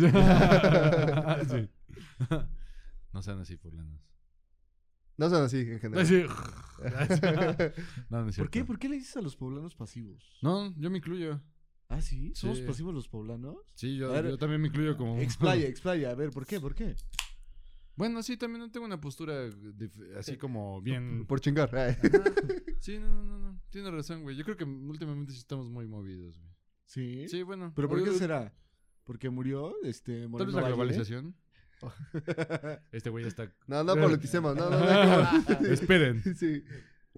Speaker 2: sí. [LAUGHS] No sean así, poblanos.
Speaker 1: No sean así en
Speaker 2: Ahí
Speaker 1: general.
Speaker 2: sí. [LAUGHS] No, no es
Speaker 3: ¿Por qué?
Speaker 2: cierto.
Speaker 3: ¿Por qué le dices a los poblanos pasivos?
Speaker 2: No, yo me incluyo.
Speaker 3: ¿Ah, sí? ¿Somos
Speaker 2: Sí.
Speaker 3: pasivos los poblanos?
Speaker 2: Sí, yo,
Speaker 3: A ver,
Speaker 2: yo también me incluyo como.
Speaker 3: Explaya, explaya. A ver, ¿por qué? ¿Por qué?
Speaker 2: Bueno, sí, también no tengo una postura dif- así como
Speaker 1: [LAUGHS]
Speaker 2: bien.
Speaker 1: Por chingar. [LAUGHS] eh.
Speaker 2: Sí, no, no, no, no. Tienes razón, güey. Yo creo que últimamente sí estamos muy movidos, güey.
Speaker 3: Sí.
Speaker 2: Sí, bueno.
Speaker 3: ¿Pero por qué
Speaker 2: Hoy-
Speaker 3: será? ¿Porque murió este
Speaker 2: Tal vez
Speaker 3: Moreno
Speaker 2: la
Speaker 3: Valle?
Speaker 2: globalización.
Speaker 3: Oh.
Speaker 2: [LAUGHS] Este güey
Speaker 3: [LAUGHS]
Speaker 2: ya está.
Speaker 1: No,
Speaker 2: [LAUGHS]
Speaker 1: no politicemos. No, no, no hay que-
Speaker 2: Esperen.
Speaker 1: [LAUGHS] Sí,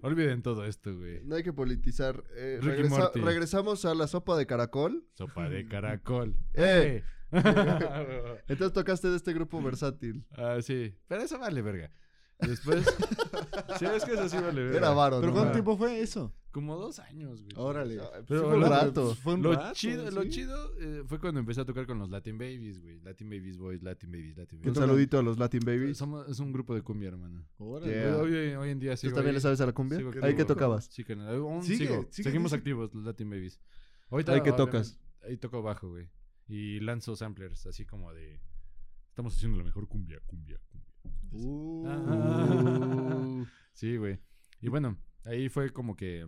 Speaker 2: Olviden todo esto, güey.
Speaker 1: no hay que politizar. Eh,
Speaker 2: Ricky
Speaker 1: regresa-
Speaker 2: Morty.
Speaker 1: regresamos a la sopa de caracol.
Speaker 2: Sopa de caracol.
Speaker 1: ¡Eh! [LAUGHS]
Speaker 2: ¡Eh! ah,
Speaker 1: Entonces tocaste de este grupo versátil.
Speaker 2: sí. Pero eso vale, verga.
Speaker 1: [LAUGHS]
Speaker 2: Después. sí, es que eso sí vale, verga.
Speaker 1: Era varo,
Speaker 3: ¿Pero
Speaker 1: ¿no?
Speaker 3: cuánto
Speaker 2: Ah.
Speaker 3: tiempo fue eso?
Speaker 2: Como dos años, güey.
Speaker 3: Órale.
Speaker 1: Ah,
Speaker 2: Pero
Speaker 1: sí fue un
Speaker 2: hablando de-
Speaker 1: rato.
Speaker 3: Fue un
Speaker 2: Lo
Speaker 3: rato,
Speaker 2: chido, lo
Speaker 3: sí.
Speaker 2: chido eh, fue cuando empecé a tocar con los Latin Babies, güey. Latin Babies Boys, Latin Babies, Latin
Speaker 1: Un
Speaker 2: Babies.
Speaker 1: saludito a los Latin Babies.
Speaker 2: Somos- es un grupo de cumbia, hermano.
Speaker 3: Órale.
Speaker 1: Yeah.
Speaker 2: Hoy, hoy en día
Speaker 1: ¿Tú
Speaker 2: sigo
Speaker 1: también
Speaker 2: ahí.
Speaker 1: le sabes a la cumbia?
Speaker 2: Sigo
Speaker 1: ¿Ahí
Speaker 2: activo.
Speaker 1: que tocabas?
Speaker 2: Sí, carnal. Aún
Speaker 3: Sigue,
Speaker 2: sigo.
Speaker 3: sigue,
Speaker 2: Seguimos
Speaker 3: dice.
Speaker 2: activos los Latin Babies. Ahorita,
Speaker 1: ¿Ahí qué
Speaker 2: obviamente,
Speaker 1: tocas?
Speaker 2: Ahí toco bajo, güey. Y lanzo samplers, así como de... Estamos haciendo la mejor cumbia, cumbia, cumbia.
Speaker 3: Uh.
Speaker 2: Ah. Sí, güey. Y bueno, ahí fue como que...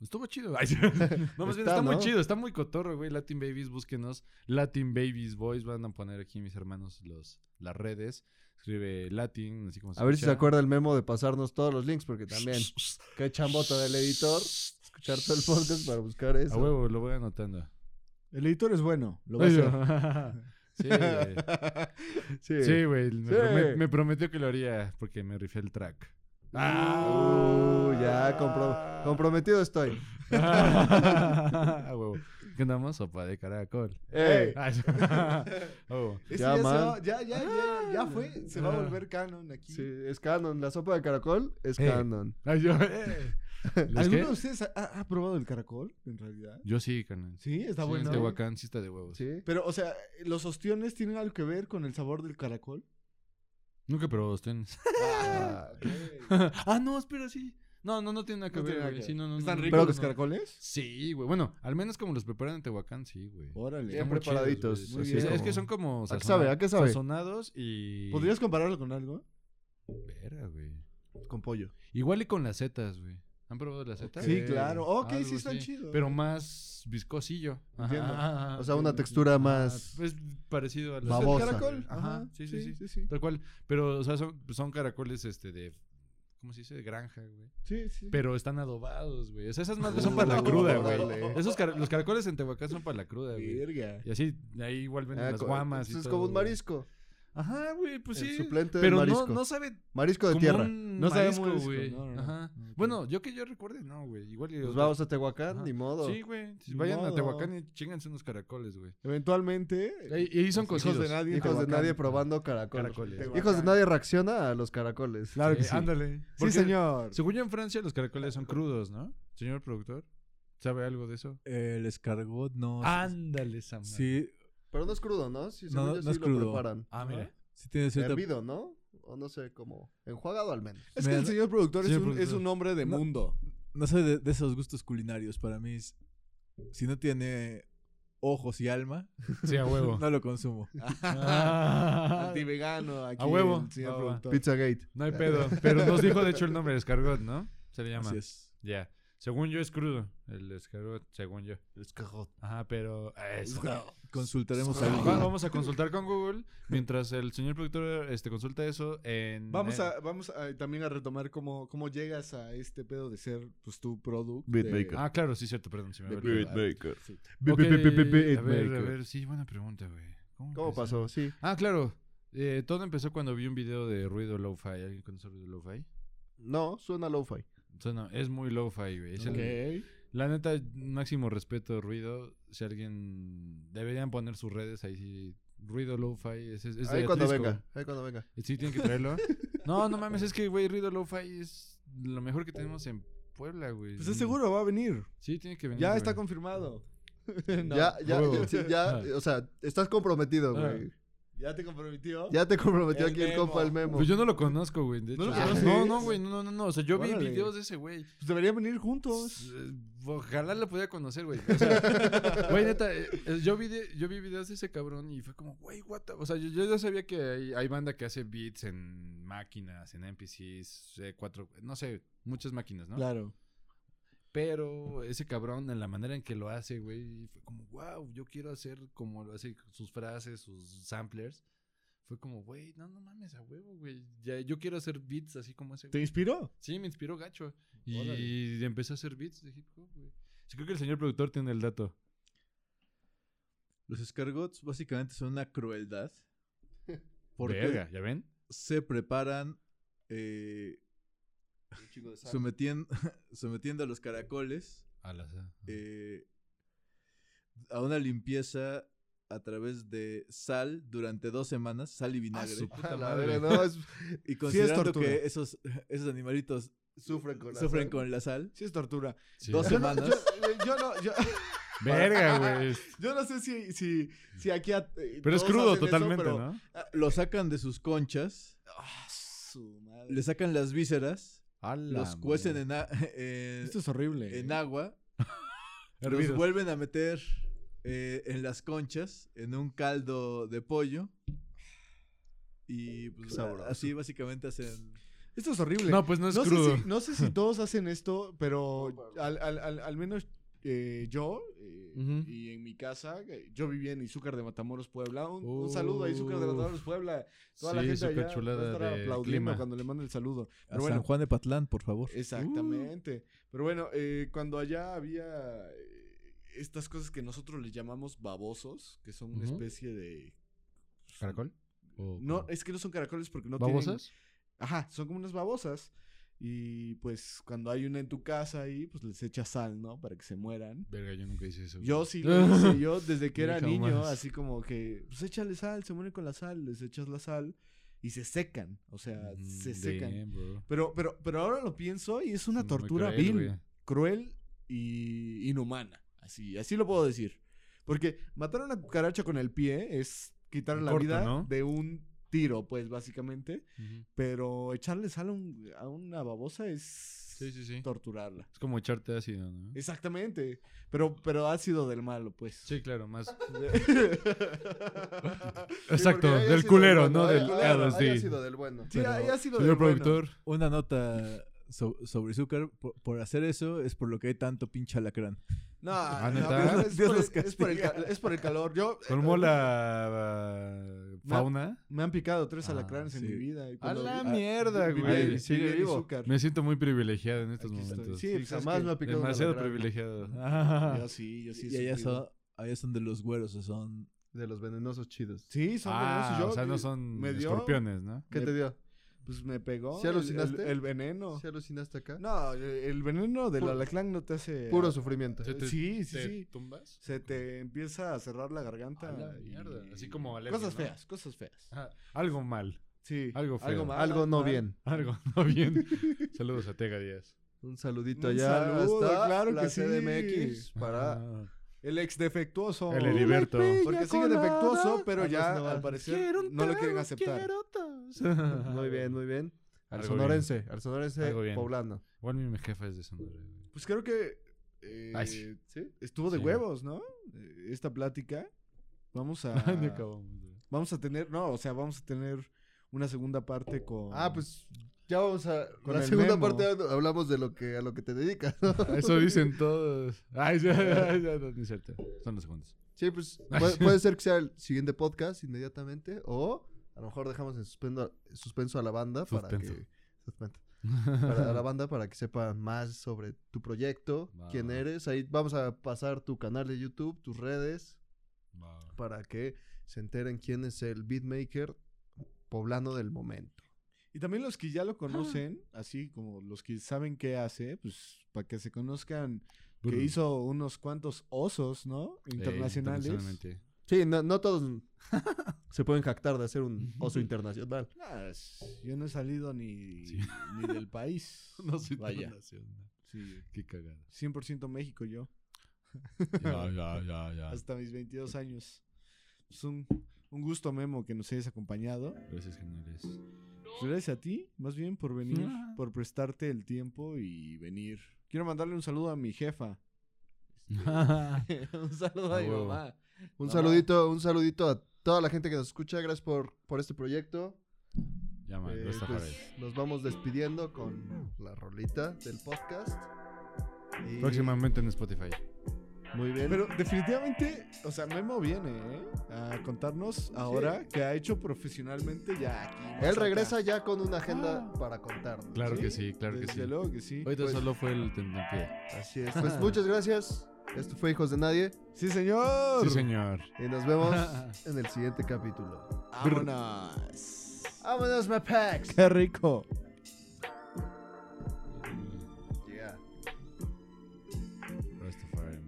Speaker 2: Estuvo chido. [LAUGHS]
Speaker 1: [LAUGHS]
Speaker 2: Ay, sí. no, más bien,
Speaker 1: Está,
Speaker 2: está muy
Speaker 1: ¿no?
Speaker 2: chido, está muy cotorro, güey. Latin Babies, búsquenos. Latin Babies Boys, van a poner aquí mis hermanos los, las redes. Escribe Latin, así como
Speaker 1: A ver si se
Speaker 2: escucha.
Speaker 1: acuerda el memo de pasarnos todos los links, porque también, qué chambota del editor, escuchar todo el podcast para buscar
Speaker 2: A
Speaker 1: eso.
Speaker 2: huevo, lo voy anotando.
Speaker 3: El editor es bueno. Lo va a hacer.
Speaker 2: [LAUGHS] Sí, güey.
Speaker 1: [LAUGHS] Sí.
Speaker 2: Sí, güey. Me,
Speaker 1: Sí.
Speaker 2: promet- me prometió que lo haría porque me rifé el
Speaker 1: [LAUGHS]
Speaker 2: track. [LAUGHS]
Speaker 1: Uh, ya, compro- comprometido estoy.
Speaker 2: Ah, huevo. ¿Qué andamos? Sopa de caracol.
Speaker 1: Ey.
Speaker 2: [LAUGHS] Ah, sí. Ah, huevo.
Speaker 3: [LAUGHS] Ese
Speaker 1: Ya,
Speaker 3: ya, se
Speaker 1: man.
Speaker 3: va- ya, ya, ya, ya fue. Se va a
Speaker 2: Ah.
Speaker 3: volver canon aquí.
Speaker 1: Sí, es canon. La sopa de caracol es
Speaker 2: Eh.
Speaker 1: canon.
Speaker 2: Ay, yo,
Speaker 3: [LAUGHS]
Speaker 2: eh. ¿Los
Speaker 3: ¿Alguno
Speaker 2: qué?
Speaker 3: de ustedes ha, ha- ha probado el caracol, en realidad?
Speaker 2: Yo sí, carnal.
Speaker 3: Sí, está
Speaker 2: Sí, En
Speaker 3: bueno.
Speaker 2: Tehuacán sí está de huevos.
Speaker 1: Sí.
Speaker 3: Pero, o sea, ¿los ostiones tienen algo que ver con el sabor del caracol?
Speaker 2: Nunca probó [LAUGHS] ustedes.
Speaker 1: Ah,
Speaker 2: ah, no, espera, sí. No, no, no tiene nada que
Speaker 3: No
Speaker 2: ver,
Speaker 3: tiene nada
Speaker 2: güey.
Speaker 3: que
Speaker 2: Sí, no, no,
Speaker 3: ¿Están
Speaker 2: no,
Speaker 3: ricos
Speaker 2: no,
Speaker 3: los
Speaker 2: no.
Speaker 3: caracoles?
Speaker 2: Sí, güey. Bueno, al menos como los preparan en Tehuacán, sí, güey.
Speaker 3: Órale.
Speaker 1: Bien
Speaker 2: Están muy
Speaker 1: preparaditos,
Speaker 2: chidos,
Speaker 1: muy
Speaker 2: güey. Sí,
Speaker 1: bien.
Speaker 2: Es que son como
Speaker 1: ¿A qué sabe? ¿A qué sabe?
Speaker 2: sazonados y
Speaker 3: ¿Podrías compararlo con algo?
Speaker 2: Verga, güey.
Speaker 1: Con pollo.
Speaker 2: Igual y con las setas, güey. ¿Han probado las setas?
Speaker 3: Sí, claro. Ok,
Speaker 2: Algo
Speaker 3: sí, están
Speaker 2: así.
Speaker 3: chidos.
Speaker 2: Pero más viscosillo.
Speaker 3: Entiendo.
Speaker 2: Ajá.
Speaker 1: O sea, una textura más...
Speaker 2: Ah, Es parecido a las
Speaker 1: Babo- babosa.
Speaker 3: ¿El caracol?
Speaker 2: Ajá, sí, sí, sí. Tal cual. Pero, o sea, son, son caracoles este de ¿cómo se dice? de granja, güey.
Speaker 3: Sí, sí.
Speaker 2: Pero están adobados, güey. O sea, esas madres son para la cruda, güey.
Speaker 1: órale.
Speaker 2: Esos car- los caracoles en Tehuacán son para la cruda, güey.
Speaker 3: [LAUGHS] Verga.
Speaker 2: Y así, ahí igual venden
Speaker 1: Ah,
Speaker 2: las
Speaker 1: co-
Speaker 2: guamas. y
Speaker 1: Es
Speaker 2: todo,
Speaker 1: como un
Speaker 2: güey.
Speaker 1: marisco.
Speaker 2: Ajá, güey, pues
Speaker 1: El
Speaker 2: sí.
Speaker 1: suplente del
Speaker 2: pero no,
Speaker 1: marisco.
Speaker 2: no sabe
Speaker 1: Marisco de
Speaker 2: como
Speaker 1: tierra.
Speaker 2: un
Speaker 3: No sabe
Speaker 2: marisco,
Speaker 3: marisco,
Speaker 2: güey.
Speaker 3: no, no, no.
Speaker 2: Ajá. Bueno, yo que yo recuerde, no, güey. Igual y
Speaker 1: Pues
Speaker 2: otro-
Speaker 1: vamos a Tehuacán,
Speaker 2: Ajá.
Speaker 1: ni modo.
Speaker 2: Sí, güey. Si
Speaker 3: Ni
Speaker 2: vayan a
Speaker 3: modo.
Speaker 2: Tehuacán y chinganse unos caracoles, güey.
Speaker 3: Eventualmente.
Speaker 2: Y ahí son
Speaker 3: los hijos de
Speaker 2: cocidos.
Speaker 3: nadie. en
Speaker 1: Hijos de
Speaker 3: Tehuacán.
Speaker 1: nadie probando caracoles.
Speaker 2: Caracoles.
Speaker 3: Tehuacán.
Speaker 1: Hijos de nadie reacciona a los caracoles.
Speaker 3: Claro que
Speaker 2: Eh,
Speaker 3: sí.
Speaker 2: Ándale.
Speaker 3: Sí,
Speaker 2: Porque,
Speaker 3: señor.
Speaker 2: Según yo en Francia los caracoles son crudos, ¿no? Señor productor, ¿sabe algo de eso?
Speaker 4: El escargot no.
Speaker 2: Oh, Ándale, Sam.
Speaker 4: Ah, Sí,
Speaker 1: Pero no es crudo, ¿no? Sí,
Speaker 4: No,
Speaker 1: según
Speaker 4: no
Speaker 1: yo sí
Speaker 4: es
Speaker 1: lo
Speaker 4: crudo.
Speaker 1: preparan.
Speaker 2: Ah, mira.
Speaker 4: sí tiene cierta.
Speaker 1: Hervido, ¿no? O no sé, como enjuagado al menos.
Speaker 3: Es que el
Speaker 4: Me-
Speaker 3: señor productor,
Speaker 2: Señor
Speaker 3: es, un, es
Speaker 2: productor.
Speaker 3: un hombre de
Speaker 4: No.
Speaker 3: mundo.
Speaker 4: No sé de, de esos gustos culinarios. Para mí, es- si no tiene ojos y alma,
Speaker 2: Sí, a [LAUGHS] huevo.
Speaker 4: no lo consumo.
Speaker 2: Ah,
Speaker 3: Antivegano aquí.
Speaker 2: A huevo.
Speaker 3: el señor
Speaker 2: Va, va.
Speaker 3: productor.
Speaker 1: Pizzagate.
Speaker 2: no hay pedo. Pero nos dijo de hecho el nombre escargot, ¿no? Se le llama.
Speaker 4: Así es.
Speaker 2: Ya. Según yo es crudo el escargot, según yo. Escargot. Ajá, pero eso. [LAUGHS]
Speaker 4: Consultaremos a
Speaker 2: Va- vamos a consultar con Google mientras el señor productor este consulta eso en
Speaker 3: Vamos a, vamos a- también a retomar cómo, cómo llegas a este pedo de ser pues tu product.
Speaker 7: Beat
Speaker 3: de-
Speaker 7: maker.
Speaker 2: Ah, claro, sí cierto, perdón, se me
Speaker 3: de
Speaker 2: había olvidado.
Speaker 7: Baker.
Speaker 2: Ok, a ver, a ver, sí, buena pregunta, güey.
Speaker 1: ¿Cómo
Speaker 2: empezó?
Speaker 1: pasó? Sí.
Speaker 2: Ah, claro. Eh, todo empezó cuando vi un video de ruido lo-fi. ¿Alguien conoce ruido lo-fi?
Speaker 1: No, suena lo-fi.
Speaker 2: Suena- es muy lo-fi, güey. Es el-
Speaker 3: Ok.
Speaker 2: la neta, máximo respeto, ruido. Si alguien. Deberían poner sus redes ahí. Sí. Ruido lo-fi. Es, es- es de
Speaker 1: Ahí cuando
Speaker 2: Atlisco. Eh,
Speaker 1: venga, ahí cuando venga.
Speaker 2: Sí, tienen que traerlo. no, no mames, es que, güey, ruido lo-fi es lo mejor que tenemos en Puebla, güey.
Speaker 3: Pues es seguro, va a venir.
Speaker 2: Sí, tiene que venir.
Speaker 3: Ya está
Speaker 2: güey.
Speaker 3: confirmado. [LAUGHS]
Speaker 1: ya, ya,
Speaker 2: huevo.
Speaker 1: [LAUGHS] sí, ya,
Speaker 2: Ah.
Speaker 1: o sea, estás comprometido,
Speaker 2: Ah.
Speaker 1: güey.
Speaker 3: Ya te comprometió.
Speaker 1: Ya te comprometió
Speaker 3: El
Speaker 1: aquí el compa el memo.
Speaker 2: Pues yo no lo conozco, güey. de
Speaker 3: ¿No lo
Speaker 2: hecho. Ah,
Speaker 3: conoces?
Speaker 2: No, no, güey. No, no, no. O sea, yo vi
Speaker 3: Órale.
Speaker 2: videos de ese güey.
Speaker 3: Pues deberían venir juntos.
Speaker 2: Eh, Ojalá la pudiera conocer, güey. O sea, güey, neta, eh, eh, yo vi, de- yo vi videos de ese cabrón y fue como, güey, what the... O sea, yo, yo ya sabía que hay, hay banda que hace beats en máquinas, en NPCs, eh, cuatro, no sé, muchas máquinas, ¿no?
Speaker 3: Claro.
Speaker 2: Pero ese cabrón, en la manera en que lo hace, güey, fue como, wow, yo quiero hacer como lo hace sus frases, sus samplers. Fue como, güey, no, no mames, a huevo, güey. Ya, yo quiero hacer beats así como ese
Speaker 3: ¿Te inspiró?
Speaker 2: Sí, me inspiró gacho. Y empecé a hacer beats de hip hop, güey. Sí, creo que el señor productor tiene el dato.
Speaker 4: Los escargots básicamente son una crueldad. Porque
Speaker 2: Verga, ¿ya ven?
Speaker 4: se preparan eh, sometien- sometiendo [LAUGHS] a los caracoles
Speaker 2: A las.
Speaker 4: eh, a una limpieza a través de sal durante dos semanas, sal y vinagre.
Speaker 2: Ah, su
Speaker 1: A
Speaker 2: puta
Speaker 1: la
Speaker 2: madre.
Speaker 1: verga, no, es-
Speaker 4: Y considerando
Speaker 3: tortura.
Speaker 4: que esos, [LAUGHS] esos animalitos
Speaker 1: sufren con la
Speaker 4: sufren
Speaker 1: sal. [LAUGHS]
Speaker 4: con la sal,
Speaker 3: Sí, es tortura. [LAUGHS]
Speaker 2: Sí. [LAUGHS]
Speaker 4: dos semanas.
Speaker 3: Eh, Yo no, yo, [LAUGHS]
Speaker 2: Verga, güey.
Speaker 3: yo no sé si, si, si aquí. a- eh,
Speaker 2: Pero es
Speaker 3: todos
Speaker 2: crudo
Speaker 3: hacen eso,
Speaker 2: totalmente,
Speaker 3: pero-
Speaker 2: ¿no?
Speaker 4: lo sacan de sus conchas,
Speaker 3: Ah, su madre.
Speaker 4: le sacan las vísceras,
Speaker 2: A la
Speaker 4: los cuecen
Speaker 2: madre.
Speaker 4: en, a- [LAUGHS] en-
Speaker 3: Esto es horrible. ¿eh?
Speaker 4: en agua Los
Speaker 2: Hervidos.
Speaker 4: vuelven a meter eh, en las conchas, en un caldo de pollo. Y pues,
Speaker 1: sabroso.
Speaker 4: así básicamente hacen.
Speaker 3: Esto es horrible.
Speaker 2: No, pues no es
Speaker 3: No
Speaker 2: crudo.
Speaker 3: Sé si, no sé
Speaker 2: [LAUGHS]
Speaker 3: si todos hacen esto, pero al, al- al- al menos eh, yo eh,
Speaker 2: Ujú.
Speaker 3: y en mi casa, eh, yo vivía en Izúcar de Matamoros, Puebla. Un, un saludo a
Speaker 2: Uf.
Speaker 3: Izúcar de Matamoros, Puebla. Toda la
Speaker 2: Sí,
Speaker 3: gente
Speaker 2: súper
Speaker 3: allá va a
Speaker 2: chulada
Speaker 3: estar
Speaker 2: de
Speaker 3: aplaudiendo
Speaker 2: clima.
Speaker 3: cuando le mando el saludo. Pero
Speaker 4: San
Speaker 3: bueno,
Speaker 4: Juan de Patlán, por
Speaker 2: Uh.
Speaker 4: favor.
Speaker 3: Eh, exactamente. Pero bueno, eh, cuando allá había eh, estas cosas que nosotros les llamamos babosos, que son una
Speaker 2: Ujú.
Speaker 3: especie de...
Speaker 2: ¿Caracol? ¿O
Speaker 3: No,
Speaker 2: cómo?
Speaker 3: es que no son caracoles porque no tienen...
Speaker 2: ¿Babosas?
Speaker 3: Ajá, son como unas babosas. Y pues cuando hay una en tu casa ahí, pues les echas sal, ¿no? Para que se mueran.
Speaker 2: Verga, yo nunca hice eso. güey. [LAUGHS]
Speaker 3: Yo sí lo hice, yo desde que era
Speaker 2: Nunca
Speaker 3: niño,
Speaker 2: más.
Speaker 3: así como que, pues échale sal, se mueren con la sal, les echas la sal y se secan, o sea,
Speaker 2: Mm,
Speaker 3: se secan.
Speaker 2: damn, bro.
Speaker 3: Pero, pero, pero ahora lo pienso y es una
Speaker 2: Muy
Speaker 3: tortura
Speaker 2: cruel,
Speaker 3: vil,
Speaker 2: güey.
Speaker 3: cruel y inhumana. Así, así lo puedo decir. Porque matar a una cucaracha con el pie es quitar
Speaker 2: En
Speaker 3: la
Speaker 2: corto,
Speaker 3: vida
Speaker 2: ¿no?
Speaker 3: de un tiro, pues básicamente.
Speaker 2: Ujú.
Speaker 3: Pero echarle sal a, un- a una babosa es
Speaker 2: Sí, sí, sí.
Speaker 3: torturarla.
Speaker 2: Es como echarte ácido, ¿no?
Speaker 3: Exactamente. Pero, pero ácido del malo, pues.
Speaker 2: Sí, claro, más.
Speaker 1: porque
Speaker 2: [LAUGHS] Exacto,
Speaker 1: ahí ha
Speaker 2: del
Speaker 1: sido
Speaker 2: culero,
Speaker 1: bueno,
Speaker 2: ¿no?
Speaker 1: ahí-
Speaker 2: Del ah,
Speaker 1: ahí ha- ahí ha
Speaker 2: LSD.
Speaker 1: sido del bueno. [LAUGHS]
Speaker 3: Sí, ahí ha sido
Speaker 2: Señor
Speaker 3: del bueno.
Speaker 2: productor.
Speaker 4: Una nota so- sobre azúcar por, por hacer eso es por lo que hay tanto pinche alacrán.
Speaker 3: No,
Speaker 2: Ah,
Speaker 3: no, pero
Speaker 2: ¿neta? [LAUGHS]
Speaker 3: es,
Speaker 4: Dios
Speaker 3: por
Speaker 4: los
Speaker 3: el, es por el ca- es por el calor. Yo eh, [LAUGHS]
Speaker 2: Colmó la
Speaker 3: Ma-
Speaker 2: fauna.
Speaker 3: me han picado tres
Speaker 2: Ah,
Speaker 3: alacranes en
Speaker 4: sí.
Speaker 3: mi vida. y
Speaker 2: A
Speaker 3: cuando
Speaker 2: la
Speaker 3: vi-
Speaker 2: mierda,
Speaker 3: vivía
Speaker 2: güey.
Speaker 3: en- vivía
Speaker 2: Sigue
Speaker 3: en
Speaker 2: vivo.
Speaker 3: Izúcar.
Speaker 2: Me siento muy privilegiado en estos
Speaker 3: Aquí estoy.
Speaker 2: momentos.
Speaker 3: Sí, pues,
Speaker 1: Jamás me ha picado un
Speaker 2: Demasiado
Speaker 1: alacrán.
Speaker 2: privilegiado.
Speaker 3: Yo sí, yo sí. he
Speaker 4: y allá
Speaker 3: sufrido.
Speaker 4: son, allá son de los güeros, o son
Speaker 1: De los venenosos chidos.
Speaker 3: Sí, son
Speaker 2: Ah,
Speaker 3: venenosos. Yo,
Speaker 2: o sea, no
Speaker 3: que-
Speaker 2: son
Speaker 3: me dio-
Speaker 2: escorpiones, ¿no?
Speaker 1: ¿Qué
Speaker 3: Me-
Speaker 1: te dio?
Speaker 3: Pues me pegó.
Speaker 1: ¿Sí
Speaker 3: el-
Speaker 1: alucinaste?
Speaker 3: El, el veneno.
Speaker 1: ¿Se alucinaste acá?
Speaker 3: No, el- el veneno del
Speaker 1: Puro-
Speaker 3: alaclán no te hace.
Speaker 1: Puro sufrimiento.
Speaker 2: Se te-
Speaker 3: Sí, sí,
Speaker 2: ¿Te
Speaker 3: sí.
Speaker 2: tumbas?
Speaker 3: Se te empieza a cerrar la garganta.
Speaker 2: A la
Speaker 3: y-
Speaker 2: mierda, así como alergia,
Speaker 3: Cosas
Speaker 2: ¿no?
Speaker 3: feas, cosas feas.
Speaker 2: Ajá,
Speaker 3: [LAUGHS]
Speaker 2: Algo mal.
Speaker 3: Sí.
Speaker 2: Algo feo.
Speaker 3: mal,
Speaker 1: Algo no
Speaker 3: mal.
Speaker 1: bien.
Speaker 2: Algo
Speaker 3: [LAUGHS]
Speaker 2: no bien. Saludos a Tega Díaz.
Speaker 1: Un saludito
Speaker 3: Un
Speaker 1: allá.
Speaker 3: saludo,
Speaker 1: hasta
Speaker 3: claro
Speaker 1: la
Speaker 3: que sí.
Speaker 1: CDMX para.
Speaker 2: Ah.
Speaker 3: El ex defectuoso.
Speaker 2: El Heriberto. Porque
Speaker 3: Porque sigue defectuoso, pero ya al parecer no lo quieren aceptar.
Speaker 2: Ah.
Speaker 3: [LAUGHS]
Speaker 1: Muy bien, muy bien. Al
Speaker 2: Algo
Speaker 1: sonorense, al sonorense
Speaker 2: Algo bien.
Speaker 1: poblano.
Speaker 2: Igual mi jefa es de Sonora. güey.
Speaker 3: Pues creo que eh,
Speaker 2: Ay, sí.
Speaker 3: estuvo de
Speaker 2: Sí.
Speaker 3: huevos, ¿no? Eh, Esta plática. Vamos
Speaker 2: [LAUGHS]
Speaker 3: a.
Speaker 2: ¿Dónde acabamos, güey?
Speaker 3: vamos a tener. No, o sea, vamos a tener una segunda parte con.
Speaker 1: Ah, pues ya vamos a.
Speaker 3: Con
Speaker 1: la
Speaker 3: el
Speaker 1: segunda
Speaker 3: memo.
Speaker 1: parte hablamos de lo que a lo que te dedicas. ¿no?
Speaker 2: Eso dicen todos. Ay, ya, ya, ya, no, no es cierto. Son los segundos.
Speaker 1: Sí,
Speaker 2: [LAUGHS]
Speaker 1: pues puede, puede ser que sea el siguiente podcast inmediatamente o a lo mejor dejamos en suspendo- suspenso a la banda para
Speaker 2: Suspenso.
Speaker 1: que suspenso.
Speaker 2: [LAUGHS]
Speaker 1: Para- a la banda para que sepa más sobre tu proyecto,
Speaker 2: Va.
Speaker 1: quién eres. Ahí vamos a pasar tu canal de YouTube, tus redes
Speaker 2: Va.
Speaker 1: para que se enteren quién es el beatmaker poblano del momento.
Speaker 3: Y también los que
Speaker 2: Ah.
Speaker 3: ya lo conocen, así como los que saben qué hace, pues para que se conozcan que
Speaker 2: Brr.
Speaker 3: hizo unos cuantos osos, ¿no?
Speaker 2: Ey,
Speaker 3: Internacionales.
Speaker 2: Eh, internacionalmente.
Speaker 1: Sí, no, no todos
Speaker 2: [LAUGHS]
Speaker 1: se pueden jactar de hacer un oso internacional.
Speaker 3: Ah, es- yo no he salido ni,
Speaker 2: Sí.
Speaker 3: ni del país.
Speaker 2: [LAUGHS]
Speaker 3: [LAUGHS]
Speaker 2: No soy
Speaker 3: Vaya.
Speaker 2: internacional.
Speaker 3: Sí,
Speaker 2: Qué cagada.
Speaker 3: 100% México yo,
Speaker 2: Ya, ya, ya, ya.
Speaker 3: hasta mis 22 años. Es un, un gusto, Memo, que nos hayas acompañado.
Speaker 2: Gracias, geniales.
Speaker 3: Pues, Gracias a ti, más bien por venir,
Speaker 2: Ah.
Speaker 3: por prestarte el tiempo y venir. Quiero mandarle un saludo a mi jefa.
Speaker 5: Un saludo
Speaker 2: A
Speaker 5: a mi
Speaker 2: huevo.
Speaker 5: mamá.
Speaker 1: Un
Speaker 5: No.
Speaker 1: saludito, un saludito a toda la gente que nos escucha. Gracias por, por este proyecto.
Speaker 2: Ya, man,
Speaker 1: Eh,
Speaker 2: no está
Speaker 1: pues,
Speaker 2: Jared.
Speaker 1: nos vamos despidiendo con la rolita del podcast. Y-
Speaker 2: Próximamente en Spotify.
Speaker 1: Muy bien.
Speaker 3: Pero definitivamente, o sea, Memo viene ¿eh? a contarnos ahora que ha hecho profesionalmente ya aquí. más
Speaker 1: Él
Speaker 3: acá.
Speaker 1: regresa ya con una agenda para contar.
Speaker 2: Claro que sí, claro que
Speaker 3: Desde
Speaker 2: sí.
Speaker 3: luego que sí.
Speaker 2: Ahorita
Speaker 1: Pues-
Speaker 2: solo fue el tentempié.
Speaker 1: Así es.
Speaker 2: [LAUGHS]
Speaker 1: Pues muchas gracias. Esto fue Hijos de Nadie.
Speaker 3: Sí, señor.
Speaker 2: Sí, señor.
Speaker 1: Y nos
Speaker 2: [LAUGHS]
Speaker 1: vemos en el siguiente capítulo.
Speaker 3: Vámonos.
Speaker 1: ¡Vámonos, my packs!
Speaker 2: [LAUGHS]
Speaker 3: Qué rico.
Speaker 1: Yeah.
Speaker 2: Rastafari,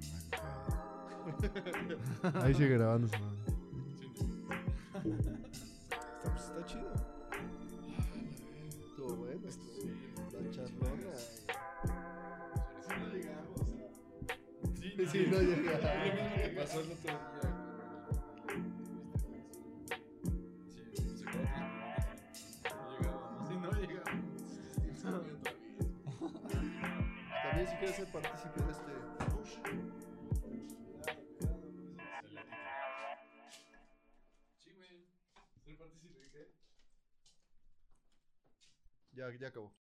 Speaker 2: man.
Speaker 1: Ahí sigue grabando.
Speaker 3: Está, pues, está chido.
Speaker 1: Estuvo bueno. La charlona. Sí, no llega.
Speaker 2: pasó el otro día. Sí, se acabó. No llegamos. Sí, no llegamos.
Speaker 1: También si quieres ser partícipe de este push. Ya, ya acabó.